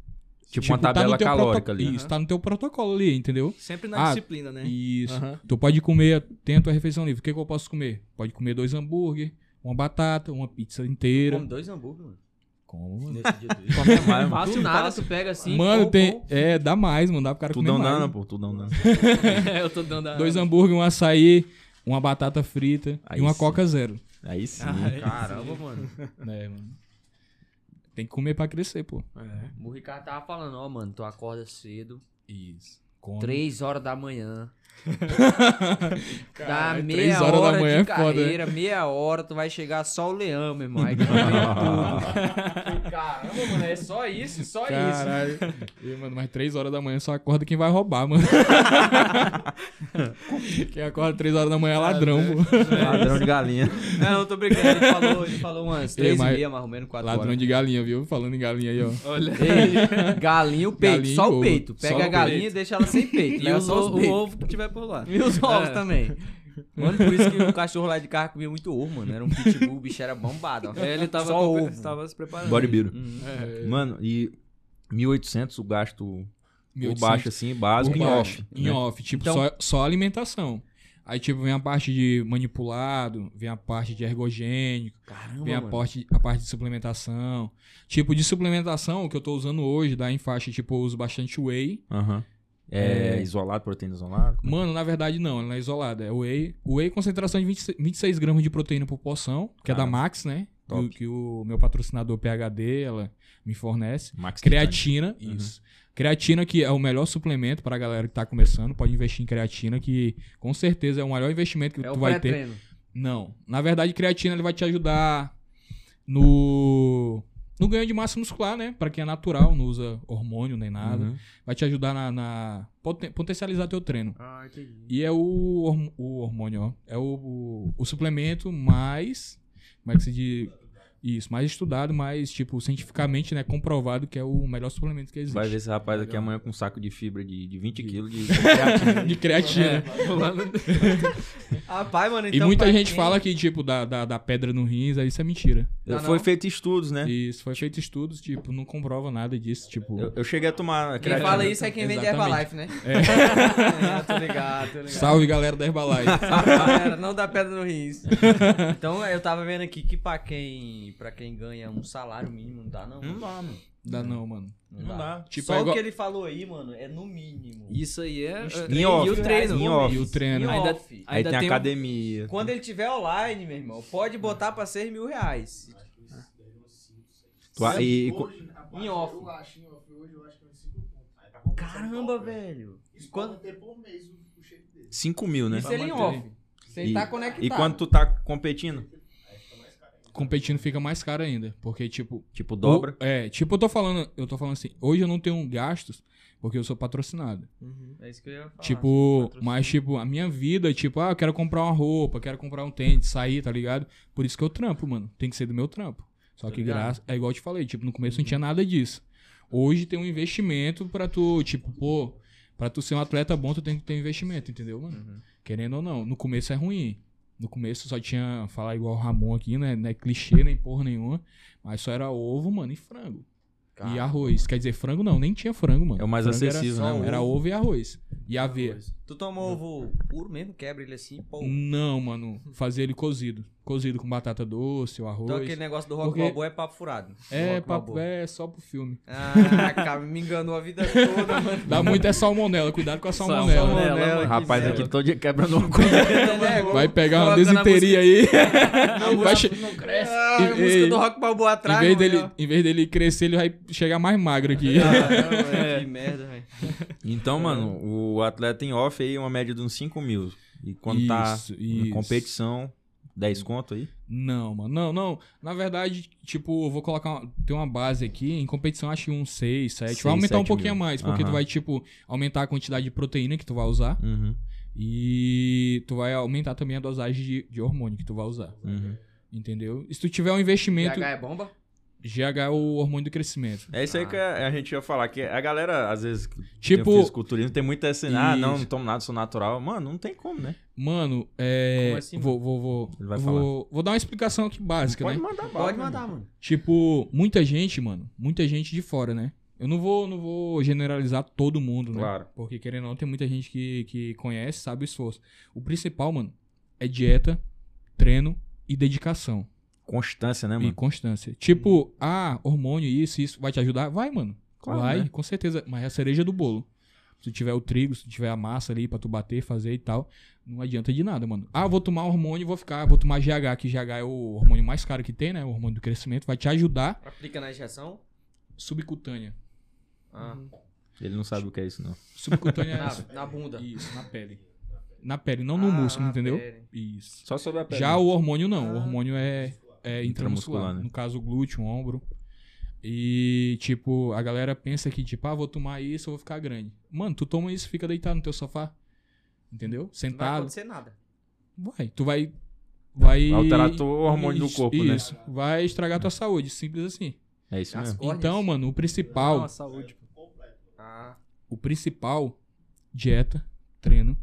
Tipo, uma tabela tá no teu calórica proto- ali. Isso, tá no teu protocolo ali, entendeu? Sempre na Ah, disciplina, né? Isso. Aham. Tu pode comer, tem a tua refeição livre. O que, que eu posso comer? Pode comer dois hambúrguer, uma batata, uma pizza inteira. Come dois hambúrguer, mano. Como, mano? Nesse dia do Come mais, mano. Do nada, tu pega assim. Mano, pô, tem. pô. É, dá mais, mano. Dá pro cara comer Tudão mais. nana, pô. Tudão nana. É, eu tô dando a. Dois hambúrguer, um açaí, uma batata frita Aí e uma sim. coca zero. Aí sim. Caramba, mano. É, mano. Tem que comer pra crescer, pô. É. O Ricardo tava falando, ó, mano, tu acorda cedo, Isso. Come. três horas da manhã. dá Caralho, meia três hora, horas da manhã de é foda, né? carreira, meia hora, tu vai chegar só o leão, meu irmão. Aí tu ganha tudo. Caramba, mano, é só isso, só isso. Caralho. Ih, mano, mas três horas da manhã só acorda quem vai roubar, mano. quem acorda três horas da manhã é ladrão, pô. Ladrão de galinha. né? Não, eu tô brincando. Ele falou, ele falou umas três mas- e meia, mais ou menos, quatro Ladrão horas. de galinha, viu? Falando em galinha aí, ó. Olha. Ei, galinha o peito, Galinha e só o ovo. peito. Só Pega o a galinha e deixa ela sem peito. E Leva o, só os o peitos. ovo que tiver por lá. E os ovos É. também. Mano, por isso que o cachorro lá de casa comia muito ovo, mano. Era um pitbull, o bicho era bombado. Ó. É, ele tava, Só com- ovo. tava se preparando. Bodybuilder. É, Mano, e 1.800 o gasto por 1800. baixo, assim, básico Por em baixo, off. Em né? off, tipo, Então- só, só alimentação. Aí, tipo, vem a parte de manipulado, vem a parte de ergogênico, Caramba, vem a mano. parte, a parte de suplementação. Tipo, de suplementação, o que eu tô usando hoje dá em faixa, tipo, eu uso bastante whey, Aham. É, isolado, proteína isolada? Como é Mano, na verdade não, ela não é isolada. É whey. Whey concentração de 26, 26 gramas de proteína por porção, que é da Cara, Max, né? top. Do, que o meu patrocinador PHD, ela me fornece. que- Max Creatina, isso. Creatina que é o melhor suplemento pra galera que tá começando, pode investir em creatina que com certeza é o maior investimento que É tu o vai ter. pré-treino. Não, na verdade creatina ele vai te ajudar no no ganho de massa muscular, né? Pra quem é natural, não usa hormônio nem nada. Uhum. Vai te ajudar na, na poten- potencializar teu treino. Ah, entendi. E é o, horm- o hormônio, ó. É o, o, o suplemento mais. Como é que se diz? Isso, mais estudado, mais, tipo, cientificamente, né? Comprovado que é o melhor suplemento que existe. Vai ver esse rapaz aqui amanhã com um saco de fibra de, de 20 quilos de creatina. De É, creatina. Rapaz, mano, E então. muita pra gente quem- fala que, tipo, da, da, da pedra no rins, aí isso é mentira. Não, Foi não. feito estudos, né? Isso, foi feito estudos, tipo, não comprova nada disso, tipo... Eu, eu cheguei a tomar Quem creatina. fala isso é quem vende Exatamente. Herbalife, né? É. tô ligado, tô ligado. Salve, galera da Herbalife. Galera, não dá pedra no rins. Então, eu tava vendo aqui que pra quem, pra quem ganha um salário mínimo, não dá, não. Não dá, mano. Dá não, mano. Não dá. Tipo, Só é o igual- que ele falou aí, mano, é no mínimo. Isso aí é. Em e off, o treino. em off. E o treino. Em Ainda- off. Aí Ainda tem, tem um- academia. Quando ele tiver online, meu irmão, pode botar pra 6 mil reais. Tu a- é e- e co- Em off. Eu acho, em off. Hoje eu acho que é uns 5 pontos. Caramba, velho. E Isso quando- quando né? ter por mês o, o shape dele. 5 mil, né? Isso ele em manter. off. Sem E- tá conectado. E quando tu tá competindo? Competindo fica mais caro ainda. Porque, tipo, Tipo, dobra. O- é, tipo, eu tô falando, eu tô falando assim, hoje eu não tenho gastos porque eu sou patrocinado. É isso que eu ia falar. tipo, mas tipo, a minha vida, tipo, ah, eu quero comprar uma roupa, quero comprar um tênis, sair, tá ligado? Por isso que eu trampo, mano. Tem que ser do meu trampo. Só Tá que ligado? graça, é igual eu te falei, tipo, no começo não tinha nada disso. Hoje tem um investimento pra tu, tipo, pô, pra tu ser um atleta bom, tu tem que ter um investimento, entendeu, mano? Uhum. Querendo ou não, no começo é ruim. No começo só tinha falar igual o Ramon aqui, né? Não é clichê nem porra nenhuma. Mas só era ovo, mano, e frango. E arroz. Quer dizer, frango não, nem tinha frango, mano. É o mais Frango era acessível, né, só mano? Era ovo e arroz. E aveia. Tu toma ovo puro mesmo, quebra ele assim, pô. Não, mano. Fazer ele cozido. Cozido com batata doce, o arroz. Então aquele negócio do rock Porque- balboa é papo furado. É, Rock papo, Balboa. é só pro filme. Ah, cara, me enganou a vida toda, mano. Dá muito é salmonela, cuidado com a salmonela. Salmonela. O rapaz que aqui todo dia quebrando uma coisa. É, Vai pegar uma Colocando a desinteria aí. vai che- cresce. Ah, a é E- música e- do rock balboa atrás. em, vez mano, dele, ó. em vez dele crescer, ele vai chegar mais magro aqui. É, Caramba, velho, que merda, velho. Então, É. mano, o atleta em off aí, uma média de uns 5 mil. E quando tá Isso, em isso. competição, 10 conto aí? Não, mano. Não, não. Na verdade, tipo, eu vou colocar. Uma, tem uma base aqui. Em competição, acho que um uns 6, 7. Seis, Vai aumentar um sete pouquinho a mil. mais, porque Aham. tu vai, tipo, aumentar a quantidade de proteína que tu vai usar. Uhum. E tu vai aumentar também a dosagem de, de hormônio que tu vai usar. uhum. Entendeu? E se tu tiver um investimento. PH GH, é bomba? é o hormônio do crescimento. É isso aí que a, a gente ia falar, que a galera, às vezes, tipo, tem o Tipo, fisiculturismo, tem muito essa, ah, não, Isso. não tomo nada, sou natural. Mano, não tem como, né? mano, é. Como assim, vou, vou, vou, Ele vai vou, vou dar uma explicação aqui básica, né? Pode mandar bala, Pode né, mandar, mano? mano. Tipo, muita gente, mano, muita gente de fora, né? Eu não vou, não vou generalizar todo mundo, né? Claro. Porque querendo ou não, tem muita gente que, que conhece, sabe o esforço. O principal, mano, é dieta, treino e dedicação. Constância, né, e mano? constância. Tipo, ah, hormônio, isso, isso, vai te ajudar? Vai, mano. Claro, vai, né? com certeza. Mas é a cereja do bolo. Se tu tiver o trigo, se tu tiver a massa ali pra tu bater, fazer e tal, não adianta de nada, mano. Ah, vou tomar hormônio, vou ficar, vou tomar GH, que GH é o hormônio mais caro que tem, né? O hormônio do crescimento, vai te ajudar Aplica na injeção? subcutânea. Ah, Ele não sabe o que é isso, não. Subcutânea é na, essa. na bunda. Isso, na pele. Na pele, não no Ah, músculo, na entendeu? pele. Isso. Só sobre a pele. Já o hormônio não. O Ah. hormônio é, é intramuscular. Intramuscular, né? No caso, glúteo, ombro. E, tipo, a galera pensa que, tipo, ah, vou tomar isso, eu vou ficar grande. Mano, tu toma isso, fica deitado no teu sofá. Entendeu? Não vai Sentado. acontecer nada. Vai. Tu vai. Vai. Vai alterar teu hormônio do Isso, corpo, né? Isso. Vai estragar tua saúde. Simples assim. É isso As mesmo. córneas. Então, mano, o principal. Não, saúde. Ah, o principal, dieta, treino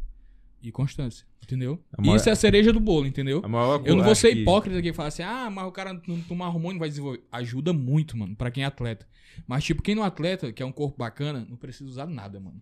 e constância. Entendeu? A maior- Isso é a cereja do bolo, entendeu? A maior Eu não vou acho ser que- hipócrita aqui e falar assim, ah, mas o cara não tomar hormônio vai desenvolver. Ajuda muito, mano, pra quem é atleta. Mas, tipo, quem não é atleta, que é um corpo bacana, não precisa usar nada, mano.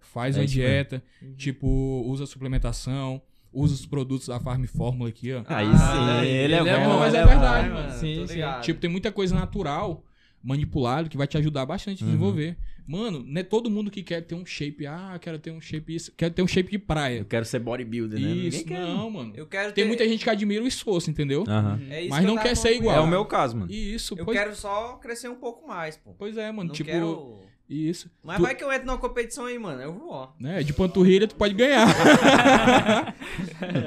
Faz É uma isso mesmo. dieta, tipo, usa suplementação, usa os produtos da Farm Fórmula aqui, ó. Aí Ah, sim, né? ele é Ele é bom. bom, mas ele é bom. verdade, mano. tô Sim, sim. ligado. Uhum. Tipo, tem muita coisa natural, manipulado, que vai te ajudar bastante a desenvolver. Mano, não é todo mundo que quer ter um shape. Ah, quero ter um shape isso. Quero ter um shape de praia. Eu quero ser bodybuilder, né? Ninguém Isso, quer. Ah. não, mano. Eu quero Tem ter- muita gente que admira o esforço, entendeu? Aham. É isso mas que eu não tava quer ser falando com igual. É ele. o meu caso, mano. E isso, Eu pois, quero só crescer um pouco mais, pô. pois é, mano. Não tipo, quero... isso. Mas Tu- vai que eu entro numa competição aí, mano. Eu vou, ó. Né? De panturrilha, tu pode ganhar.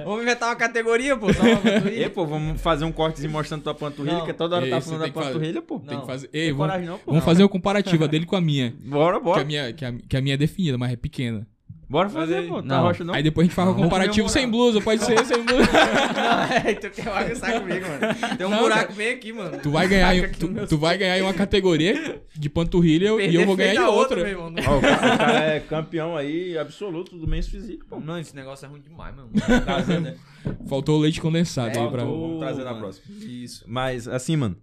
Vamos inventar uma categoria, pô. Só uma categoria. Ei, pô, vamos fazer um cortezinho mostrando tua panturrilha, Não. que toda hora tá Esse falando da tem que fazer. panturrilha, pô. Não. Tem que fazer. Tem Ei, vamos, coragem, não, pô. vamos fazer uma comparativa dele com a minha. Bora, Que a bora. minha, que, a, que a minha é definida, mas é pequena. Bora fazer, pô. Tá Não. rocha, não? Aí depois a gente faz um comparativo sem blusa, pode ser sem blusa. Não, é, tu quer bagunçar comigo, mano. Tem um Não, buraco bem aqui, mano. Tu vai ganhar, em- Saca aqui tu, no meu- tu vai ganhar em uma categoria de panturrilha eu- e Perder eu vou ganhar feito em a né, outra. meu irmão. Ó, o cara o cara é campeão aí, absoluto do mês físico, pô. Não, esse negócio é ruim demais, meu irmão. Faltou o leite Tá condensado aí pra. É, Faltou, vamos trazer na próxima. Isso. Mas, assim, mano.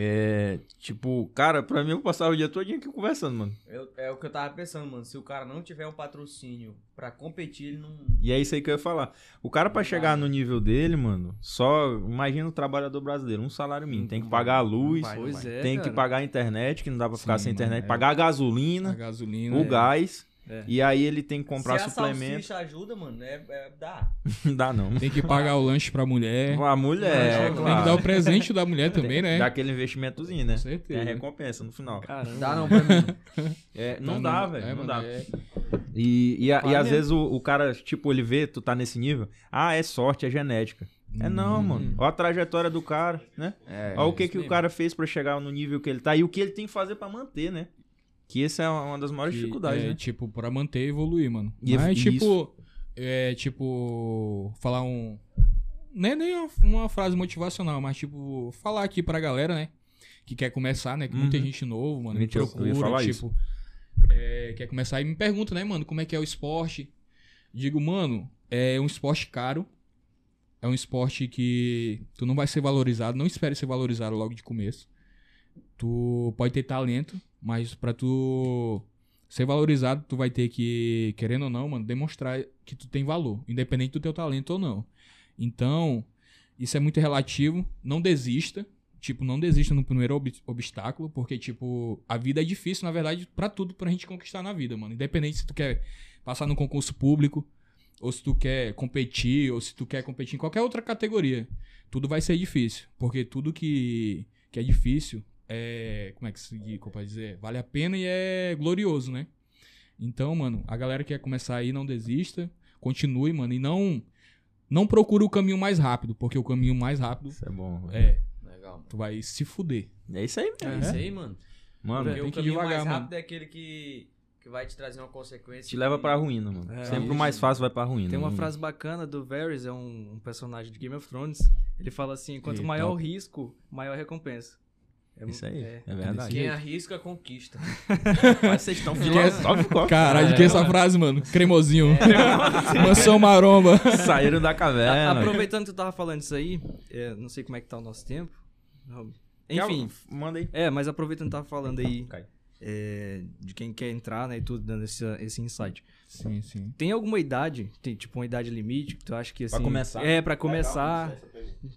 É. Tipo, cara, pra mim eu passava o dia todo aqui conversando, mano. Eu- é o que eu tava pensando, mano. Se o cara não tiver um patrocínio pra competir, ele não. E é isso aí que eu ia falar. O cara, pra chegar no nível dele, mano, só imagina o trabalhador brasileiro, um salário mínimo. Tem que pagar a luz, vai, não Pois é. tem que cara. pagar a internet, que não dá pra ficar Sim, sem mano, internet, é. pagar a A gasolina, gasolina. o é. gás. É. E aí ele tem que comprar Se a suplemento. salsicha ajuda, mano, é, é- dá. Não dá, não. Tem que pagar o lanche pra mulher. A mulher, É. tem que dar claro. o presente da mulher também, né? Dá aquele investimentozinho, né? Com Tem a certeza. recompensa no final. Caramba. Dá não pra mim. É, não Então, dá, velho. é, não mano, dá. é- E, e, a- e Vale às mesmo. vezes o, o cara, tipo, ele vê, tu tá nesse nível. Ah, é sorte, é genética. É não, Hum. mano. Olha a trajetória do cara, né? É. Olha o isso que, que o mesmo. cara fez pra chegar no nível que ele tá e o que ele tem que fazer pra manter, né? Que essa é uma das maiores Que, dificuldades, é, né? Tipo, pra manter e evoluir, mano. E ev- Mas, e tipo, é tipo, falar um. Nem, nem uma, uma frase motivacional, mas, tipo, falar aqui pra galera, né? Que quer começar, né? Que muita Uhum. gente novo, mano, me Gente, eu ia procura, falar tipo. isso. é, quer começar e me pergunta, né, mano, como é que é o esporte? Digo, mano, é um esporte caro. É um esporte que tu não vai ser valorizado, não espere ser valorizado logo de começo. Tu pode ter talento, mas pra tu ser valorizado, tu vai ter que, querendo ou não, mano, demonstrar que tu tem valor, independente do teu talento ou não. Então, isso é muito relativo, não desista, tipo, não desista no primeiro ob- obstáculo, porque, tipo, a vida é difícil, na verdade, pra tudo pra gente conquistar na vida, mano. Independente se tu quer passar num concurso público, ou se tu quer competir, ou se tu quer competir em qualquer outra categoria, tudo vai ser difícil, porque tudo que, que é difícil é, como é que se diz, como pode dizer, vale a pena e é glorioso, né? Então, mano, a galera que quer começar aí, não desista, continue, mano, e não não procure o caminho mais rápido, porque o caminho mais rápido Isso é bom. velho. é, Legal, mano. tu vai se fuder. É isso aí É mesmo. isso aí, mano. Mano, Porque tem o que caminho mais devagar, mano. rápido é aquele que, que vai te trazer uma consequência. te leva que- pra ruína, mano. É, Sempre o isso. mais fácil vai pra ruína. Tem uma mano. frase bacana do Varys, é um, um personagem de Game of Thrones. Ele fala assim: quanto Ih, maior o top. risco, maior a recompensa. É Isso aí. É. É, verdade. Quem arrisca, conquista. Mas vocês estão é filosóficos. ó. Caralho, de que é essa frase, mano? Cremosinho. Mansão maromba. Saíram da É, A- caverna. Aproveitando que tu tava falando isso aí, é, não sei como é que tá o nosso tempo. Não. é Enfim, um- Manda aí. é, mas aproveitando que tu tava falando aí Cai. é, de quem quer entrar, né, e tudo, dando esse, esse insight. Sim, sim. Tem alguma idade, tem tipo uma idade limite que tu acha que assim... começar. É, pra começar.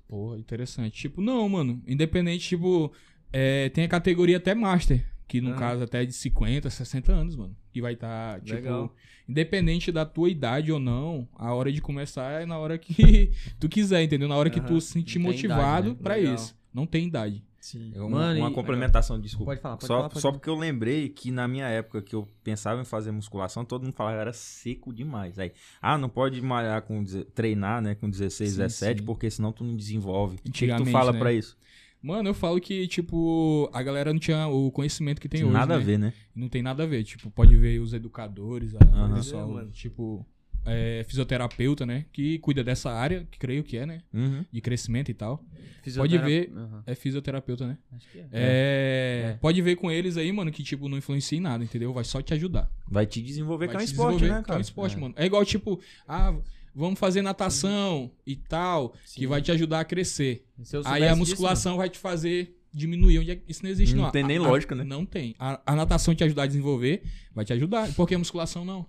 Porra, interessante. Tipo, não, mano. Independente, tipo, é, tem a categoria até Master, que no Ah. caso até é de 50, 60 anos, mano. Que vai estar, tipo, Legal. independente da tua idade ou não, a hora de começar é na hora que tu quiser, entendeu? Na hora que Aham. tu se sentir Não tem motivado idade, né? pra Legal. isso. Não tem idade. Sim. Eu- Mano, uma e- complementação, desculpa. falar, só, só porque eu lembrei que na minha época que eu pensava em fazer musculação, todo mundo falava que era seco demais. Aí, ah, não pode malhar com deze- treinar, né, com 16, Sim, 17, sim. porque senão tu não desenvolve. O que, que tu Antigamente, fala né? pra isso? Mano, eu falo que, tipo, a galera não tinha o conhecimento que tem Tem hoje. nada né? a ver, né? Não tem nada a ver. Tipo, pode ver os educadores, a Aham. o pessoal, É, mano. tipo, é, fisioterapeuta, né? Que cuida dessa área, que creio que é, né? Uhum. De crescimento e tal. Fisiotera- Pode ver. Aham. É fisioterapeuta, né? Acho que é. É, Pode ver com eles aí, mano, que, tipo, não influencia em nada, entendeu? Vai só te ajudar. Vai te desenvolver, Vai que é um te esporte, desenvolver, né, que cara? É um esporte, mano. É igual, tipo, ah, vamos fazer natação e tal, que vai te ajudar a crescer. Se eu Aí soubesse a disso, musculação vai te fazer diminuir. Onde é que- Isso não existe, Não não. tem nem A- a- lógica, né? Não tem. A, a natação te ajudar a desenvolver, vai te ajudar. Por que a musculação não?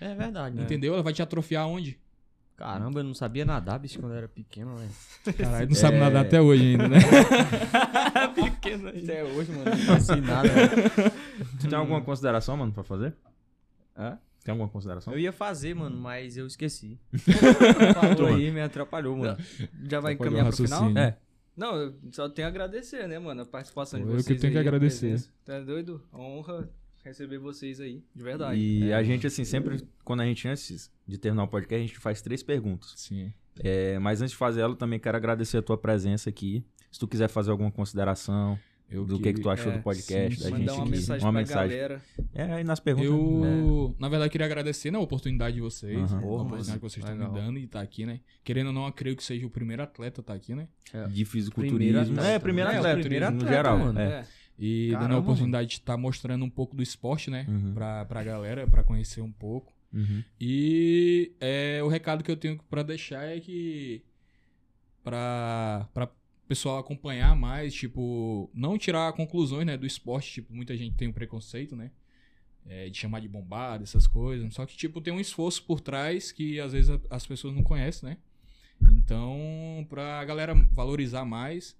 mano. É verdade, né? Entendeu? Ela vai te atrofiar onde? Caramba, eu não sabia nadar, bicho, quando eu era pequeno, velho. Caralho, não É. sabe nadar até hoje ainda, né? assim né? Até hoje, mano, eu não sei nada. velho. tem alguma consideração, mano, pra fazer? Hã? Tem alguma consideração? É Eu ia fazer, mano, mas eu esqueci. Tu, Falou mano. aí, me atrapalhou, mano. Já vai Atrapalhou encaminhar pro o final? raciocínio. É. Não, eu só tenho a agradecer, né, mano? A participação de Eu vocês. que tenho que aí, a agradecer. presença. Tá doido? Honra receber vocês aí, de verdade. É. É. E a gente, assim, sempre, quando a gente, antes de terminar o podcast, a gente faz três perguntas. Sim. É, mas antes de fazer ela, eu também quero agradecer a tua presença aqui. Se tu quiser fazer alguma consideração Eu do que, que tu achou é, do podcast, sim, da sim. gente Mandar uma aqui, mensagem uma pra mensagem. galera. É, aí nas perguntas. né? Eu, na verdade, queria agradecer né, a oportunidade de vocês, Aham. a Porra, oportunidade mas que vocês estão me legal. dando e tá aqui, né? Querendo ou não, eu creio que seja o primeiro atleta a tá aqui, né? De Primeiro fisiculturismo. atleta. né? é, primeiro né? É, o atleta, primeiro no atleta, geral. mano. É. É. E dando Caramba, a oportunidade de estar mostrando um pouco do esporte, né? Uhum. Pra, pra galera, pra conhecer um pouco. Uhum. E é, o recado que eu tenho pra deixar é que. Pra, pra pessoal acompanhar mais, tipo, não tirar conclusões, né? Do esporte, tipo, muita gente tem um preconceito, né? é, de chamar de bombada, essas coisas. Só que, tipo, tem um esforço por trás que às vezes a- as pessoas não conhecem, né? Então, pra galera valorizar mais.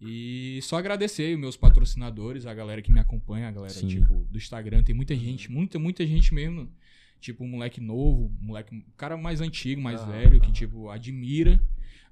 E só agradecer os meus patrocinadores, a galera que me acompanha, a galera, Sim. tipo, do Instagram. Tem muita gente, muita, muita gente mesmo. Tipo, um moleque novo, um moleque, um cara mais antigo, mais Ah, velho, que, ah. tipo, admira.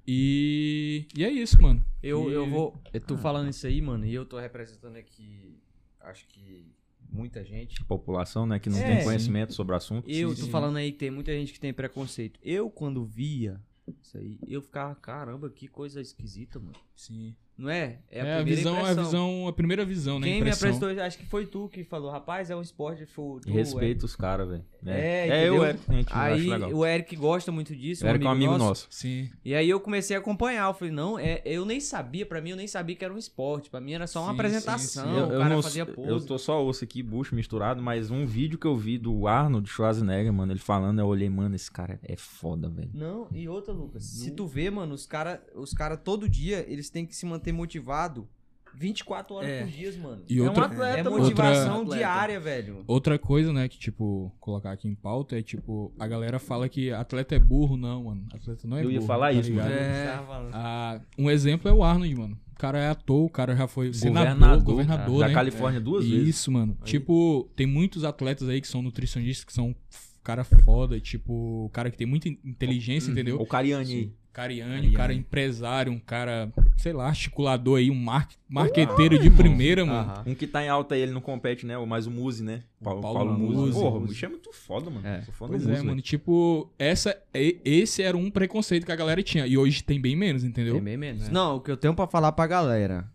E, e é isso, mano. Eu, eu E- vou. Eu tô falando isso aí, mano, e eu tô representando aqui. Acho que muita gente. População, né, que não É, tem sim. conhecimento sobre o assunto. Eu sim, tô sim. falando aí que tem muita gente que tem preconceito. Eu, quando via isso aí, eu ficava, caramba, que coisa esquisita, mano. Sim. Não é? É a É, a, primeira visão, é a impressão. visão, a primeira visão, né? Quem impressão. me apresentou, acho que foi tu que falou, rapaz, é um esporte, foi tu, E respeita os caras, velho. É, é eu, entendeu? é. A gente Eric. acho Aí legal. o Eric gosta muito disso, O Eric é um amigo nosso. Sim. E aí eu comecei a acompanhar, eu falei, não, é, eu nem sabia, pra mim eu nem sabia que era um esporte, pra mim era só uma Sim, apresentação, sim, sim. o cara não- fazia eu pose. tô só osso aqui, bucho misturado, mas um vídeo que eu vi do Arnold Schwarzenegger, mano, ele falando, eu olhei, mano, esse cara é foda, velho. Não, e outra, Lucas, se tu vê, mano, os cara, os cara todo dia, eles têm que se manter motivado 24 horas É. por dia, mano. E é outra- um atleta, É é outra- motivação atleta. diária, velho. Outra coisa, né, que, tipo, colocar aqui em pauta é, tipo, a galera fala que atleta é burro, não, mano. Atleta não é Eu burro. ia falar tá isso, ligado? mano. É. Tava falando. Ah, um exemplo é o Arnold, mano. O cara é ator, o cara já foi senador, governador, ah, da né? Califórnia duas Isso, vezes. mano. Tipo, tem muitos atletas aí que são nutricionistas, que são f- cara foda, tipo, cara que tem muita in- inteligência, entendeu? O Cariani aí. Cariani, um cara empresário, um cara, sei lá, articulador aí, um mar Ah, marqueteiro de primeira, mano. Um que tá em alta aí, ele não compete, né? Mas o Muzi, né? Paulo, Paulo, Paulo Muzi. Muzi. Porra, o bicho é muito foda, mano. É. Sou fã do Pois Muzi, é, mano. Tipo, essa, e- esse era um preconceito que a galera tinha. E hoje tem bem menos, entendeu? Tem bem É menos. né? Não, o que eu tenho pra falar pra galera,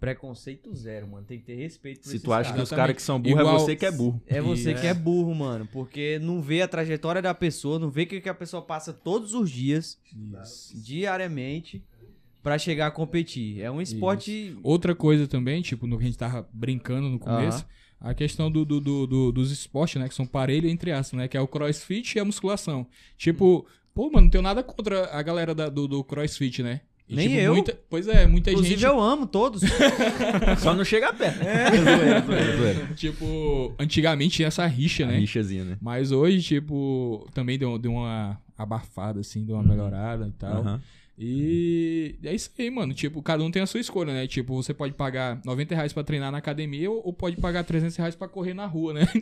preconceito zero, mano, tem que ter respeito por Se esses tu acha caras. que os Exatamente. caras que são burros, é Igual- você que é burro. É você Isso. que é burro, mano. Porque não vê a trajetória da pessoa, não vê o que que a pessoa passa todos os dias, diariamente, pra chegar a competir. É um esporte. Outra coisa também, tipo, no que a gente tava brincando no começo, a questão do, do- do- do- dos esportes, né? Que são parelho entre aspas, né? Que é o crossfit e a musculação. Tipo, pô, mano, não tenho nada contra a galera da- do, do crossfit, né? E, Nem tipo, eu. muita- pois é, muita Inclusive, gente. eu amo todos. É Só não chega perto. É. Zoeira, zoeira, zoeira. Tipo, antigamente tinha essa rixa, A né? nichazinha, né? Mas hoje, tipo, também deu, deu uma abafada, assim, deu uma Uhum. melhorada e tal. Aham. E é isso aí, mano. Tipo, cada um tem a sua escolha, né? Tipo, você pode pagar R$ 90 reais pra treinar na academia ou, ou pode pagar R$ 300 reais pra correr na rua, né? Tô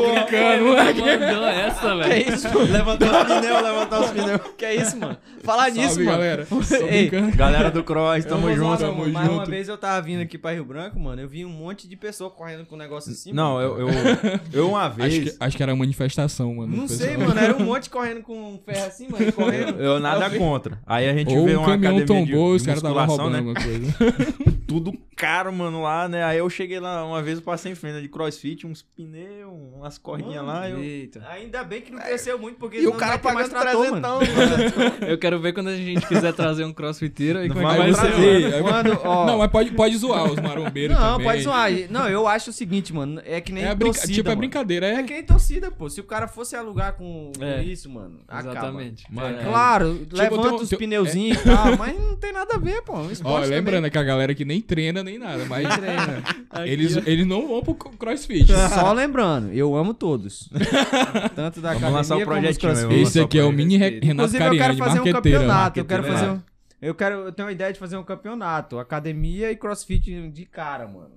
brincando, moleque. Mandou essa, que velho. isso? levantar os pneus, levantar os pneus. Que é isso, mano? Falar Salve, nisso, mano. galera. Tô Ei, brincando. Galera do Cross, tamo Eu vou junto. zoar, não, tamo mano, mas uma junto. vez eu tava vindo aqui pra Rio Branco, mano, eu vi um monte de pessoa correndo com um negócio assim. Não, mano. eu, eu, eu uma vez. Acho que, acho que era manifestação, mano. Não sei, pessoal. mano. Era um monte correndo com um ferro assim, mano, correndo. Eu nada contra. Aí a gente Ou vê um uma caminhão academia tombou, de, os de caras estavam musculação, roubando né? alguma coisa. Tudo caro, mano, lá, né? Aí eu cheguei lá, uma vez eu passei em frente né, de crossfit, uns pneus, umas cordinhas lá. Eu... Eita. Ainda bem que não cresceu muito, porque E o senão cara não vai ter pagando trator, mano. trezentão, Eu quero ver quando a gente quiser trazer um crossfiteiro aí Não como é que vai vai ser. trazer. mano. Quando, ó, Não, mas pode, pode zoar os marombeiros não, também. pode zoar. Não, eu acho o seguinte, mano. É que nem É a brinca- torcida, Tipo, é mano. brincadeira. É É que nem torcida, pô. Se o cara fosse alugar com, com É. isso, mano, Exatamente. Mano, acaba. Claro, levanta tipo, tem um- os tem um- pneuzinhos e tal, mas não tem nada a ver, pô. Um Ó, esporte lembrando é que a galera que nem treina nem nada, mas também treina. eles, eles não vão pro crossfit. Só lembrando, eu amo todos. Tanto da Vamos academia lançar o como os projetinho, crossfit. Vamos Esse só aqui é pra o mini Re- Renato Inclusive, eu Cariani, quero fazer um marqueteiro. campeonato. Eu quero marqueteiro, fazer um... Eu quero, eu tenho a ideia de fazer um campeonato, academia e crossfit de cara, mano.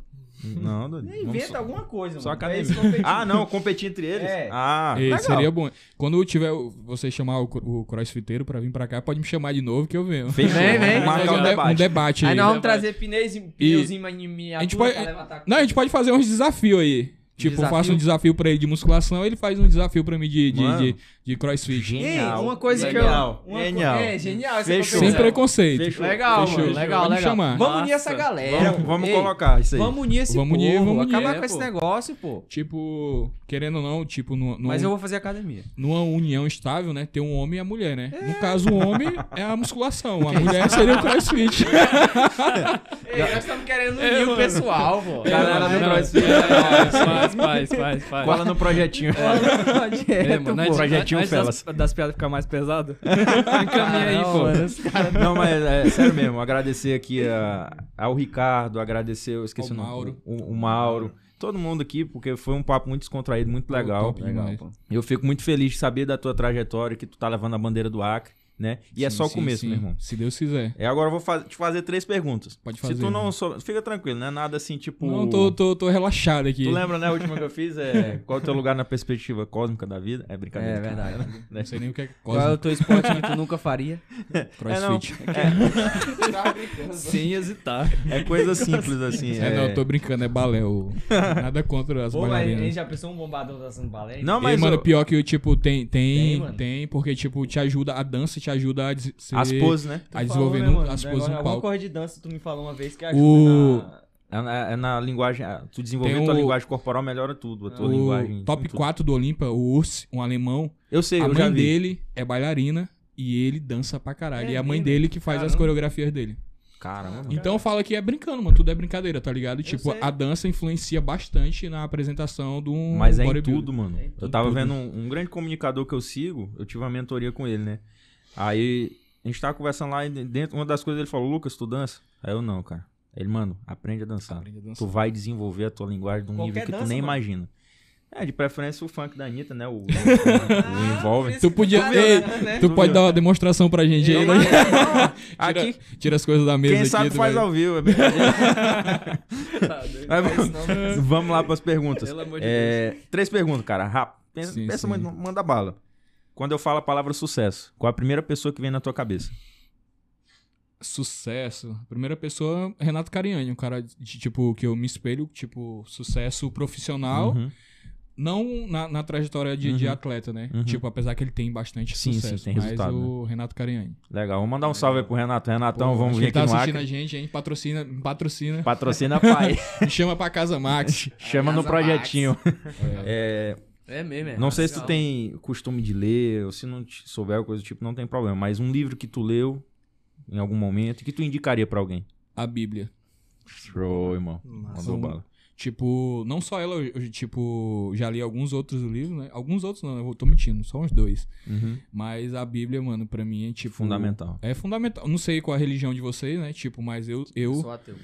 Não, doido. Inventa Vamos só- alguma coisa, Só mano. É pra eles academia. competirem. Ah, não, competir entre eles? É. Ah, Ei, legal. seria bom. Quando tiver o- você chamar o, cro- o crossfiteiro pra vir pra cá, pode me chamar de novo que eu venho. fechou. Vem, vem. Vamos Fazer marcar um, um de- debate. um debate Aí aí. né, nós Não, vamos trazer pneus, em- pneuzinho em miniatura a gente pode- pra levantar. a gente pode fazer uns desafios aí. Tipo, eu faço Desafio? um desafio pra ele de musculação, ele faz um desafio pra mim de, de, Mano. de, de crossfit. Ei, Genial. uma coisa Genial. que eu. Uma Genial. Co... É, genial essa Fechou. Sem Fechou. competição. preconceito. Fechou. Legal, Fechou, mano. fechou. Legal, Pode me legal. chamar. Vamos unir essa Massa. Vamos, galera. vamos Ei, colocar isso aí. Vamos unir esse Vamos unir, povo, vamos unir, acabar é, com esse negócio, pô. Tipo, querendo ou não, tipo, numa, numa, Mas eu vou fazer academia. numa união estável, né? Tem um homem e a mulher, né? No caso, o homem é a musculação, a mulher seria o crossfit. Ei, nós estamos querendo unir o pessoal, pô. Galera do Não, CrossFit. é, Faz, faz, faz, faz. Cola no projetinho. É, mano, antes- Projetinho antes Felas. das- das piadas ficar mais pesado, encaminha aí, pô. Não, mas é sério mesmo. Agradecer aqui a- ao Ricardo, agradecer, eu esqueci Ao o nome. Mauro. O, o Mauro. Todo mundo aqui, porque foi um papo muito descontraído, muito legal. Top demais. Eu fico muito feliz de saber da tua trajetória, que tu tá levando a bandeira do Acre, né? E é Sim, só o sim, começo, sim. meu irmão. Se Deus quiser. É, agora eu vou fa- te fazer três perguntas. Pode Se fazer, tu não né? sou... Fica tranquilo, não é nada assim, tipo... Não, tô, tô, tô relaxado aqui. Tu lembra, né? A última que eu fiz é... Qual é o teu lugar na perspectiva cósmica da vida? É brincadeira. É verdade. Né? Não sei nem o que é Qual é o cosmo, teu esporte que tu nunca faria? crossfit. Sem hesitar. É coisa simples, assim. É, não, eu tô brincando, é balé. o- Nada contra as Pô, mas ele bailarinas. já pensou um bombadão dançando balé? Não, Ei, mas... mano, eu- pior que, tipo, tem, Tem, tem, mano. tem, porque, tipo, te ajuda, a dança te ajuda a, des- ser- As poses, né? a desenvolver no- as poses no Alguma palco. coisa de dança tu me falou uma vez que ajuda O- na- É na, é na linguagem. ah, Tu desenvolver Tem tua o- linguagem corporal melhora tudo. A tua linguagem. O top tudo. 4 do Olimpa, o Urs, um alemão, Eu sei, a eu mãe já vi. dele é bailarina e ele dança pra caralho. É e a mãe mesmo? dele que faz as Caramba. coreografias dele. Caramba. Então fala que é brincando, mano. Tudo é brincadeira, tá ligado? Tipo, sei. a dança influencia bastante na apresentação de um Mas é em bodybuilder. tudo, mano. É em eu tava tudo. vendo um, um grande comunicador que eu sigo, eu tive uma mentoria com ele, né? Aí a gente tava conversando lá e dentro, uma das coisas ele falou, Lucas, tu dança? Aí eu não, cara. Ele, mano, aprende a dançar. Aprende a Tu dançar. vai desenvolver a tua linguagem de um Qualquer nível que tu dança, nem mano. imagina. É, de preferência o funk da Anitta, né? O, o, o Ah, envolve. Tu podia. tá Ei, É, né? tu pode dar uma demonstração pra gente aí, né? Aqui, Tira, tira as coisas da mesa Quem aqui. sabe tu faz vai- ao vivo. É brincadeira. Mas vamos- né? vamos lá para as perguntas. Pelo amor de É, Três perguntas, cara. Rápido. Pensa, Sim, pensa sim. muito, manda bala. Quando eu falo a palavra sucesso, qual é a primeira pessoa que vem na tua cabeça? Sucesso. Primeira pessoa, Renato Cariani, um cara de, tipo, que eu me espelho, tipo, sucesso profissional. Uhum. Não na, na trajetória de, de atleta, né? Uhum. Tipo, apesar que ele tem bastante Sim, sim, sucesso. tem mas resultado, o Renato Cariani. Legal. Vamos mandar um salve aí pro Renato. Renatão, Pô, vamos acho vir aqui que ele tá no assistindo Acre. a gente, hein? Patrocina, me patrocina. Patrocina pai. me chama pra casa, Max. Chama no Casa projetinho. É mesmo, é. Não sei se tu Legal. tem costume de ler, ou se não te- souber coisa do tipo, não tem problema. Mas um livro que tu leu em algum momento, que tu indicaria pra alguém? A Bíblia. Show, irmão. Mandou Um- bala. Tipo, não só ela, eu, eu, tipo, já li alguns outros livros, né? Alguns outros não, eu vou- tô mentindo, só uns dois. Uhum. Mas a Bíblia, mano, pra mim é Um- tipo. Fundamental. É fundamental. Não sei qual a religião de vocês, né? Tipo, mas eu. eu Sou ateu.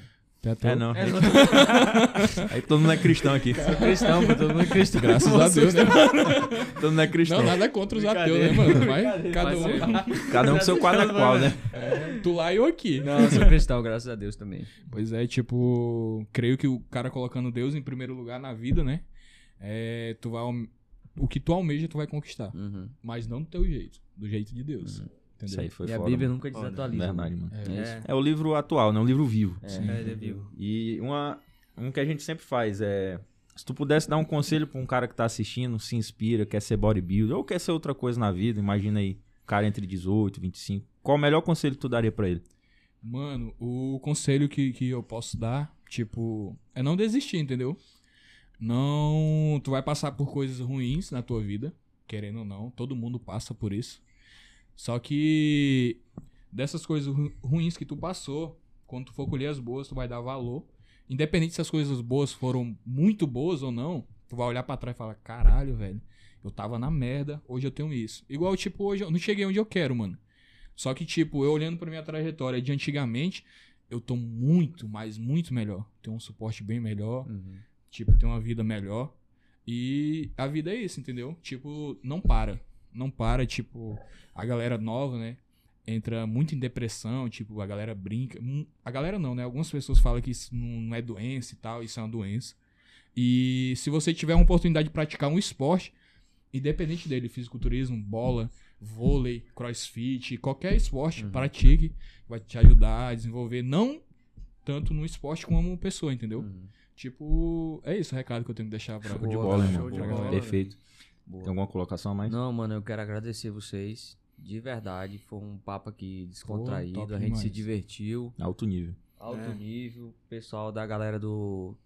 Tá ateu? É, não. Aí todo mundo é cristão aqui. Cristão, pô, todo mundo é cristão. Graças a Deus, né? Todo mundo é Não, cristão. nada contra os ateus, né, mano? Mas cada Mas um. Cada um com seu quadro é qual, né? Tu lá e eu aqui. Não, eu sou cristão, graças a Deus também. Pois é, tipo, creio que o cara colocando Deus em primeiro lugar na vida, né? É, tu vai. alme- O que tu almeja, tu vai conquistar. Mas não do teu jeito. Do jeito de Deus. Entendeu? Uhum. Isso aí foi E a foda. Bíblia mano. nunca desatualiza. Verdade, mano. É, né? É o livro atual, né? Um livro vivo. né? É. ele é vivo. E uma, um que a gente sempre faz é... Se tu pudesse dar um conselho pra um cara que tá assistindo, se inspira, quer ser bodybuilder ou quer ser outra coisa na vida, imagina aí, um cara entre 18 e 25, qual o melhor conselho que tu daria pra ele? Mano, o conselho que, que eu posso dar, tipo, é não desistir, entendeu? Não. Tu vai passar por coisas ruins na tua vida, querendo ou não, todo mundo passa por isso. Só que dessas coisas ru- ruins que tu passou, quando tu for colher as boas, tu vai dar valor. Independente se as coisas boas foram muito boas ou não, tu vai olhar pra trás e falar: caralho, velho, eu tava na merda, hoje eu tenho isso. Igual, tipo, hoje eu não cheguei onde eu quero, mano. Só que, tipo, eu olhando pra minha trajetória de antigamente, eu tô muito, mas muito melhor. Tenho um suporte bem melhor, tipo, tenho uma vida melhor. E a vida é isso, entendeu? Tipo, não para. Não para, tipo, a galera nova, né? entra muito em depressão, tipo, a galera brinca. Hum, A galera não, né? Algumas pessoas falam que isso não é doença e tal, isso é uma doença. E se você tiver uma oportunidade de praticar um esporte, independente dele, fisiculturismo, bola, vôlei, crossfit, qualquer esporte, pratique, vai te ajudar a desenvolver, não tanto no esporte como pessoa, entendeu? Uhum. Tipo, é isso o recado que eu tenho que deixar pra, Show de pra bola, galera. irmão. Pra galera. Perfeito. Tem alguma colocação a mais? Não, mano, eu quero agradecer vocês. De verdade, foi um papo aqui descontraído. top a gente se demais. divertiu. Alto nível. Alto nível. Pessoal da galera do.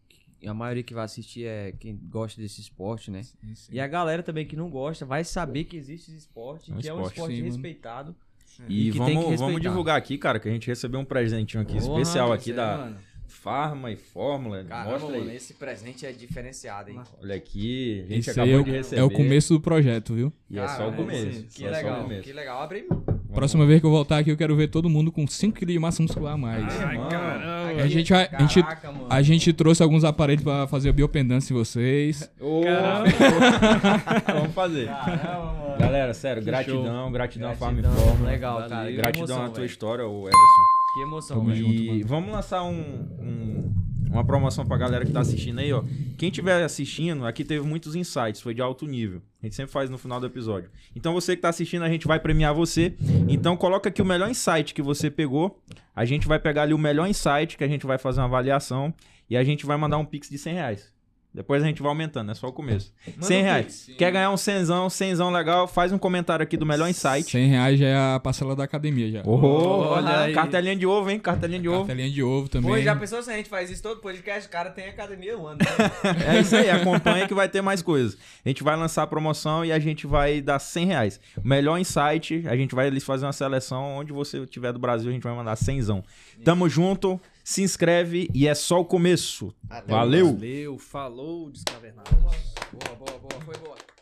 A maioria que vai assistir é quem gosta desse esporte, né? Sim, sim. E a galera também que não gosta vai saber que existe esse esporte, É um que é um esporte, esporte sim, mano. respeitado. E, É. E que tem que vamos, respeitar. vamos divulgar aqui, cara, que a gente recebeu um presentinho aqui Porra, especial aqui Sério, da mano. Farma e Fórmula. Mostra aí. esse presente é diferenciado, hein? Olha aqui, a gente Esse aí acabou é de o, receber. é o começo do projeto, viu? E é só o Caramba, começo. Que é só o legal, começo. que legal. Abre aí. Próxima vez que eu voltar aqui, eu quero ver todo mundo com 5 kg de massa muscular a mais. Mano, a, gente, vai- a, gente, Caraca, mano. a gente trouxe alguns aparelhos pra fazer a biopendância em vocês. ô, Vamos fazer. Galera, sério, gratidão, gratidão, à Farma e Gratidão, Fórmula. Legal, cara. Que Gratidão emoção, à tua velho. história, ô Everson. Que emoção, Tamo velho. junto, e mano. vamos lançar um, um- uma promoção pra galera que tá assistindo aí, ó. Quem tiver assistindo, aqui teve muitos insights, foi de alto nível. A gente sempre faz no final do episódio. Então você que tá assistindo, a gente vai premiar você. Então coloca aqui o melhor insight que você pegou. A gente vai pegar ali o melhor insight, que a gente vai fazer uma avaliação. E a gente vai mandar um pix de 100 reais. Depois a gente vai aumentando, é só o começo. 100 reais. Quer ganhar um cenzão, cenzão legal? Faz um comentário aqui do melhor insight. 100 reais já é a parcela da academia já. Oh, Olha aí. Cartelinha de ovo, hein? Cartelinha de ovo. Cartelinha de ovo também. Pô, já pensou se a gente faz isso todo podcast? O cara tem academia um ano. É isso aí, acompanha que vai ter mais coisas. A gente vai lançar a promoção e a gente vai dar 100 reais. O melhor insight, a gente vai ali fazer uma seleção. Onde você estiver do Brasil, a gente vai mandar 100zão. Tamo junto, se inscreve e é só o começo. Valeu! Valeu, falou, descavernados. boa, boa, boa. Foi boa.